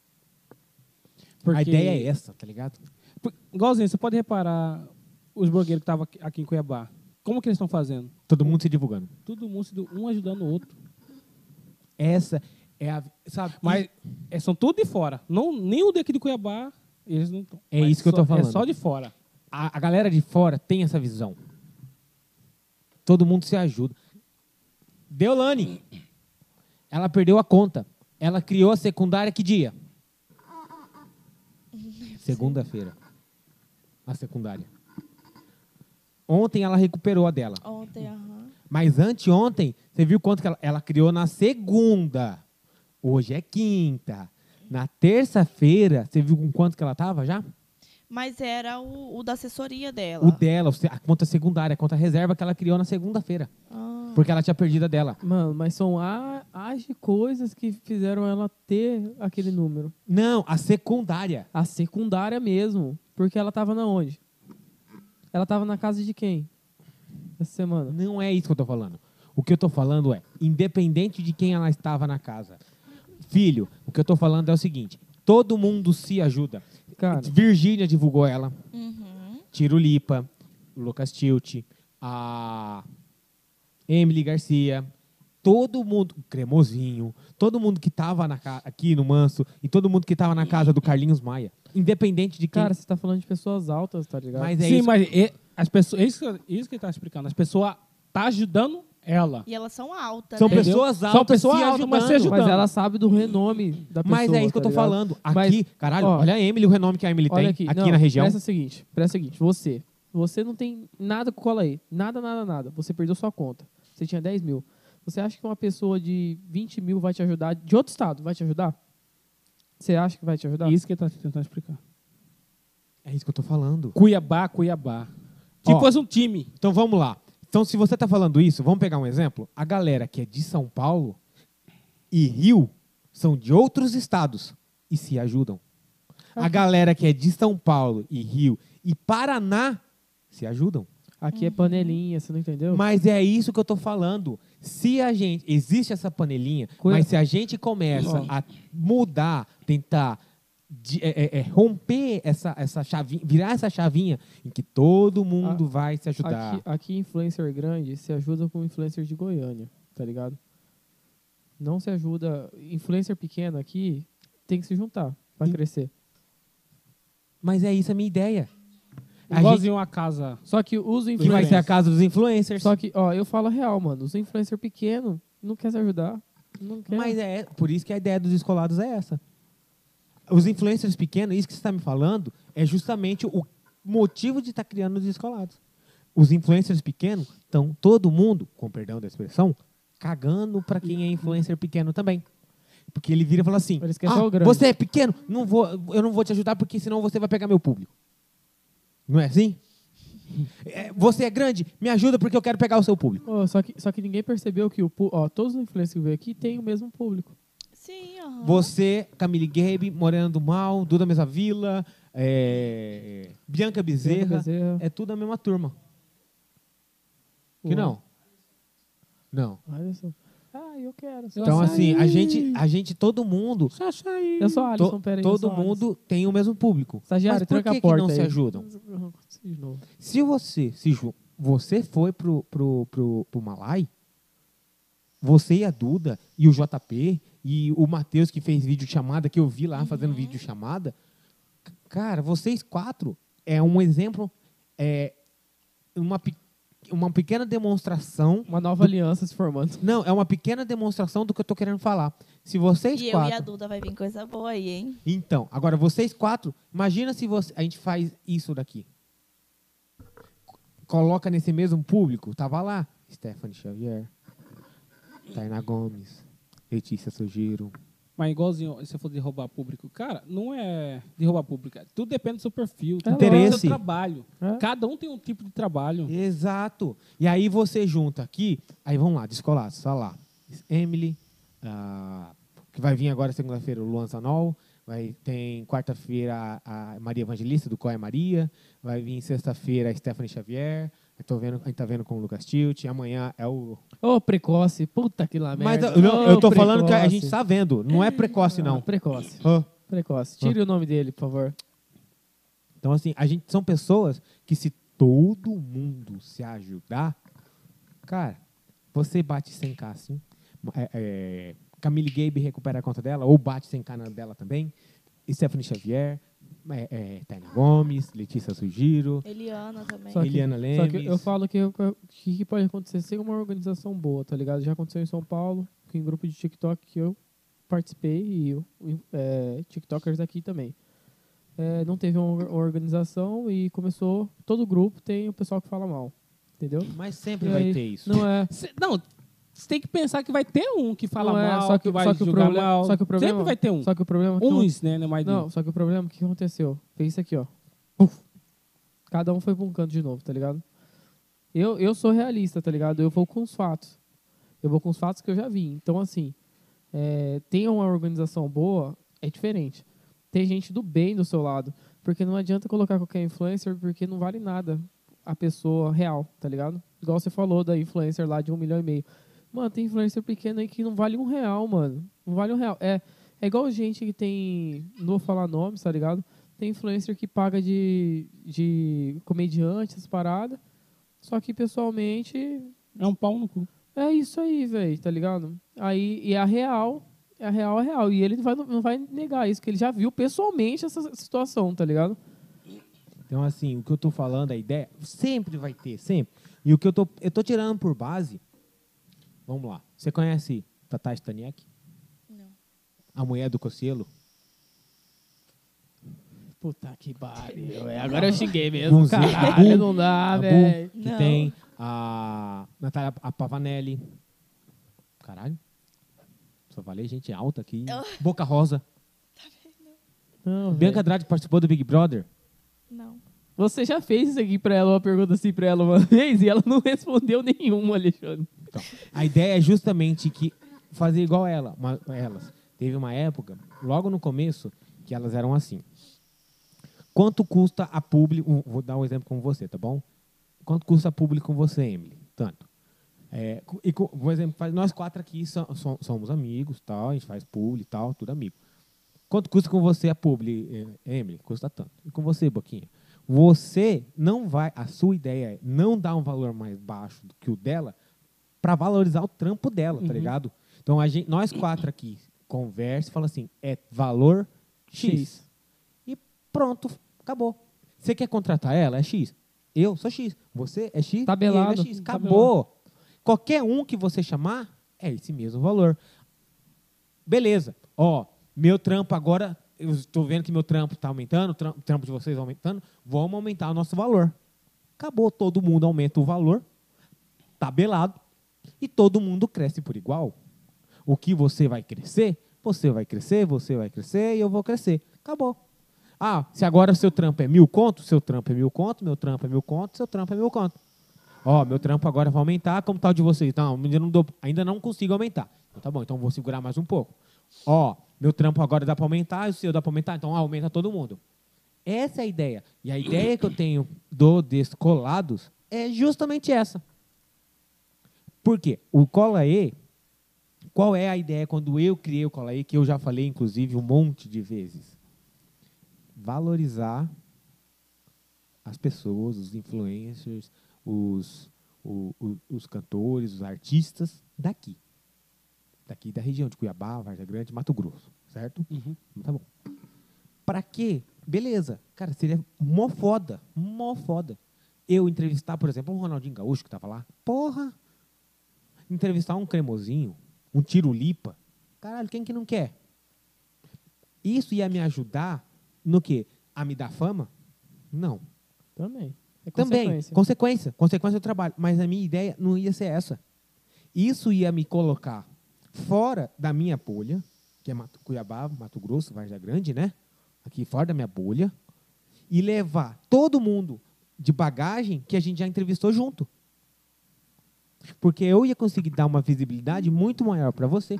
S3: Porque-
S1: A ideia é essa, tá ligado?
S3: Por- é- Igualzinho, você pode reparar os blogueiros que estavam aqui, aqui em Cuiabá. Como que eles estão fazendo?
S1: Todo mundo se divulgando.
S3: Todo mundo, se do- um ajudando o outro.
S1: Essa é a. Sabe?
S3: Mas é, são tudo de fora. Não, nem o daqui de Cuiabá, eles não estão.
S1: É isso que eu tô falando.
S3: É só de fora.
S1: a, a galera de fora tem essa visão. Todo mundo se ajuda. Deolane, ela perdeu a conta. Ela criou a secundária que dia? Segunda-feira. A secundária. Ontem ela recuperou a dela.
S5: Ontem, aham.
S1: Mas anteontem, você viu quanto que ela, ela criou na segunda. Hoje é quinta. Na terça-feira, você viu com quanto que ela tava já?
S5: Mas era o, o da assessoria dela.
S1: O dela, a conta secundária, a conta reserva que ela criou na segunda-feira.
S5: Ah.
S1: Porque ela tinha perdido a dela.
S2: Mano, mas são a- as de coisas que fizeram ela ter aquele número.
S1: Não, a secundária.
S2: A secundária mesmo. Porque ela tava na onde? Ela tava na casa de quem? Essa semana.
S1: Não é isso que eu tô falando. O que eu tô falando é, independente de quem ela estava na casa. Filho, o que eu tô falando é o seguinte: todo mundo se ajuda.
S2: Cara,
S1: Virgínia divulgou ela,
S5: Uhum.
S1: Tiro Lipa, Lucas Tilt, a Emily Garcia, todo mundo, o Cremosinho, todo mundo que tava na ca- aqui no Manso e todo mundo que tava na casa do Carlinhos Maia. Independente de quem
S2: cara, você tá falando de pessoas altas, tá ligado?
S1: Mas é
S3: Sim,
S1: isso.
S3: mas e- as pessoas, isso, que- isso que ele tá explicando. As pessoas tá ajudando ela.
S5: E elas são altas,
S1: São
S5: né?
S3: Entendeu?
S1: pessoas
S3: São
S1: altas
S3: pessoas
S1: se
S3: altas,
S1: tá ajudando.
S3: mas se ajudando.
S2: Mas ela sabe do renome da pessoa.
S1: Mas é isso que eu tô
S2: tá ligado?
S1: falando.
S2: Mas,
S1: Aqui, caralho,
S2: ó,
S1: olha a Emily, o renome que a Emily tem
S2: Olha
S1: aqui,
S2: aqui, não,
S1: na região.
S2: Presta o seguinte, presta o seguinte, você. Você não tem nada com cola aí. Nada, nada, nada. Você perdeu sua conta. Você tinha 10 mil. Você acha que uma pessoa de 20 mil vai te ajudar? De outro estado vai te ajudar? Você acha que vai te ajudar?
S3: Isso que ele tá tentando explicar.
S1: É isso que eu tô falando.
S3: Cuiabá, Cuiabá. Tipo,
S1: Ó.
S3: fosse um time.
S1: Então vamos lá. Então se você tá falando isso, vamos pegar um exemplo. A galera que é de São Paulo e Rio são de outros estados e se ajudam. A galera que é de São Paulo e Rio e Paraná se ajudam.
S2: Aqui é panelinha, você não entendeu?
S1: Mas é isso que eu tô falando. Se a gente. Existe essa panelinha,
S2: Coi-
S1: mas se a gente começa a mudar, tentar de- é- é- é romper essa, essa chavinha, virar essa chavinha em que todo mundo vai se ajudar.
S2: Aqui, aqui, influencer grande se ajuda com influencer de Goiânia, tá ligado? Não se ajuda. Influencer pequeno aqui tem que se juntar pra
S1: Sim.
S2: crescer.
S1: Mas é isso a minha ideia. A gente,
S3: Igualzinho uma casa.
S2: Só que os
S1: que vai
S2: influencers.
S1: ser a casa dos influencers.
S2: Só que, ó, eu falo a real, mano. Os influencer pequeno não quer se ajudar. Não quer.
S1: Mas é por isso que a ideia dos descolados é essa. Os influencers pequenos, isso que você está me falando, é justamente o motivo de estar criando os descolados. Os influencers pequenos estão todo mundo, com perdão da expressão, cagando para quem é influencer pequeno também. Porque ele vira e fala assim:
S2: Eles querem só o grande."
S1: você é pequeno, não vou, eu não vou te ajudar porque senão você vai pegar meu público. Não é assim? É, você é grande, me ajuda porque eu quero pegar o seu público.
S2: Ô, só, que, só que ninguém percebeu que o pu- ó, todos os influencers que veio aqui têm o mesmo público.
S5: Sim, aham.
S1: Você, Camille Gabe, Morena do Mal, Duda Mesa Vila, é, Bianca Bezerra,
S2: Bianca Bezerra.
S1: É tudo a mesma turma. Que
S2: O-
S1: não? Não.
S2: Alisson. Ah, eu quero. sou
S1: Então,
S2: açaí.
S1: assim, a gente, a gente, todo mundo.
S2: Eu sou Alisson,
S1: to-
S2: peraí. eu
S1: todo
S2: sou Alisson.
S1: mundo tem o mesmo público.
S2: Estagiário,
S1: Mas por
S2: tranca
S1: que,
S2: a porta.
S1: que não
S2: aí.
S1: se ajudam?
S2: De novo.
S1: Se você se ju- você foi pro, pro, pro, pro Malai, você e a Duda e o JP e o Matheus que fez vídeo chamada, que eu vi lá fazendo
S5: Uhum.
S1: vídeo chamada, cara, vocês quatro é um exemplo, é uma, pe- uma pequena demonstração.
S2: Uma nova aliança se formando.
S1: Não, é uma pequena demonstração do que eu tô querendo falar. Se vocês
S5: E eu
S1: quatro.
S5: e a Duda vai vir coisa boa aí, hein?
S1: Então, agora vocês quatro, imagina se você- a gente faz isso daqui. Coloca nesse mesmo público, tava lá, Stephanie Xavier, Tainá Gomes, Letícia Sugiro,
S3: Mas igualzinho, você falou de roubar público. Cara, não é de roubar público. cara. Tudo depende do seu perfil. tudo depende Do
S1: Interesse.
S3: seu trabalho.
S2: É.
S3: Cada um tem um tipo de trabalho.
S1: Exato. E aí você junta aqui, aí vamos lá, descolar, tá lá. Emily, ah, que vai vir agora segunda-feira o Luan Sanol, vai, tem quarta-feira a a Maria Evangelista, do Qual é Maria, vai vir sexta-feira a Stephanie Xavier, eu tô vendo, a gente tá vendo com o Lucas Tilt, amanhã é o...
S2: Ô, precoce, puta que lá
S1: Mas
S2: merda.
S1: eu, não,
S2: Ô,
S1: eu tô falando que a
S2: precoce.
S1: gente está vendo, não é precoce
S2: Ah,
S1: não.
S2: Precoce,
S1: Ah.
S2: precoce. Tire o nome dele, por favor.
S1: Então, assim, a gente são pessoas que se todo mundo se ajudar, cara, você bate 100k, sim. É, é, Camille Gabe recupera a conta dela, ou bate 100k na dela também. E Stephanie Xavier, é, é, Tânia Gomes, Letícia Sugiro,
S5: Eliana também.
S2: Só que-
S1: Eliana Lemes.
S2: Só que eu falo que o que que pode acontecer sem uma organização boa, tá ligado? Já aconteceu em São Paulo, em grupo de TikTok que eu participei e eu, é, TikTokers daqui também. É, não teve uma or- organização e começou. Todo grupo tem o pessoal que fala mal, entendeu?
S1: Mas sempre
S2: E
S1: vai
S2: aí?
S1: ter isso.
S2: Não é.
S3: Cê- não, você tem que pensar que vai ter um que fala
S2: Não é,
S3: mal,
S2: só
S3: só
S2: que-
S3: que, vai
S2: só que o
S3: julgar
S2: problema-
S3: mal.
S2: só que o problema-
S3: Sempre vai ter um.
S2: Só que o problema é que
S3: Uns, né? né, mais de
S2: Não,
S3: um.
S2: só que o problema, é o que aconteceu? Fez isso aqui, ó. Puf. Cada um foi pra um canto de novo, tá ligado? Eu, eu sou realista, tá ligado? Eu vou com os fatos. Eu vou com os fatos que eu já vi. Então, assim, é, tem uma organização boa, é diferente. Tem gente do bem do seu lado. Porque não adianta colocar qualquer influencer, porque não vale nada a pessoa real, tá ligado? Igual você falou da influencer lá de um milhão e meio. Mano, tem influencer pequeno aí que não vale um real, mano. Não vale um real. É, é igual gente que tem. Não vou falar nomes, tá ligado? Tem influencer que paga de, de comediante, essas paradas. Só que pessoalmente
S3: É um pau no cu.
S2: é isso aí, velho, tá ligado? Aí, e é a real, a real é real. E ele não vai, não vai negar isso, que ele já viu pessoalmente essa situação, tá ligado?
S1: Então, assim, o que eu tô falando, a ideia, sempre vai ter, sempre. E o que eu tô, eu tô tirando por base, vamos lá. Você conhece Tata Staniek?
S5: Não.
S1: A mulher do Cocielo?
S2: Puta que pariu,
S3: é,
S2: véi. Agora eu xinguei
S1: Bonzinho.
S2: mesmo. Caralho, tá não dá,
S1: Tabu,
S2: Ah, velho.
S1: que
S5: Não.
S1: tem a Natália a Pavanelli. Caralho. Só falei gente alta aqui. Boca Rosa.
S2: Não, véi.
S1: Bianca Andrade participou do Big Brother.
S5: Não.
S2: Você já fez isso aqui pra ela, uma pergunta assim pra ela uma vez, e ela não respondeu nenhuma, Alexandre.
S1: Então, a ideia é justamente que fazer igual ela, uma- elas. Teve uma época, logo no começo, que elas eram assim. Quanto custa a publi? um, Vou dar um exemplo com você, tá bom? Quanto custa a publi com você, Emily? Tanto. É, cu- e, cu- por exemplo, faz- nós quatro aqui so- so- somos amigos, tal, a gente faz publi e tal, tudo amigo. Quanto custa com você a publi, eh, Emily? Custa tanto. E com você, Boquinha? Você não vai, a sua ideia é não dar um valor mais baixo do que o dela para valorizar o trampo dela, tá ligado? Então a gente, nós quatro aqui conversa e fala assim, é valor X. E pronto, acabou. Você quer contratar ela? É X. Eu sou X. Você é X.
S2: Tabelado,
S1: ele é X.
S2: tabelado.
S1: Acabou. Qualquer um que você chamar é esse mesmo valor. Beleza. Ó, meu trampo agora, eu estou vendo que meu trampo está aumentando, o tram- o trampo de vocês tá aumentando, vamos aumentar o nosso valor. Acabou, todo mundo aumenta o valor, tabelado, e todo mundo cresce por igual. O que você vai crescer, você vai crescer, você vai crescer e eu vou crescer. Acabou. Ah, se agora seu trampo é mil conto, seu trampo é mil conto, meu trampo é mil conto, seu trampo é mil conto. Ó, meu trampo agora vai aumentar, como tal de vocês? Não, ainda não, dou- ainda não consigo aumentar. Então, tá bom, então vou segurar mais um pouco. Ó, meu trampo agora dá para aumentar, o seu dá para aumentar, então aumenta todo mundo. Essa é a ideia. E a ideia que eu tenho do Descolados é justamente essa. Por quê? O Cola E, qual é a ideia quando eu criei o Cola E, que eu já falei, inclusive, um monte de vezes? Valorizar as pessoas, os influencers, os, o- o- os cantores, os artistas daqui. Daqui da região de Cuiabá, Vargas Grande, Mato Grosso, certo? Tá bom. Pra quê? Beleza. Cara, seria mó foda, mó foda. Eu entrevistar, por exemplo, um Ronaldinho Gaúcho que tava lá. Porra! Entrevistar um cremosinho, um tiro-lipa. Caralho, quem que não quer? Isso ia me ajudar no quê? A me dar fama? Não.
S2: Também. É
S1: Também,
S2: consequência.
S1: consequência. Consequência do trabalho. Mas a minha ideia não ia ser essa. Isso ia me colocar fora da minha bolha, que é Mato, Cuiabá, Mato Grosso, Vargem Grande, né? Aqui fora da minha bolha. E levar todo mundo de bagagem que a gente já entrevistou junto. Porque eu ia conseguir dar uma visibilidade muito maior para você.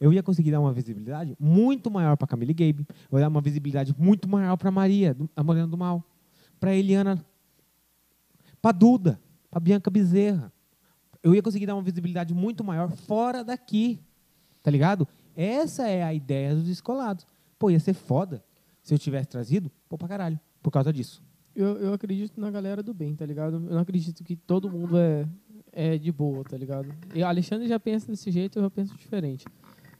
S1: Eu ia conseguir dar uma visibilidade muito maior para Camille Gabe. Eu ia dar uma visibilidade muito maior para Maria, do- a Morena do Mal. Para Eliana. Para Duda. Para Bianca Bezerra. Eu ia conseguir dar uma visibilidade muito maior fora daqui. Tá ligado? Essa é a ideia dos descolados. Pô, ia ser foda se eu tivesse trazido, pô, pra caralho, por causa disso.
S2: Eu, eu acredito na galera do bem, tá ligado? Eu não acredito que todo mundo é, é de boa, tá ligado? E o Alexandre já pensa desse jeito, eu já penso diferente.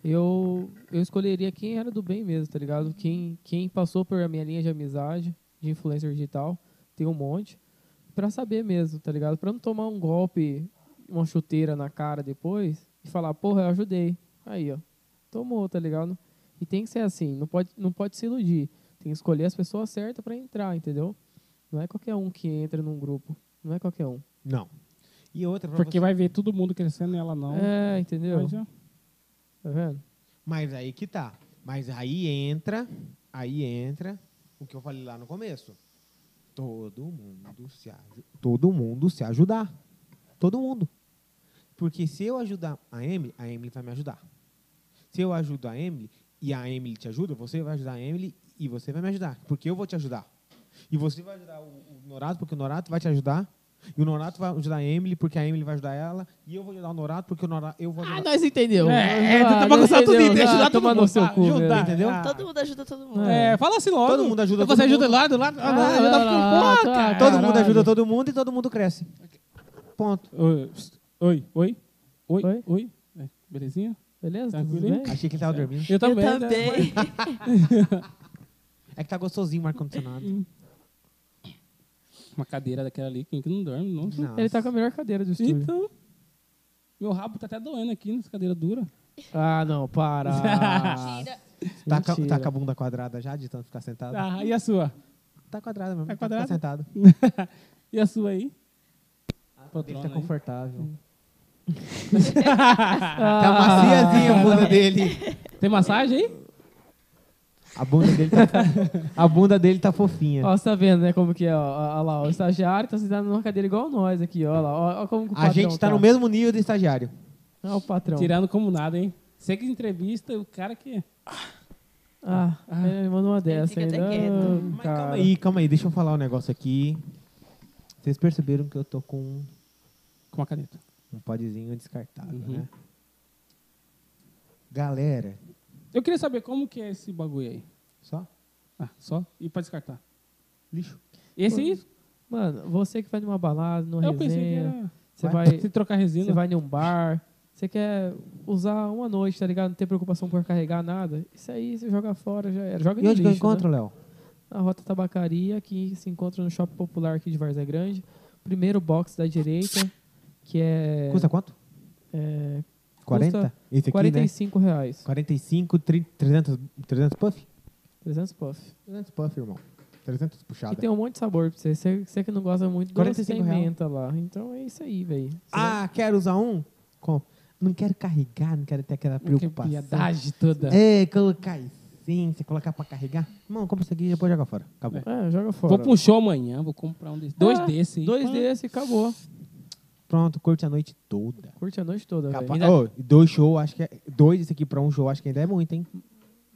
S2: Eu, eu escolheria quem era do bem mesmo, tá ligado? Quem, quem passou por a minha linha de amizade, de influencer digital, tem um monte, pra saber mesmo, tá ligado? Pra não tomar um golpe, uma chuteira na cara depois e falar, porra, eu ajudei. Aí, ó, tomou, tá ligado? E tem que ser assim, não pode, não pode se iludir. Tem que escolher as pessoas certas pra entrar, entendeu? Não é qualquer um que entra num grupo. Não é qualquer um.
S1: Não. E outra, pra
S3: Porque
S1: você-
S3: vai ver todo mundo crescendo e ela não.
S2: É, entendeu?
S3: Mas, ó,
S2: Tá vendo?
S1: Mas aí que tá. Mas aí entra, aí entra o que eu falei lá no começo. Todo mundo se, aju- todo mundo se ajudar. Todo mundo. Porque se eu ajudar a Emily, a Emily vai me ajudar. Se eu ajudo a Emily e a Emily te ajuda, você vai ajudar a Emily e você vai me ajudar. Porque eu vou te ajudar. E você vai ajudar o, o Norato, porque o Norato vai te ajudar. E o Norato vai ajudar a Emily, porque a Emily vai ajudar ela. E eu vou ajudar o Norato, porque o Norato... Eu vou ajudar...
S2: Ah, nós entendeu.
S3: É, é,
S2: Ah,
S3: tenta
S2: nós
S3: bagunçar tudo
S2: entendeu.
S3: e deixa
S2: Ah,
S3: ajudar todo
S2: toma
S3: mundo.
S2: no seu
S3: Ah,
S2: cu,
S3: ajuda,
S2: velho.
S1: entendeu?
S3: ah.
S5: Todo mundo ajuda todo mundo.
S3: É, fala assim logo.
S1: Todo mundo ajuda
S3: Você
S1: todo
S3: ajuda
S1: mundo.
S3: lá, do lado, ah,
S2: Ah,
S3: ajuda
S2: lá, lá, lá,
S3: lá,
S2: tá,
S3: cara.
S1: Ah, Todo mundo
S2: Caralho.
S1: ajuda todo mundo e todo mundo cresce. Ponto.
S3: Oi, psst. oi, oi, oi,
S2: Oi?
S3: oi. É, belezinha?
S2: Beleza?
S3: Tranquilo,
S2: Tudo
S3: hein?
S2: bem?
S1: Achei que ele tava dormindo.
S3: Eu também. né?
S5: Também.
S1: É que tá gostosinho o ar-condicionado.
S3: Uma cadeira daquela ali, quem que não dorme, não.
S2: Ele tá com a melhor cadeira do estúdio.
S3: Então, meu rabo tá até doendo aqui nessa cadeira dura.
S2: Ah, não, para.
S5: Tira.
S1: Tá, ca-
S2: Mentira.
S1: tá com a bunda quadrada já, de tanto ficar sentado? Tá,
S3: Ah, e a sua?
S1: quadrada mesmo.
S3: Tá
S1: Tá
S3: quadrada?
S1: Ficar sentado.
S3: E a sua aí?
S1: Ele
S3: Poltrona
S1: tá
S3: aí.
S1: confortável. Tá
S2: Ah,
S1: maciazinha a bunda dele.
S3: Tem massagem aí?
S1: A bunda dele tá, a bunda dele tá fofinha.
S2: ó, você tá vendo, né, como que é, ó, ó, ó lá, ó, o estagiário tá sentado numa cadeira igual nós aqui, ó lá, ó, ó como que o
S1: a
S2: patrão
S1: gente tá no mesmo nível do estagiário.
S2: Ah, o patrão.
S3: Tirando como nada, hein? Você que entrevista, o cara que. é
S2: Ah, ele mandou uma dessa
S5: fica
S2: ainda.
S5: até quieto.
S2: Ah,
S1: Mas calma
S2: cara.
S1: aí, calma aí. Deixa eu falar um negócio aqui. Vocês perceberam que eu tô com
S3: Com a caneta.
S1: um podzinho descartável,
S3: Uhum.
S1: né? Galera,
S3: Eu queria saber como que é esse bagulho aí.
S1: só
S3: Ah, só? E pra descartar.
S1: lixo.
S3: Esse aí,
S2: assim, Mano, você que vai numa balada, numa
S3: eu pensei que
S2: resenha,
S3: era.
S2: você
S1: Vai.
S2: vai...
S3: Se trocar
S2: Você
S3: resina.
S2: vai em um bar, você quer usar uma noite, tá ligado? Não ter preocupação por carregar nada. Isso aí você joga fora, já era. Joga
S1: E
S2: no
S1: onde que eu
S2: lixo,
S1: encontro, Léo?
S2: Né? Na Rota Tabacaria, que se encontra no Shopping Popular aqui de Varza Grande. Primeiro box da direita, que é,
S1: Custa né? quanto?
S2: é
S1: 40? Esse aqui,
S2: 45 reais.
S1: né? 45, 30, 300, 300 puff?
S2: 300 puff.
S1: 300 puff, irmão. 300
S2: E
S1: puxada.
S2: tem um monte de sabor pra você. Você, você que não gosta muito,
S1: 45
S2: 45
S1: real.
S2: menta lá. Então é isso aí, velho. Você
S1: Ah, quero usar um? Com. Não quero carregar, não quero ter aquela
S3: Que
S1: preocupação.
S3: piedade toda.
S1: É, colocar essência, colocar pra carregar. Mano, compra isso aqui e depois joga fora. Acabou.
S2: vai- É, joga fora.
S3: Vou pra um show amanhã, vou comprar um desses. Dois
S2: Ah,
S3: desses. aí.
S2: Dois
S3: Pá.
S2: desse, acabou.
S1: Pronto, curte a noite toda.
S2: Curte a noite toda, velho.
S1: Capa- Ô, dois shows, acho que é... Dois desse aqui pra um show, acho que ainda é muito, hein?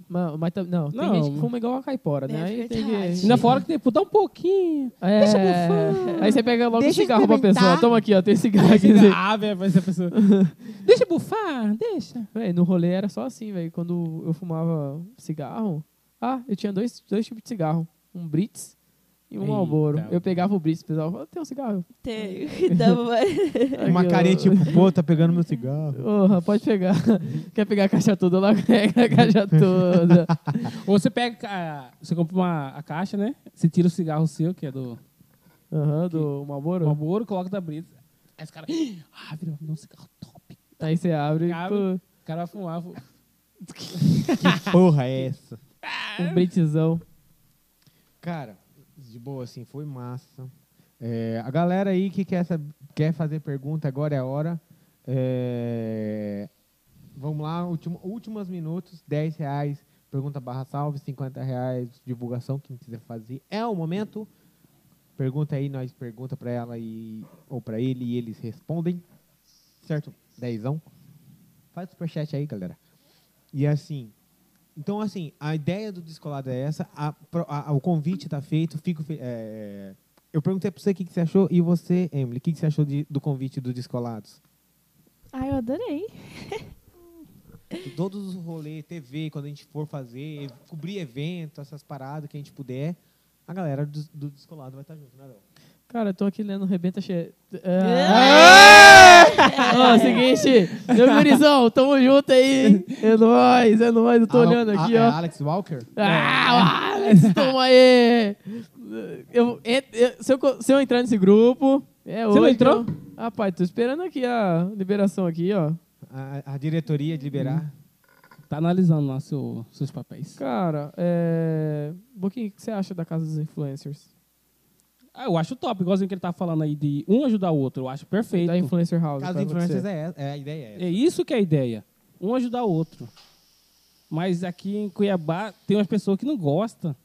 S2: Mano, mas tam- não, tem
S3: Não.
S2: gente que fuma igual a caipora, né?
S5: É
S2: Aí tem
S5: verdade.
S2: que.
S3: Ainda fora que tem, pô, dá um pouquinho.
S2: É,
S3: Deixa bufar.
S2: Aí você pega logo
S1: Deixa
S2: um cigarro pra
S1: experimentar.
S2: pessoa. Toma aqui, ó, tem cigarro aqui.
S3: Ah, velho, vai ser a pessoa. deixa bufar, deixa.
S2: Véi, no rolê era só assim, velho. Quando eu fumava cigarro, ah, eu tinha dois, dois tipos de cigarro: um Brits e um
S3: Eita.
S2: Marlboro. Eu pegava o Brits, o pessoal falava, tem um cigarro.
S5: Tem. Então,
S1: Uma
S2: Aí eu-
S1: carinha tipo, pô, tá pegando meu cigarro.
S2: Porra, pode pegar. Quer pegar a caixa toda lá? Pega a caixa toda.
S3: Ou você pega, ah, você compra uma a caixa, né? Você tira o cigarro seu, que é do
S2: Aham, do Marlboro.
S3: Marlboro, coloca da Brita. Aí os caras, ah, virou um cigarro top.
S2: Aí você abre,
S3: Abre.
S2: abre.
S3: O cara um vai fumar. fu-
S1: Porra, é essa?
S2: um Britzão.
S1: Cara, de boa, assim, foi massa. É, a galera aí que quer, sab- quer fazer pergunta, agora é a hora. É, Vamos lá, último, últimos minutos, 10 reais, pergunta barra salve, 50 reais, divulgação, quem quiser fazer. É o momento. Pergunta aí, nós pergunta pra ela e, ou pra ele e eles respondem. Certo? Dezão. Faz o superchat aí, galera. E assim, então assim, a ideia do Descolado é essa, a pro- a- a- o convite tá feito, fico... fe- é, eu perguntei pra você o que, que você achou e você, Emily, o que, que você achou de- do convite do Descolados?
S5: Ai, eu adorei.
S1: de todos os rolês, TV, quando a gente for fazer, cobrir evento, essas paradas que a gente puder, a galera do, do Descolado vai estar junto, né, Léo?
S2: Cara, eu tô aqui lendo Rebenta Che.
S3: É!
S2: Ó, seguinte, meu gurizão, tamo junto aí. É nóis, é nóis, eu tô
S1: Ale-
S2: olhando aqui,
S1: a-
S2: ó.
S1: é Alex Walker?
S2: Ah, Alex, toma aí! Eu, en- eu- se, eu, co- se eu entrar nesse grupo. É
S3: Você não
S2: hoje que
S3: entrou?
S2: eu- Ah, pai, tô esperando aqui a liberação aqui, ó.
S1: A, a diretoria de liberar.
S2: Uhum.
S3: Tá analisando lá seu, seus papéis.
S2: Cara, é. Boquinha, o que você acha da casa dos influencers?
S3: Ah, eu acho top, igualzinho que ele tá falando aí de um ajudar o outro. Eu acho perfeito.
S2: Da influencer house.
S1: Casa
S2: pra
S1: de influências
S2: você.
S1: é, essa, é a ideia. É essa.
S3: É isso que é a ideia. Um ajudar o outro. Mas aqui em Cuiabá tem umas pessoas que não gostam.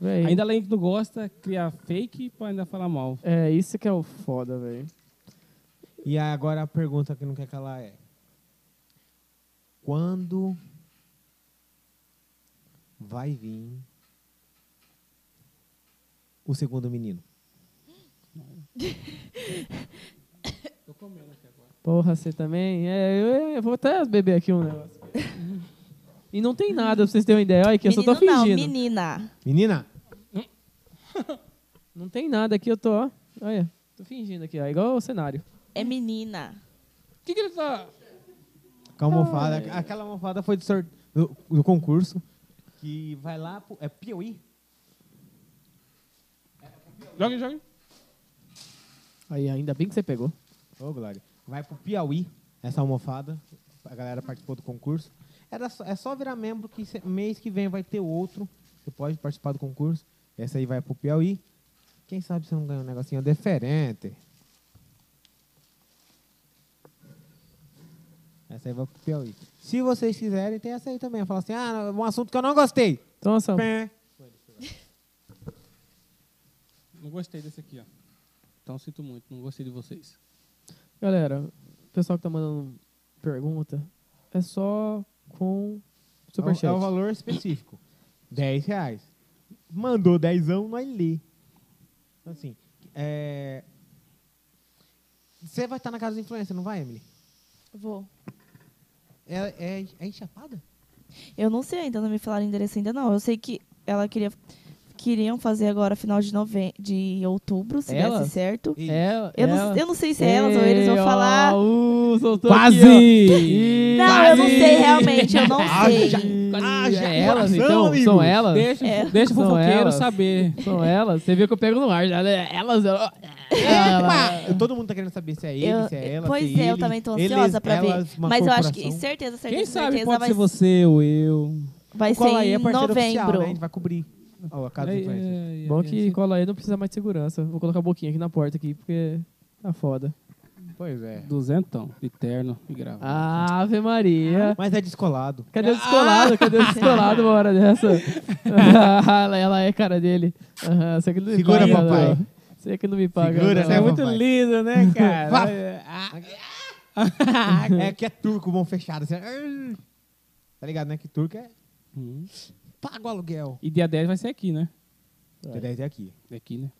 S2: Véi,
S3: Ainda além que não gosta, cria fake pra ainda falar mal.
S2: É, isso que é o foda, velho.
S1: E agora a pergunta que não quer calar é: Quando vai vir o segundo menino?
S2: Porra, você também? É, eu, eu vou até beber aqui um negócio. e não tem nada, pra vocês terem uma ideia. Olha aqui, eu só tô
S5: Menino
S2: fingindo.
S5: Não, menina.
S1: Menina?
S2: Não tem nada aqui, eu tô, ó. Olha, tô fingindo aqui, ó. Igual o cenário.
S5: É menina.
S3: O que, que ele tá.
S1: Com a almofada. Aquela almofada foi do, sor- do- do concurso. Que vai lá pro. É Piauí?
S3: Joga, joga.
S2: Aí, ainda bem que você pegou.
S1: Ô, Glória. Vai pro Piauí, essa almofada. A galera participou do concurso. Era só- é só virar membro que se- mês que vem vai ter outro. Você pode participar do concurso. Essa aí vai pro Piauí. Quem sabe você não ganha um negocinho diferente. Essa aí vai pro Piauí. Se vocês quiserem, tem essa aí também. Fala assim, ah, um assunto que eu não gostei.
S2: Então, essa.
S1: Pé.
S3: Não gostei desse aqui, ó. Então sinto muito, não gostei de vocês.
S2: Galera, o pessoal que tá mandando pergunta, é só com superchat.
S1: É o valor específico. 10 reais. Mandou dezão, nós lê. Então, Assim, é... Você vai estar na casa da influência, não vai, Emily?
S5: Vou.
S1: É, é, é enchapada?
S5: Eu não sei ainda, não me falaram o endereço ainda não. Eu sei que ela queria queriam fazer agora final de nove... de outubro, se
S2: Ela?
S5: desse certo.
S2: Ela,
S5: Eu,
S2: É, ela.
S5: Não, eu não sei se é elas ou eles vão
S2: Ei, ó,
S5: falar.
S2: uh, soltou
S3: Quase!
S2: aqui, ó.
S5: Não, eu não sei realmente, eu não sei.
S2: Ah, já é elas, então? São elas?
S3: Deixa,
S5: É.
S3: deixa o
S2: São
S3: fofoqueiro
S2: elas.
S3: saber.
S2: São elas? Você viu que eu pego no ar já, né? Elas, ela-
S1: Eu- Todo mundo tá querendo saber se é ele,
S5: Ah, Eu-
S1: se é ela,
S5: pois
S1: se
S5: é,
S1: ele,
S5: eu também tô
S1: eles,
S5: ansiosa pra ver.
S1: elas, uma
S5: Mas eu acho que
S1: corporação.
S5: certeza, certeza,
S3: Quem sabe
S5: certeza
S3: pode
S5: vai,
S3: ser você ou eu.
S5: vai
S1: O Cola
S5: ser
S1: aí
S5: em
S1: é parceiro
S5: novembro.
S1: oficial, né? A gente vai cobrir. Ó, a casa da
S3: É,
S1: influência.
S3: é, é,
S2: Bom
S3: é,
S2: que
S3: assim.
S2: cola aí não precisa mais de segurança. Vou colocar a boquinha aqui na porta aqui, porque tá foda.
S1: Pois é.
S3: Duzentão, de terno e gravata.
S2: Ah, Ave Maria.
S1: Mas é descolado.
S2: Cadê o descolado? Cadê o descolado uma hora dessa? ela, ela é cara dele. Aham, você que não me
S1: Segura,
S2: paga,
S1: papai.
S2: não. Você que não me paga.
S1: Segura,
S2: não.
S1: né,
S2: é muito
S1: papai? Vai.
S3: lindo, né,
S1: Vá.
S3: Ah,
S1: é que é turco, mão fechada. assim, "Arr". Tá ligado, né? Que turco é
S3: hum.
S1: pago aluguel.
S3: E dia 10 vai ser aqui, né?
S1: Dia 10 é aqui.
S3: É aqui, né?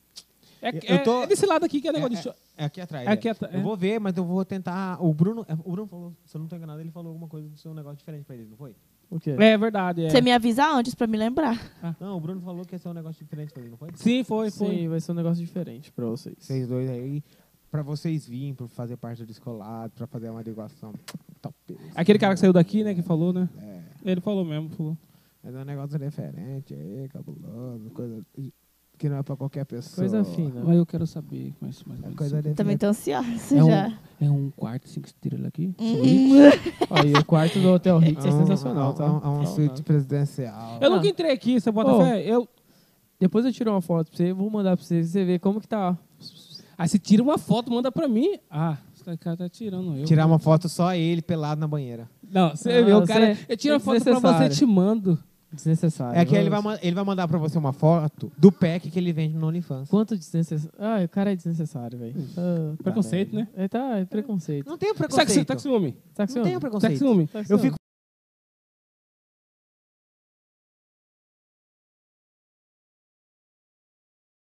S3: É,
S1: Eu- eu
S3: é-
S1: tô-
S3: é desse lado aqui que é negócio
S1: É,
S3: de show.
S1: É aqui atrás.
S3: É aqui
S1: é.
S3: atrás,
S1: Eu
S3: é.
S1: vou ver, mas eu vou tentar. O Bruno, é, o Bruno falou, se eu não tô enganado, ele falou alguma coisa do seu negócio diferente pra ele, não foi?
S2: O quê?
S3: É verdade, é.
S5: Você me avisa antes pra me lembrar.
S1: Não, o Bruno falou que ia ser um negócio diferente pra ele, não foi?
S3: Sim, foi, foi.
S2: Sim, vai ser um negócio diferente pra vocês.
S1: Vocês dois aí, pra vocês virem, pra fazer parte do descolado, pra fazer uma ligação. Top. É,
S3: Aquele cara que saiu daqui, né, que falou, né? Ele falou mesmo, falou.
S1: Mas é um negócio diferente aí, cabuloso, coisa que não é pra qualquer pessoa.
S2: Coisa fina.
S3: Mas eu quero saber como é isso mais ou
S1: É
S3: menos.
S1: coisa
S5: Eu também
S1: diferente.
S5: tô ansiosa
S3: É um-
S5: já.
S3: É um quarto, cinco estrelas aqui.
S2: Hum. Ó, e o quarto do Hotel Ritz é
S1: um-
S2: sensacional, tá?
S1: É um, é um
S2: Tá,
S1: suíte
S2: tá.
S1: presidencial.
S3: Eu
S2: Ah.
S3: nunca entrei aqui, você bota
S2: Ô.
S3: fé? Eu...
S2: Depois eu tiro uma foto pra você, vou mandar pra você, você vê como que tá.
S3: Aí você tira uma foto, manda pra mim. Ah, esse cara tá tirando eu.
S1: Tirar uma foto só ele pelado na banheira.
S3: Não, você
S2: Ah,
S3: vê, o
S2: você
S3: cara.
S2: é
S3: Eu tiro a foto pra você
S2: desnecessário.
S3: te mando.
S2: Desnecessário.
S1: É que ele vai,
S2: Nossa.
S1: ma- ele vai mandar pra você uma foto do pack que ele vende no OnlyFans.
S2: Quanto desnecessário. Ah, o cara é desnecessário, velho. Ah,
S3: Preconceito, né?
S2: É, tá, é preconceito.
S1: Não tem
S3: Tá com
S1: preconceito.
S3: ciúme, tá com ciúme.
S2: Tá
S1: Não tem
S3: Tá com
S1: preconceito.
S3: ciúme.
S1: Eu fico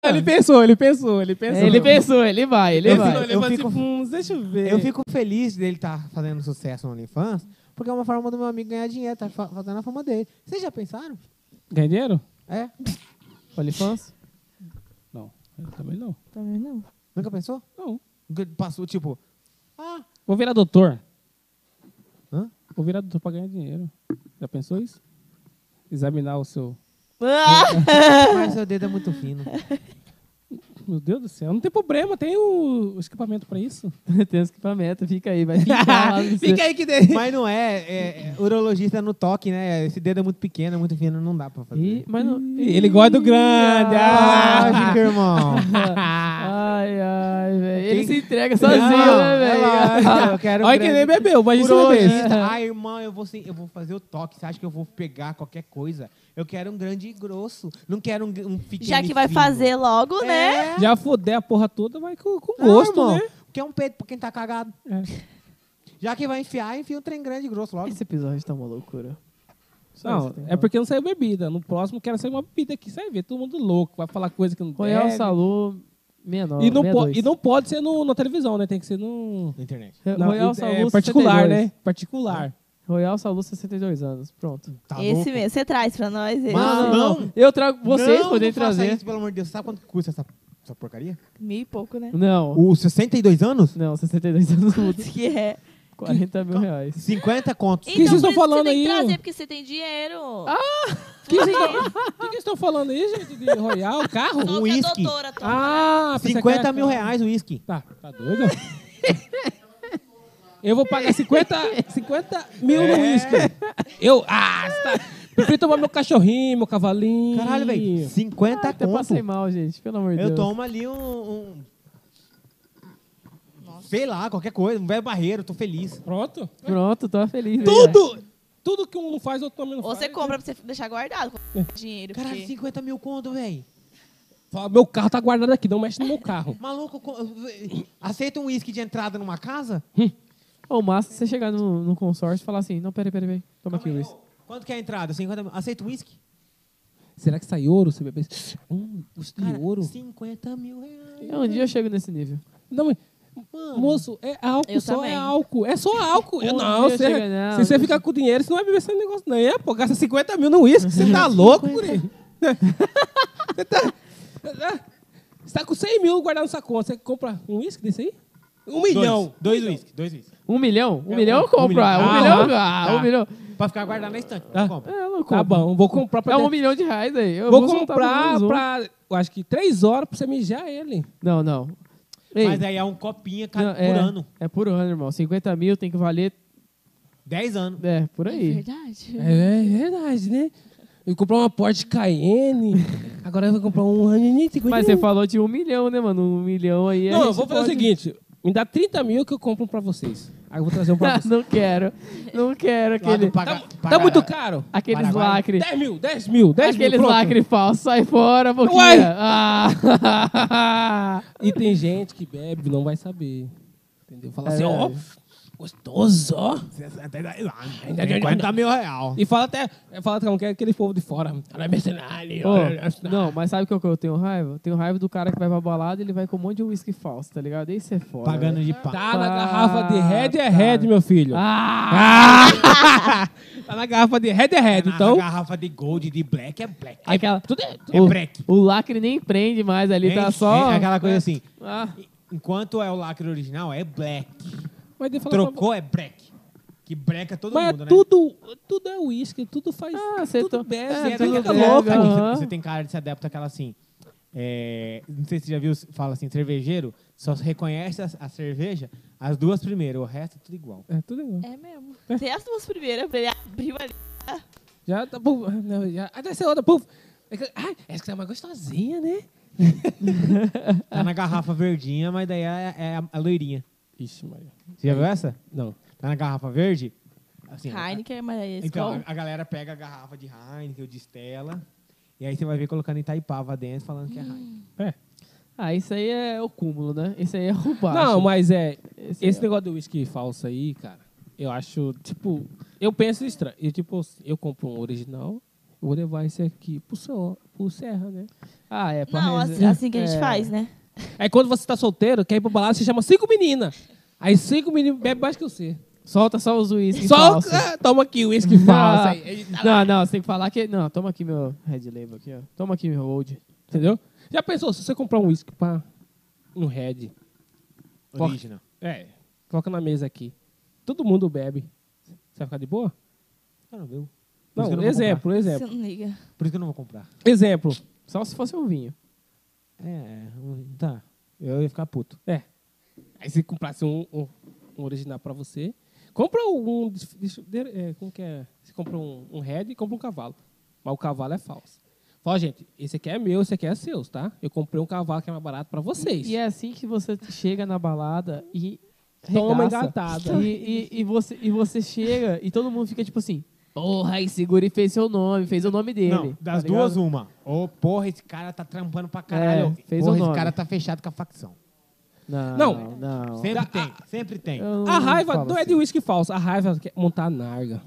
S3: Ele pensou, ele pensou, É, ele pensou.
S2: Ele pensou, ele vai, ele
S1: Eu
S2: vai.
S1: fico-
S3: Ele
S1: eu
S3: falou
S1: fico-
S3: tipo, "Hum, deixa eu ver.
S1: Eu fico feliz dele estar fazendo sucesso no OnlyFans, porque é uma forma do meu amigo ganhar dinheiro, tá fa- fazendo a fama dele. Vocês já pensaram?
S3: Ganha dinheiro?
S1: É?
S2: OnlyFans?
S3: Não, eu também não.
S5: Também não.
S1: Nunca pensou?
S3: Não.
S1: Nunca Passou, tipo, ah,
S3: Vou virar doutor.
S1: Hã?
S3: Vou virar doutor pra ganhar dinheiro. Já pensou isso? Examinar o seu.
S5: Ah,
S1: mas seu dedo é muito fino.
S3: Meu Deus do céu, não tem problema, tem o, o equipamento pra isso.
S2: Tem os equipamentos, fica aí, vai ficar lá no
S3: Fica aí que tem.
S1: Mas não é, é, é, urologista no toque, né? Esse dedo é muito pequeno, é muito fino, não dá pra fazer.
S2: Ih, mas não.
S3: Ele gosta do grande. Ah,
S1: Lógico, irmão.
S2: Ai, ai, velho. Ele
S1: Quem-
S2: se entrega sozinho,
S1: Não,
S2: né,
S1: é
S2: velho?
S1: lógico, eu quero
S3: Ah, Olha que
S1: grande.
S3: nem bebeu, mas isso não é bebe.
S1: Urologista. Ah, irmão, eu vou, sim- eu vou fazer o toque. Você acha que eu vou pegar qualquer coisa? Eu quero um grande e grosso. Não quero um, gr- um pequeno
S5: Já
S1: e
S5: que vai
S1: fino.
S5: fazer logo, né?
S1: É.
S3: Já fuder a porra toda, vai com, com gosto,
S1: irmão,
S3: né? É.
S1: Porque é um peito pra quem tá cagado. Já que vai enfiar, enfia um trem grande e grosso logo.
S2: Esse episódio tá uma loucura. Só isso
S3: Não,
S2: que eu tenho
S3: é
S2: pra
S3: porque não saiu bebida. No próximo quero sair uma bebida aqui, sai ver. Todo mundo louco, vai falar coisa que não
S2: falar. Royal
S3: deve.
S2: Salou 69.
S3: E não, po-
S2: 62.
S3: e não pode ser no, na televisão, né? Tem que ser no.
S1: Na internet.
S3: na-
S2: Royal
S3: é,
S2: Salou
S3: particular,
S2: 62.
S3: né? Particular.
S2: Royal Salou 62 anos. Pronto.
S1: Tá
S5: esse
S1: louco?
S5: mesmo. Você traz pra nós esse.
S1: Mano, não.
S2: Eu trago. Vocês
S1: Não,
S2: podem
S1: não faça
S2: trazer.
S1: Isso, pelo amor de Deus, sabe quanto custa essa, essa porcaria?
S5: Meio e pouco, né?
S2: Não.
S1: Os 62 anos?
S2: Não, 62 anos muda.
S5: Putz, que é.
S2: 40 mil reais.
S1: 50 contos.
S3: que vocês
S5: Então, por
S3: estão
S5: isso
S3: falando
S5: você tem
S3: aí,
S5: que trazer,
S3: ó?
S5: porque você tem dinheiro.
S3: O que vocês estão- o que vocês estão falando aí, gente? De Royal, carro?
S5: Só que é
S1: uísque.
S5: doutora, Tom.
S3: Ah, pensei que
S1: 50
S3: era-
S1: mil reais o uísque.
S3: Tá, tá doido? Eu vou pagar 50, 50 mil no uísque. Eu, ah, você tá, prefiro tomar meu cachorrinho, meu cavalinho.
S1: Caralho, velho. 50
S2: Até passei
S1: conto.
S2: mal, gente. Pelo amor de Deus.
S1: tá Eu tomo ali um... um- Sei lá, qualquer coisa. Um velho barreiro, tô feliz.
S3: Pronto.
S2: Pronto, tô feliz. né?
S3: Tudo! Tudo que um não faz, outro também não
S5: Ou
S3: faz. né? É.
S5: você compra pra você deixar guardado com dinheiro.
S1: Caralho,
S5: porque-
S1: 50 mil conto, velho.
S3: Fala, Meu carro tá guardado aqui, não mexe no meu carro.
S1: Maluco, co- aceita um uísque de entrada numa casa?
S2: Ou massa você chegar no, no consórcio e falar assim, não, peraí, peraí, peraí. Toma aqui o
S1: Calma aí,
S2: uísque.
S1: ô, Quanto que é a entrada? 50 mil. Aceita um uísque?
S3: Será que sai ouro? Você bebe? Hum, gosto de
S1: Cara,
S3: ouro.
S1: 50 mil reais.
S2: É, Um dia eu chego nesse nível.
S3: Não, mas, moço, é álcool,
S5: Eu
S3: só é
S5: também.
S3: álcool. É só álcool. Eu
S2: Um
S3: não,
S2: dia
S3: você,
S2: chega, não,
S3: se você
S2: deixa-
S3: ficar com dinheiro, você não vai beber esse negócio, não. É, pô, gasta 50 mil no uísque, você tá louco, guri. Você tá, você tá com 100 mil guardado na sua conta, você compra um uísque desse aí? Um milhão.
S1: Dois uísques, dois uísques.
S2: Um milhão? Um
S1: É,
S2: milhão eu
S1: um
S2: compro.
S1: milhão.
S2: ah, Um
S3: Ah,
S2: milhão?
S1: tá.
S2: Ah, um milhão.
S1: Pra ficar guardado na estante.
S3: Ah.
S1: Compra.
S2: É, eu não compro.
S3: Tá bom, vou comprar pra...
S2: É um milhão de reais aí. Eu
S3: vou
S2: soltar
S3: comprar
S2: pelo menos um.
S3: pra, eu acho que 3 horas pra você mijar ele.
S2: Não, não. Ei,
S1: Mas aí é um copinha cada,
S2: não,
S1: por
S2: é,
S1: ano.
S2: É por ano, irmão. 50 mil tem que valer.
S1: 10 anos.
S2: É, por
S5: É
S2: aí.
S5: verdade.
S3: É, verdade, né? Eu comprar uma Porsche Cayenne, agora eu vou comprar um Ranini
S2: Mas você falou de um milhão, né, mano? Um milhão aí. a
S3: Não, eu
S2: gente
S3: vou fazer
S2: pode-
S3: o seguinte. Me dá 30 mil que eu compro um pra vocês. Aí eu vou trazer um pra
S2: Ah,
S3: vocês.
S2: não quero. Não quero
S1: Lá do
S2: aquele,
S1: Paga-
S3: Tá,
S1: Paga-
S3: muito caro?
S2: aqueles
S1: Paraguai.
S2: lacres.
S3: 10 mil, 10 mil, 10
S2: Aqueles
S3: mil, pronto.
S2: lacre falso, sai fora, um
S3: Uai!
S2: boquinha. Ah.
S3: E tem gente que bebe não vai saber. Entendeu? Fala
S2: É
S3: assim, ó,
S2: verdade.
S3: gostoso, ó.
S1: 50 mil real.
S3: E fala até, fala até como que é aquele povo de fora. Ela é mercenário.
S2: Ô,
S3: ela é mercenário.
S2: não, mas sabe o que eu- que eu tenho raiva? Tenho raiva do cara que vai pra balada e ele vai com um monte de uísque falso, tá ligado? Isso é foda.
S1: Pagando
S2: velho.
S1: de pá.
S3: Tá na garrafa de Red é
S2: tá.
S3: Red, meu filho.
S2: Ah!
S3: Ah! tá na garrafa de Red é Red, então.
S1: A garrafa de gold, de black, é black.
S2: Aquela,
S3: Tudo é, tudo
S1: É
S2: o,
S1: break.
S2: o lacre nem prende mais ali,
S1: É-
S2: tá só.
S1: é aquela coisa assim.
S2: Ah,
S1: Enquanto é o lacre original, é black.
S3: Mas de falar pra-
S1: Trocou, é black. Que breca todo
S3: Mas
S1: mundo,
S3: é
S1: né?
S3: tudo, tudo é uísque, tudo faz.
S2: Ah, cê
S3: tudo
S2: to-
S1: Você,
S2: é,
S3: bebe, né? você
S1: é
S2: tudo
S1: daquela-
S3: fica
S2: bebe,
S3: louco.
S1: sabe, você-
S2: aham.
S1: você tem cara de ser adepto àquela assim. é, não sei se você já viu, fala assim, cervejeiro, só reconhece a, a cerveja as duas primeiras, o resto é tudo igual.
S3: É tudo igual.
S5: É mesmo. Tem as duas primeiras "Ah, pra ele abrir uma ali.
S3: Já tá. Puf, não, já, ah, desce a outra, puf. É que- Ai, essa é uma gostosinha, né?
S1: Tá na garrafa verdinha, mas daí é, é a, a loirinha.
S3: Ixi, Maria.
S1: Você já viu essa?
S3: Não.
S1: Tá na garrafa verde, Assim,
S5: Heineken, mas é esse
S1: Então,
S5: então,
S1: a, a galera pega a garrafa de Heineken ou de Stella, e aí você vai ver colocando Itaipava dentro, falando que é Heineken.
S2: Ah, isso aí é o cúmulo, né? Isso aí é o baixo.
S3: Não, mas é.
S2: Esse,
S3: Esse
S2: é...
S3: negócio do whisky falso aí, cara, eu acho, tipo, eu penso estranho. E, tipo, eu compro um original, eu vou levar esse aqui pro, sol, pro Serra, né?
S2: Ah, é, pra
S5: Não,
S2: resenha.
S5: assim, assim que a gente
S2: É.
S5: faz, né?
S3: Aí quando você tá solteiro, quer ir pro balada, você chama cinco meninas. Aí cinco meninas bebem mais que você.
S2: Solta só os uísques
S3: Só
S2: falsos.
S3: ah, toma aqui o uísque falso. aí.
S2: Não, não, você tem que falar que... Não, toma aqui meu Red Label aqui, ó. Toma aqui meu Old.
S3: Entendeu? Já pensou, se você comprar um uísque pra um Red, Porra.
S1: Original.
S3: é, coloca na mesa aqui. Todo mundo bebe. Você vai ficar de boa?
S1: Ah, não, viu? Por isso
S3: Não,
S1: que eu não vou
S3: exemplo,
S5: Você
S3: exemplo.
S5: não liga.
S1: Por isso que eu não vou comprar.
S3: Exemplo.
S2: Só se fosse um vinho.
S1: É, um- tá. Eu ia ficar puto.
S3: Aí se comprasse um, um- um original pra você, compra um. des- des- de- é, como que é? Você compra um, um head e compra um cavalo. Mas o cavalo é falso. Fala, gente, esse aqui é meu, esse aqui é seu, tá? Eu comprei um cavalo que é mais barato pra vocês.
S2: E é assim que você chega na balada e...
S3: Toma
S2: regaça.
S3: engatada.
S2: E, e, e você, e você chega e todo mundo fica tipo assim... Porra, esse segura e fez seu nome, fez o nome dele.
S1: Não, das
S2: tá ligado?
S1: duas, uma. Ô, porra, esse cara tá trampando pra caralho.
S2: É, fez
S1: porra,
S2: o nome.
S1: esse cara tá fechado com a facção.
S2: Não,
S3: Não.
S2: não. não.
S1: Sempre tem, sempre tem.
S2: Eu não
S3: A raiva
S2: falo
S3: não é
S2: assim.
S3: de uísque falso, a raiva é montar a narga.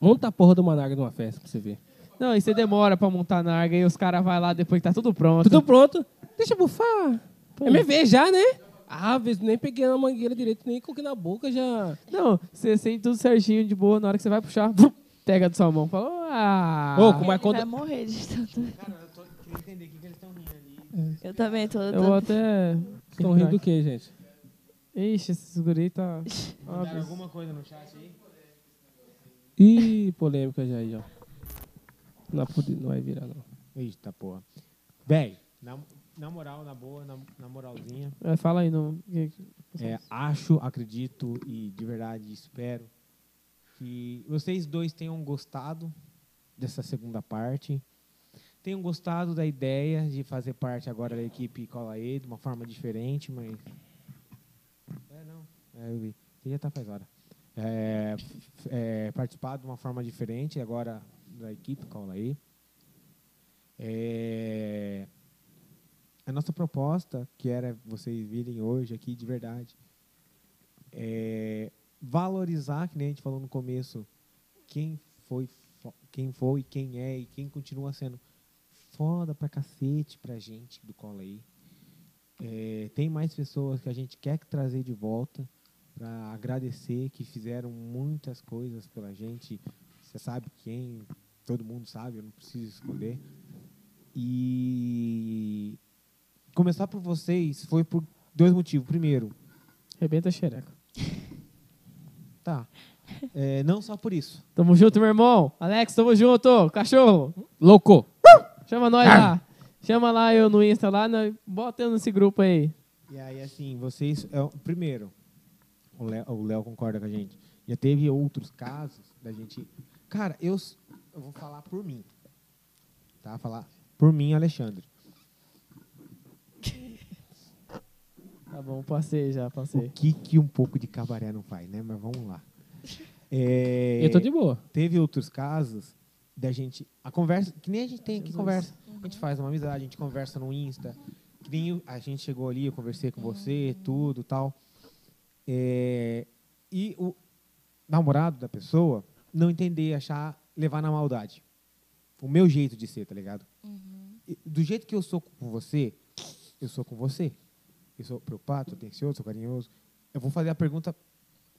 S3: Monta a porra de uma narga numa festa pra você ver.
S2: Não, e você demora pra montar na arga e os caras vão lá depois que tá tudo pronto.
S3: Tudo pronto? Deixa eu bufar. É MV já, né? Ah, vezes nem peguei na mangueira direito, nem coloquei na boca, já.
S2: Não, você sente tudo certinho, de boa, na hora que você vai puxar, vrum, pega do salmão. Fala, ah...
S3: Ô, como é
S5: Ele
S3: quando-
S5: vai morrer de tanto.
S1: Cara, eu tô querendo entender o que, eles estão rindo ali.
S5: Eu também tô...
S2: Eu
S5: tô...
S2: vou até...
S3: Estão rindo do quê, gente?
S2: Ixi, esse guri tá...
S1: Mandaram alguma coisa no chat aí?
S3: Ih, polêmica já aí, ó. Não, pode- não vai virar, não.
S1: Eita porra. Bem, na, na moral, na boa, na, na moralzinha,
S2: É, fala aí, não...
S1: é, acho, acredito e de verdade espero que vocês dois tenham gostado dessa segunda parte. Tenham gostado da ideia de fazer parte agora da equipe Cola E de uma forma diferente, mas. É, não. É, eu vi. Você já tá faz hora. É, f- é, participar de uma forma diferente agora da equipe Cola E. É, a nossa proposta, que era vocês virem hoje aqui de verdade, é valorizar, que nem a gente falou no começo, quem foi, fo- quem foi, quem é e quem continua sendo foda pra cacete pra gente do Cola aí. É, tem mais pessoas que a gente quer que trazer de volta para agradecer que fizeram muitas coisas pela gente. Você sabe quem, todo mundo sabe, eu não preciso esconder. E começar por vocês foi por dois motivos. Primeiro,
S2: Rebenta a xereca.
S1: tá. É, não só por isso.
S2: Tamo junto, meu irmão. Alex, tamo junto. Cachorro,
S3: Louco!
S2: chama nós lá. Chama lá eu no Insta lá, nós- bota eu nesse grupo aí.
S1: E aí, assim, vocês. é, o- primeiro, o Léo, o Léo concorda com a gente. Já teve outros casos da gente. Cara, eu, s- eu vou falar por mim. Tá? Falar por mim, Alexandre.
S2: Tá bom, passei já,
S1: O
S2: passei.
S1: que, que um pouco de cabaré não faz, né? Mas vamos lá. É,
S3: Eu tô de boa.
S1: teve outros casos da gente. A conversa. Que nem a gente tem aqui conversa. A gente faz uma amizade, a gente conversa no Insta. Que nem eu- a gente chegou ali, eu conversei com você, tudo tal. É, e o namorado da pessoa não entender, achar, levar na maldade. O meu jeito de ser, tá ligado? E Do jeito que eu sou com você, eu sou com você. Eu sou preocupado, sou atencioso, sou carinhoso. Eu vou fazer a pergunta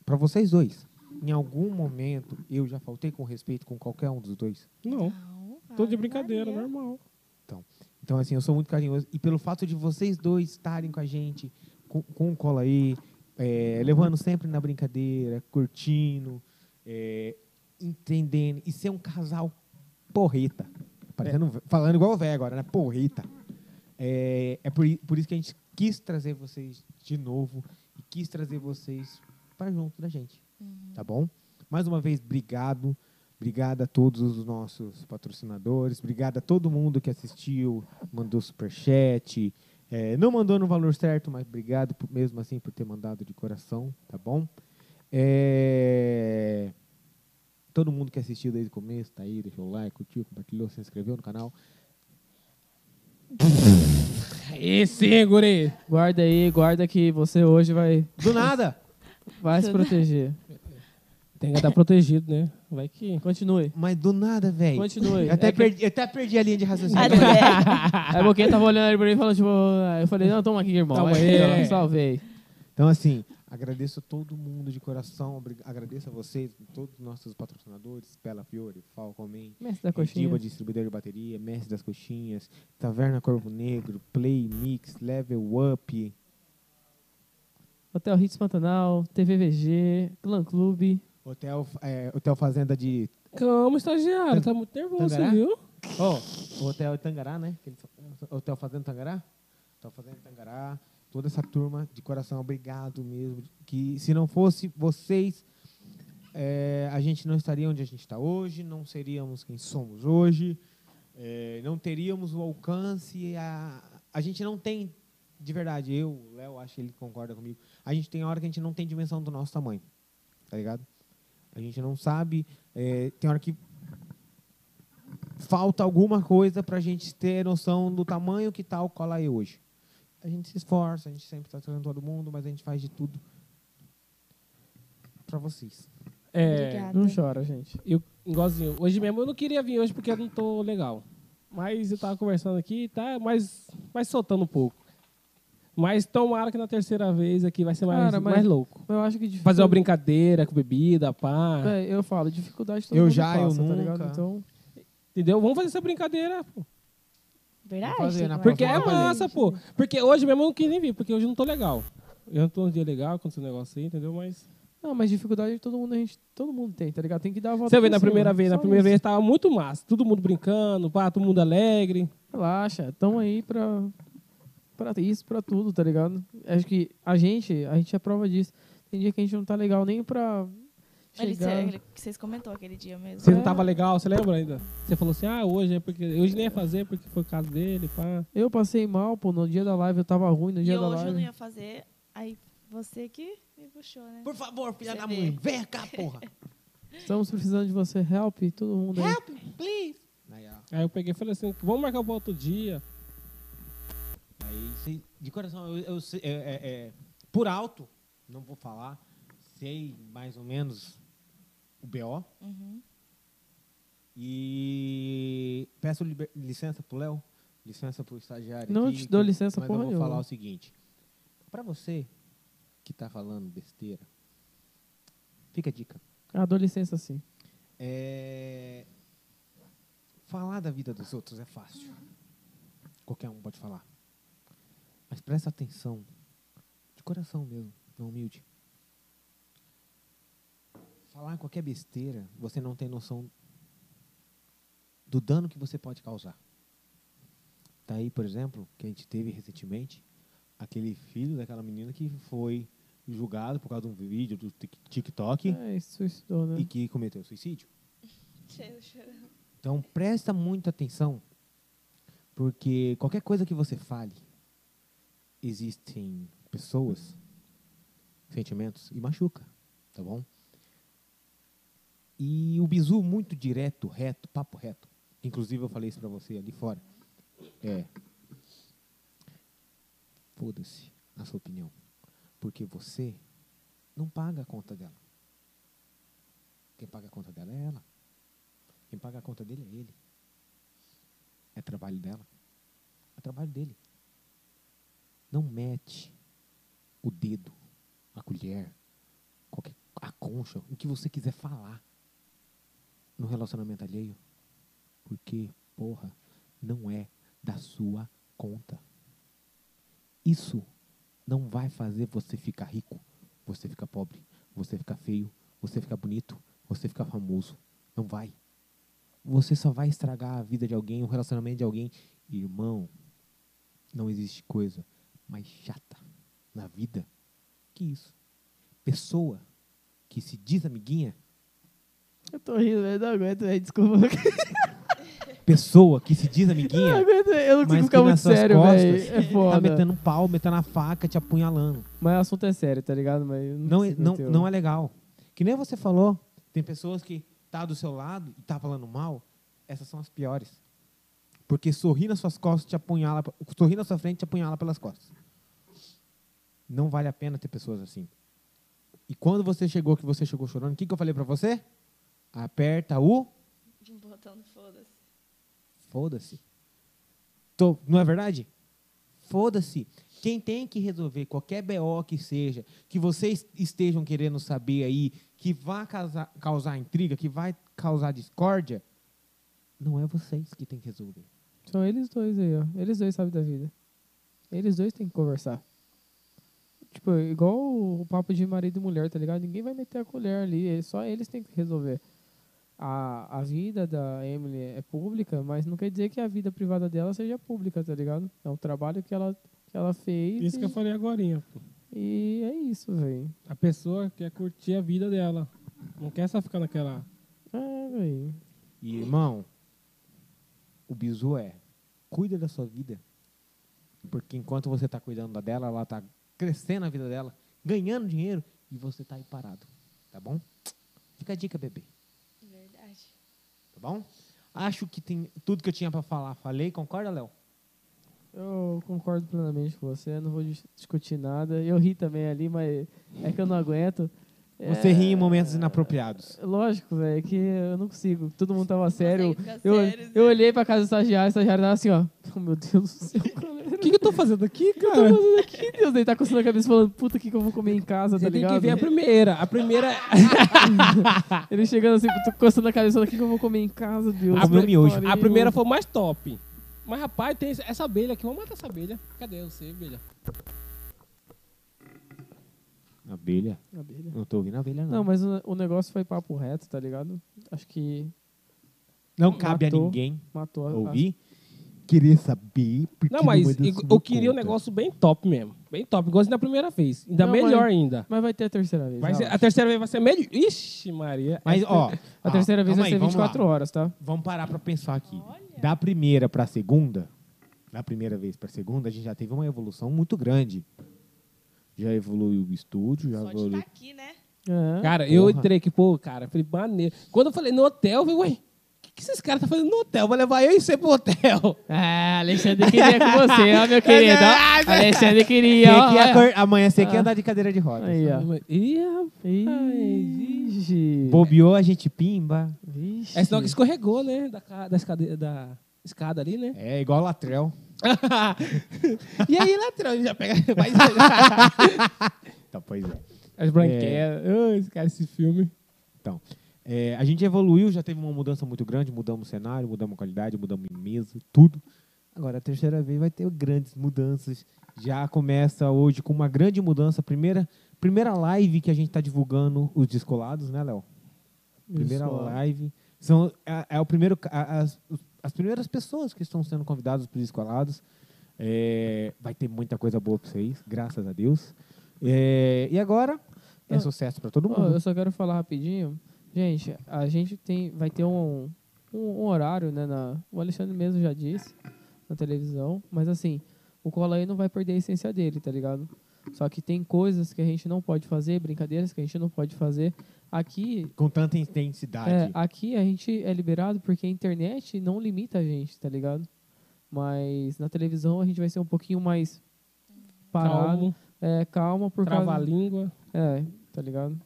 S1: para vocês dois. Em algum momento eu já faltei com respeito com qualquer um dos dois.
S3: Não,
S5: Não,
S3: tô de
S5: Ave
S3: brincadeira,
S5: Maria.
S3: normal.
S1: Então, assim, eu sou muito carinhoso. E pelo fato de vocês dois estarem com a gente, com, com o Cola aí, é, levando sempre na brincadeira, curtindo, é, entendendo. E ser um casal porreta. Parecendo, um ve- Falando igual o velho agora, né? Porreta. É, é por, i- por isso que a gente quis trazer vocês de novo e quis trazer vocês para junto da gente. Tá bom? Mais uma vez, obrigado. Obrigado a todos os nossos patrocinadores. Obrigado a todo mundo que assistiu, mandou superchat. É, não mandou no valor certo, mas obrigado por- mesmo assim por ter mandado de coração, tá bom? É, todo mundo que assistiu desde o começo, tá aí, deixou o like, curtiu, compartilhou, se inscreveu no canal.
S3: Esse, guri.
S2: Guarda aí, guarda que você hoje vai,
S1: Do nada!
S2: vai se proteger.
S3: Tem que estar protegido, né? Vai que...
S2: Continue.
S1: Mas do nada, velho.
S2: Continue.
S1: Eu até,
S2: É que-
S1: perdi, eu até perdi a linha de
S5: Ah,
S1: raciocínio.
S5: é Até-
S2: Aí o Boquinha tava olhando ele pra mim e falou, tipo, ah, eu falei, não, toma aqui, irmão.
S3: Toma
S2: Aí,
S3: aí,
S2: eu
S3: é.
S2: salvei.
S1: Então, assim, agradeço a todo mundo de coração, obri- agradeço a vocês, todos os nossos patrocinadores, Bela Fiore, Falcomen,
S2: Mestre da coxinha.
S1: Diva Distribuidor de Bateria, Mestre das Coxinhas, Taverna Corvo Negro, Play Mix, Level Up,
S2: Hotel Hits Pantanal, TVVG, Clã Clube.
S1: Hotel, eh, Hotel Fazenda de
S3: Calma, estagiário. Tá muito nervoso,
S1: Tangará?
S3: viu?
S1: Ó, o Hotel Tangará, né? Que eles- o Hotel Fazenda Tangará? Hotel Fazenda Tangará. Toda essa turma, de coração, obrigado mesmo. Que se não fosse vocês, eh, a gente não estaria onde a gente está hoje, não seríamos quem somos hoje, eh, não teríamos o alcance. A, a gente não tem, de verdade, eu, o Léo, acho que ele concorda comigo, a gente tem hora que a gente não tem dimensão do nosso tamanho, tá ligado? A gente não sabe, eh, tem hora que falta alguma coisa para a gente ter noção do tamanho que está o Cola aí hoje. A gente se esforça, a gente sempre está trazendo todo mundo, mas a gente faz de tudo para vocês.
S3: É...
S5: Obrigada.
S2: Não chora, gente.
S3: Eu, igualzinho, hoje mesmo eu não queria vir hoje porque eu não tô legal. Mas eu tava conversando aqui, tá mais, mais soltando um pouco. Mas tomara que na terceira vez aqui vai ser mais,
S2: Cara, mas-
S3: mais louco.
S2: Mas eu acho que... dificu-
S3: Fazer uma brincadeira com bebida, pá.
S2: Véi, eu falo, dificuldade todo
S1: Eu
S2: mundo
S1: já, eu
S2: passa, tá
S1: nunca.
S2: ligado? Então,
S3: Entendeu? Vamos fazer essa brincadeira, pô.
S5: Verdade.
S1: Vou fazer na
S5: tem que
S3: Porque é
S5: fazer.
S3: massa, pô. Porque hoje mesmo eu não quis nem vir, porque hoje eu não tô legal. Eu não tô num dia legal com esse negócio aí, entendeu? Mas.
S2: não, mas dificuldade todo mundo, a gente, todo mundo tem, tá ligado? Tem que dar a volta
S3: Você vê
S2: por
S3: na
S2: cima,
S3: primeira vez, na
S2: só
S3: primeira
S2: isso.
S3: vez tava muito massa. Todo mundo brincando, pá, todo mundo alegre.
S2: Relaxa, tão aí pra, pra isso, pra tudo, tá ligado? Acho que a gente, a gente é prova disso. Tem dia que a gente não tá legal nem pra
S5: Ele-
S2: chegar.
S5: ele- que vocês comentou é aquele dia mesmo.
S3: Você não tá tava legal, você lembra ainda? Você falou assim, ah, hoje é porque. Hoje nem ia fazer porque foi o caso dele, pá.
S2: Eu passei mal, pô, no dia da live eu tava ruim, no
S5: E
S2: dia né?
S5: hoje
S2: da
S5: eu não
S2: live.
S5: ia fazer. Aí você que me puxou, né?
S1: Por favor, filha
S5: Você
S1: da
S5: vê.
S1: mãe, vem cá, porra.
S2: Estamos precisando de você, help, todo mundo aí.
S1: Help, please. Aí, ó.
S3: Aí eu peguei e falei assim, vamos marcar pra outro dia.
S1: Aí, sei- de coração, eu, eu sei- é- é- é, por alto, não vou falar, sei mais ou menos o BO.
S5: Uhum.
S1: E peço liber- licença pro Léo, licença pro estagiário.
S2: Não
S1: aqui,
S2: te dou
S1: que-
S2: licença
S1: mas
S2: porra
S1: eu vou
S2: nenhuma.
S1: falar o seguinte. Pra você que tá falando besteira, fica a dica.
S2: Ah, dou licença sim.
S1: É, Falar da vida dos outros é fácil. Qualquer um pode falar. Mas presta atenção, de coração mesmo, não humilde. Falar qualquer besteira, você não tem noção do dano que você pode causar. Tá aí, por exemplo, que a gente teve recentemente, aquele filho daquela menina que foi julgado por causa de um vídeo do Tik- TikTok
S2: É, isso suicidou, né?
S1: e que cometeu suicídio.
S5: Cheio de choro.
S1: Então presta muita atenção, porque qualquer coisa que você fale, existem pessoas, sentimentos e machuca, tá bom? E o bizu muito direto, reto, papo reto. Inclusive eu falei isso pra você ali fora. É. Foda-se a sua opinião, porque você não paga a conta dela. Quem paga a conta dela é ela. Quem paga a conta dele é ele. É trabalho dela. É trabalho dele. Não mete o dedo, a colher, qualquer, a concha, o que você quiser falar no relacionamento alheio. Porque, porra, não é da sua conta. Isso não vai fazer você ficar rico, você ficar pobre, você ficar feio, você ficar bonito, você ficar famoso. Não vai você só vai estragar a vida de alguém, o relacionamento de alguém. Irmão, não existe coisa mais chata na vida que isso. Pessoa que se diz amiguinha,
S2: Eu tô rindo, velho, não aguento, velho, desculpa.
S1: pessoa que se diz
S2: Eu não
S1: amiguinha,
S2: aguento, É eu não
S1: É. mas
S2: consigo
S1: que
S2: ficar muito
S1: nas suas
S2: sério, velho.
S1: costas
S2: É
S1: tá
S2: foda.
S1: metendo um pau, metendo a faca, te apunhalando.
S2: Mas o assunto é sério, tá ligado? Mas eu
S1: Não, é-
S2: consigo
S1: não,
S2: meter o-
S1: não é legal. Que nem você falou, tem pessoas que tá do seu lado e tá falando mal, essas são as piores. Porque sorrir nas suas costas te apunhala, sorrir na sua frente te apunhala pelas costas. Não vale a pena ter pessoas assim. E quando você chegou, que você chegou chorando, o que, que eu falei pra você? Aperta o
S5: Um botão do foda-se.
S1: Foda-se. Tô- Não é verdade? Foda-se. Quem tem que resolver qualquer BO que seja, que vocês estejam querendo saber aí, que vai causar, causar intriga, que vai causar discórdia, não é vocês que tem que resolver.
S2: São eles dois aí, ó. Eles dois sabem da vida. Eles dois têm que conversar. Tipo, igual o papo de marido e mulher, tá ligado? Ninguém vai meter a colher ali, é só eles têm que resolver. A, a vida da Emily é pública, mas não quer dizer que a vida privada dela seja pública, tá ligado? É um trabalho que ela, que ela fez
S3: Isso que eu
S2: e,
S3: falei agora.
S2: e é isso, velho.
S3: A pessoa quer curtir a vida dela. Não quer só ficar naquela.
S2: É, velho.
S1: E, irmão, o bizu é, cuida da sua vida. Porque enquanto você está cuidando da dela, ela está crescendo a vida dela, ganhando dinheiro, e você está aí parado. Tá bom? Fica a dica, bebê.
S5: Verdade.
S1: Tá bom? Acho que tem tudo que eu tinha pra falar. Falei, concorda, Léo?
S2: Eu concordo plenamente com você, não vou dis- discutir nada. Eu ri também ali, mas é que eu não aguento.
S1: Você
S2: É-
S1: ri em momentos inapropriados.
S2: Lógico, velho, é que eu não consigo. Todo mundo tava sério.
S5: ficar
S2: Eu,
S5: sério,
S2: eu olhei pra casa do estagiário, o estagiário tava assim, ó. Oh, meu Deus do céu, cara.
S3: O que, que eu tô fazendo aqui, cara?
S2: Que Deus, ele tá coçando a cabeça falando, puta, o que, que eu vou comer em casa, tá
S3: Você tem
S2: ligado?
S3: que ver a primeira. A primeira.
S2: Ele chegando assim, tô coçando a cabeça falando, o que, que eu vou comer em casa, Deus.
S3: A,
S2: Puta que
S1: miojo.
S2: pariu."
S3: a primeira foi mais top. Mas, rapaz, tem essa abelha aqui. Vamos matar essa abelha. Cadê você, abelha?
S1: Abelha?
S2: Abelha.
S1: Não tô ouvindo abelha,
S2: Não,
S1: não.
S2: mas o, o negócio foi papo reto, tá ligado? Acho que
S1: Não, cabe
S2: matou.
S1: a ninguém
S2: matou a.
S1: ouvir. Querer saber. porque
S3: Não, mas
S1: é da
S3: eu,
S1: sua
S3: eu queria um
S1: conta.
S3: negócio bem top mesmo. Bem top, igual assim da primeira vez. Ainda
S2: Não,
S3: melhor
S2: mas-
S3: ainda.
S2: Mas vai ter a terceira vez.
S3: Vai ser- é a
S2: relaxa.
S3: terceira vez vai ser melhor. Ixi, Maria. é
S1: Mas, ó.
S2: a terceira
S1: ah,
S2: vez
S1: calma
S2: vai
S1: aí,
S2: ser
S1: vamos lá.
S2: 24 horas, tá?
S1: Vamos parar pra pensar aqui. Da primeira pra segunda, da primeira vez pra segunda, a gente já teve uma evolução muito grande. Já evoluiu o estúdio, já
S5: Só de estar
S1: evoluiu.
S5: aqui, né?
S2: É.
S3: Cara, eu
S1: Porra.
S3: entrei aqui, pô, cara, falei, maneiro. Quando eu falei no hotel, eu falei, ué, o que, que esses caras tá fazendo no hotel? Vai levar eu e você pro hotel.
S2: Ah, Alexandre queria com você, ó, meu querido. ó. Alexandre queria, ó.
S1: Você que ia
S2: ó.
S1: acor- Amanhã você quer andar de cadeira de rodas.
S2: Ah. Aí, ó.
S3: Ih, rapaz.
S2: Vixe.
S1: Bobeou, a gente pimba.
S2: Vixe.
S3: É sinal que escorregou, né? Da, ca- da, escada, da escada ali, né?
S1: É igual latrel.
S3: e aí, latrão, ele já pega. um Vai,
S1: Então, pois é.
S3: as branquelas. Ah, esse cara, esse filme.
S1: Então, é, a gente evoluiu, já teve uma mudança muito grande, mudamos o cenário, mudamos a qualidade, mudamos a mesa, tudo. Agora, a terceira vez vai ter grandes mudanças. Já começa hoje com uma grande mudança. Primeira, primeira live que a gente está divulgando os descolados, né, Léo? Primeira
S2: Descolado.
S1: live. São, é, é o primeiro, ca- a- as, os- as primeiras pessoas que estão sendo convidadas para os descolados. É, vai ter muita coisa boa para vocês, graças a Deus. É, e agora, é
S2: Ah.
S1: sucesso para todo
S2: Ó,
S1: mundo.
S2: eu só quero falar rapidinho. Gente, a gente tem, vai ter um, um, um horário, né? Na, o Alexandre mesmo já disse na televisão. Mas assim, o Cola aí não vai perder a essência dele, tá ligado? Só que tem coisas que a gente não pode fazer, brincadeiras que a gente não pode fazer. Aqui
S1: Com tanta
S2: É,
S1: intensidade.
S2: aqui a gente é liberado porque a internet não limita a gente, tá ligado? Mas na televisão a gente vai ser um pouquinho mais parado,
S3: Calmo,
S2: é, calma por
S3: trava a
S2: causa...
S3: língua.
S2: É, tá ligado?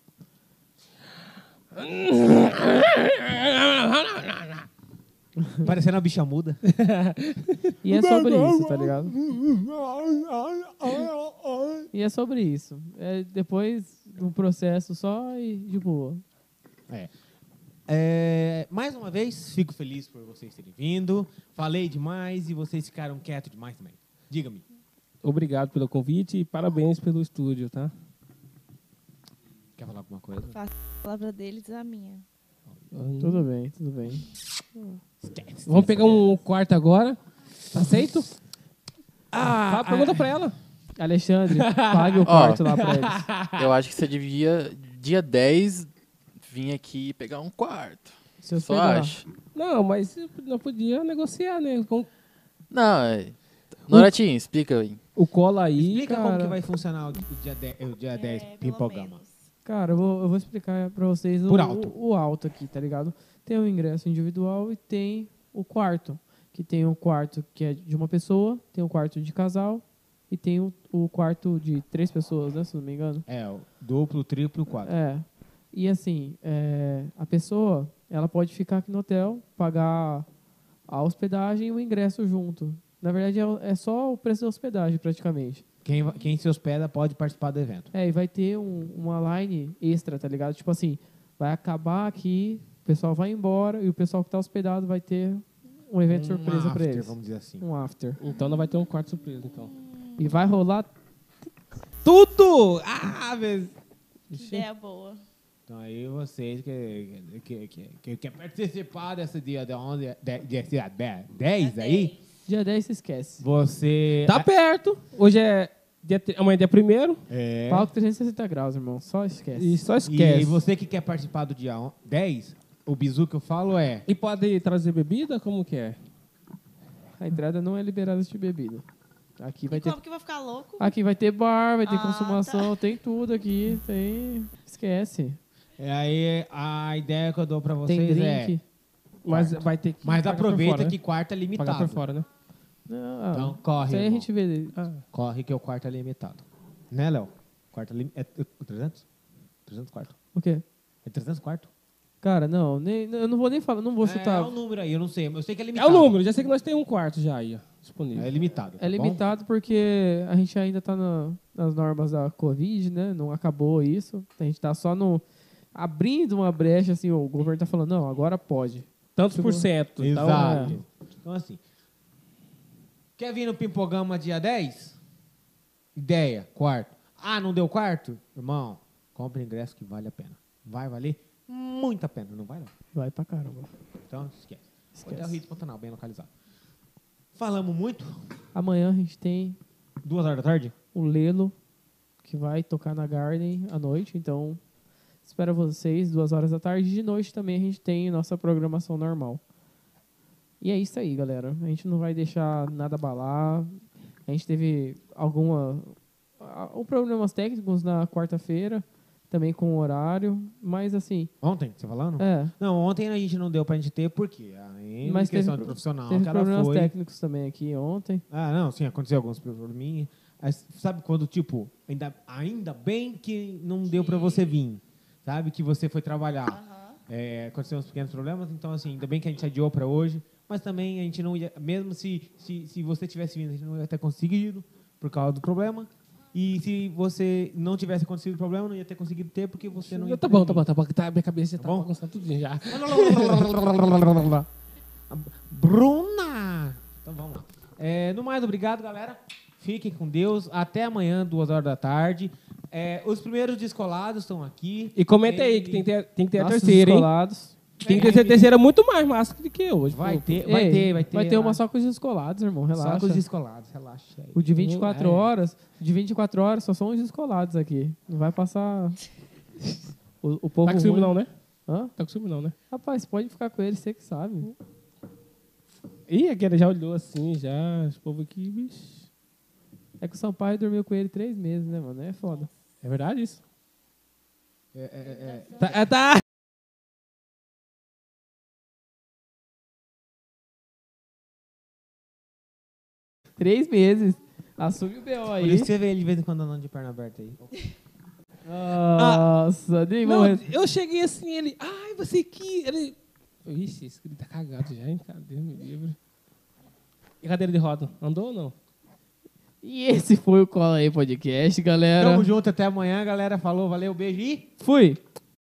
S1: Parecendo a bicha muda.
S2: E é sobre isso, tá ligado? E é sobre isso. É depois um processo só e de boa.
S1: É, mais uma vez, fico feliz por vocês terem vindo. Falei demais e vocês ficaram quietos demais também. Diga-me.
S3: Obrigado pelo convite e parabéns pelo estúdio, tá?
S1: Quer falar alguma coisa?
S5: Faço a palavra deles a minha.
S2: Tudo bem, tudo bem.
S3: Vamos pegar um quarto agora. Tá Aceito? Ah, pergunta pra ela.
S2: Alexandre, pague o quarto lá pra eles.
S4: Eu acho que você devia, dia 10, vir aqui e pegar um quarto.
S2: Se eu
S4: Só
S2: pegar-
S4: acho.
S3: Não, mas não podia negociar, né? Com
S4: Não, é... Noratinho, explica aí.
S3: o cola aí.
S1: Explica
S3: cara.
S1: como que vai funcionar o dia 10, o dia 10
S5: É, pelo
S1: Pipogama.
S5: menos.
S2: Cara, eu vou, eu vou explicar pra vocês o,
S1: Por alto.
S2: o, o alto aqui, tá ligado? Tem o ingresso individual e tem o quarto. Que tem um quarto que é de uma pessoa, tem um quarto de casal e tem o, o quarto de três pessoas, né? Se não me engano.
S1: É, o duplo, triplo, quatro.
S2: É. E assim, é, a pessoa, ela pode ficar aqui no hotel, pagar a hospedagem e o ingresso junto. Na verdade, é, o- é só o preço da hospedagem, praticamente.
S1: Quem, va- quem se hospeda pode participar do evento.
S2: É, e vai ter um- uma line extra, tá ligado? Tipo assim, vai acabar aqui, o pessoal vai embora e o pessoal que tá hospedado vai ter um evento
S1: Um
S2: surpresa pra
S1: after,
S2: eles.
S1: Vamos dizer assim.
S2: Um after.
S3: Então não vai ter um quarto surpresa, então.
S5: Hum.
S2: E vai rolar
S6: Tudo! Ah, velho.
S5: Que ideia boa.
S1: Então aí vocês que, que, que, que, que participar desse dia de 11, de, de, dia 10, aí,
S2: dia 10, se esquece.
S1: você...
S3: Tá perto. Hoje é dia, tri- amanhã é dia primeiro.
S1: É.
S2: Palco 360 graus, irmão. Só esquece.
S3: E só
S1: E
S3: esquece. E,
S1: você que quer participar do dia on- 10, o bizu que eu falo é...
S3: pode trazer bebida? Como que é?
S2: A entrada não é liberada de bebida. Aqui vai
S5: E
S2: ter
S5: como que vai ficar louco?
S2: Aqui vai ter bar, vai ter
S5: Ah,
S2: consumação, tem tudo aqui, tem. Esquece.
S1: E é aí a ideia que eu dou pra vocês
S2: tem
S1: é...
S2: drink.
S3: Mas vai ter que.
S1: Mas
S3: pagar por
S1: aproveita
S3: fora,
S1: que
S3: Né?
S1: quarto é limitado.
S3: Pagar por fora, né?
S2: Não,
S1: Então
S2: isso
S1: corre,
S2: aí a
S1: irmão.
S2: gente vê.
S1: Corre que o quarto é limitado. Né, Léo? Quarto é, lim... é 300? 300 quarto?
S2: O quê?
S1: É 300 quarto?
S2: Cara, não, nem, eu não vou nem falar, não vou
S1: É,
S2: chutar.
S1: o número aí, eu não sei. mas Eu sei que é
S3: É
S1: limitado.
S3: o número. Já sei que nós temos um quarto já aí, ó, disponível.
S1: É limitado. tá
S2: É
S1: bom?
S2: limitado porque a gente ainda tá na- nas normas da Covid, né? Não acabou isso. A gente tá só no. abrindo uma brecha, assim, o governo tá falando, não, agora pode.
S3: Tantos por cento. então,
S1: tipo, Exato.
S3: é.
S1: Então, assim. Quer vir no Pimpogama dia 10? Ideia, quarto. Ah, não deu quarto? Irmão, compra ingresso que vale a pena. Vai valer muito a pena, não vai não.
S2: Vai pra caramba.
S1: Então, esquece. Hotel
S2: Esquece.
S1: Rio de Pantanal, bem localizado. Falamos muito.
S2: Amanhã a gente tem
S1: Duas horas da tarde?
S2: o Lelo, que vai tocar na Garden à noite. Então, espero vocês duas horas da tarde. De noite também a gente tem nossa programação normal. E é isso aí, galera. A gente não vai deixar nada abalar. A gente teve alguma a- um problemas técnicos na quarta-feira, também com o horário, mas assim,
S1: Ontem, você falando?
S2: é,
S1: Não, ontem a gente não deu pra gente ter, por quê? Aí,
S2: Mas teve
S1: questão de
S2: pro-
S1: profissional,
S2: teve
S1: Ah, o cara
S2: problemas
S1: foi.
S2: técnicos também aqui ontem.
S1: Ah, não, sim, aconteceu alguns probleminhas. Aí, Sabe quando, tipo, ainda, ainda bem que não deu pra você vir, sabe? Que você foi trabalhar.
S5: Aham.
S1: É, aconteceram uns pequenos problemas, então, assim, ainda bem que a gente adiou pra hoje. Mas também a gente não ia, mesmo se, se, se você tivesse vindo, a gente não ia ter conseguido por causa do problema. E se você não tivesse acontecido o problema, não ia ter conseguido ter, porque você não ia
S3: Tá
S1: ter
S3: bom,
S1: vindo.
S3: tá bom, tá bom. que Tá, minha cabeça já tá
S1: bom?
S3: bagunçando tudo já.
S1: Bruna! Então vamos lá. É, no mais, obrigado, galera. Fiquem com Deus. Até amanhã, duas horas da tarde. É, os primeiros descolados estão aqui.
S3: E comenta aí
S1: Ele-
S3: que tem que ter, tem que ter a
S2: Nossos
S3: terceira, hein?
S2: descolados.
S3: Tem que ter a terceira muito mais massa do que hoje.
S1: Vai
S3: pô.
S1: ter, vai
S2: Ei,
S1: ter, vai ter.
S2: Vai ter uma só com os descolados, irmão, relaxa.
S1: Só com os descolados, relaxa aí.
S2: O de 24
S1: É.
S2: horas, o de 24 horas só são os descolados aqui. Não vai passar o, o povo
S3: Tá com ciúme
S2: ruim.
S3: não, né?
S2: Hã?
S3: Tá com ciúme não, né?
S2: Rapaz, pode ficar com ele, você que sabe.
S3: Ih, aquele já olhou assim, já. Esse povo aqui, bicho.
S2: É que o Sampaio dormiu com ele três meses, né, mano? É foda.
S3: É verdade isso?
S1: Tá, é, tá.
S3: Ah,
S2: Três meses. Assume o B.O.
S1: Por
S2: aí.
S1: isso você vê ele de vez em quando andando de perna aberta aí.
S2: Nossa, nem vou...
S3: Não, eu cheguei assim, ele. Ai, você que. Ele. Ixi, esse ele tá cagado já, hein? Cadê meu livro? E cadeira de roda? Andou ou não?
S2: E esse foi o Cola aí Podcast, galera.
S1: Tamo junto, até amanhã, galera. Falou, valeu, beijo e...
S2: Fui.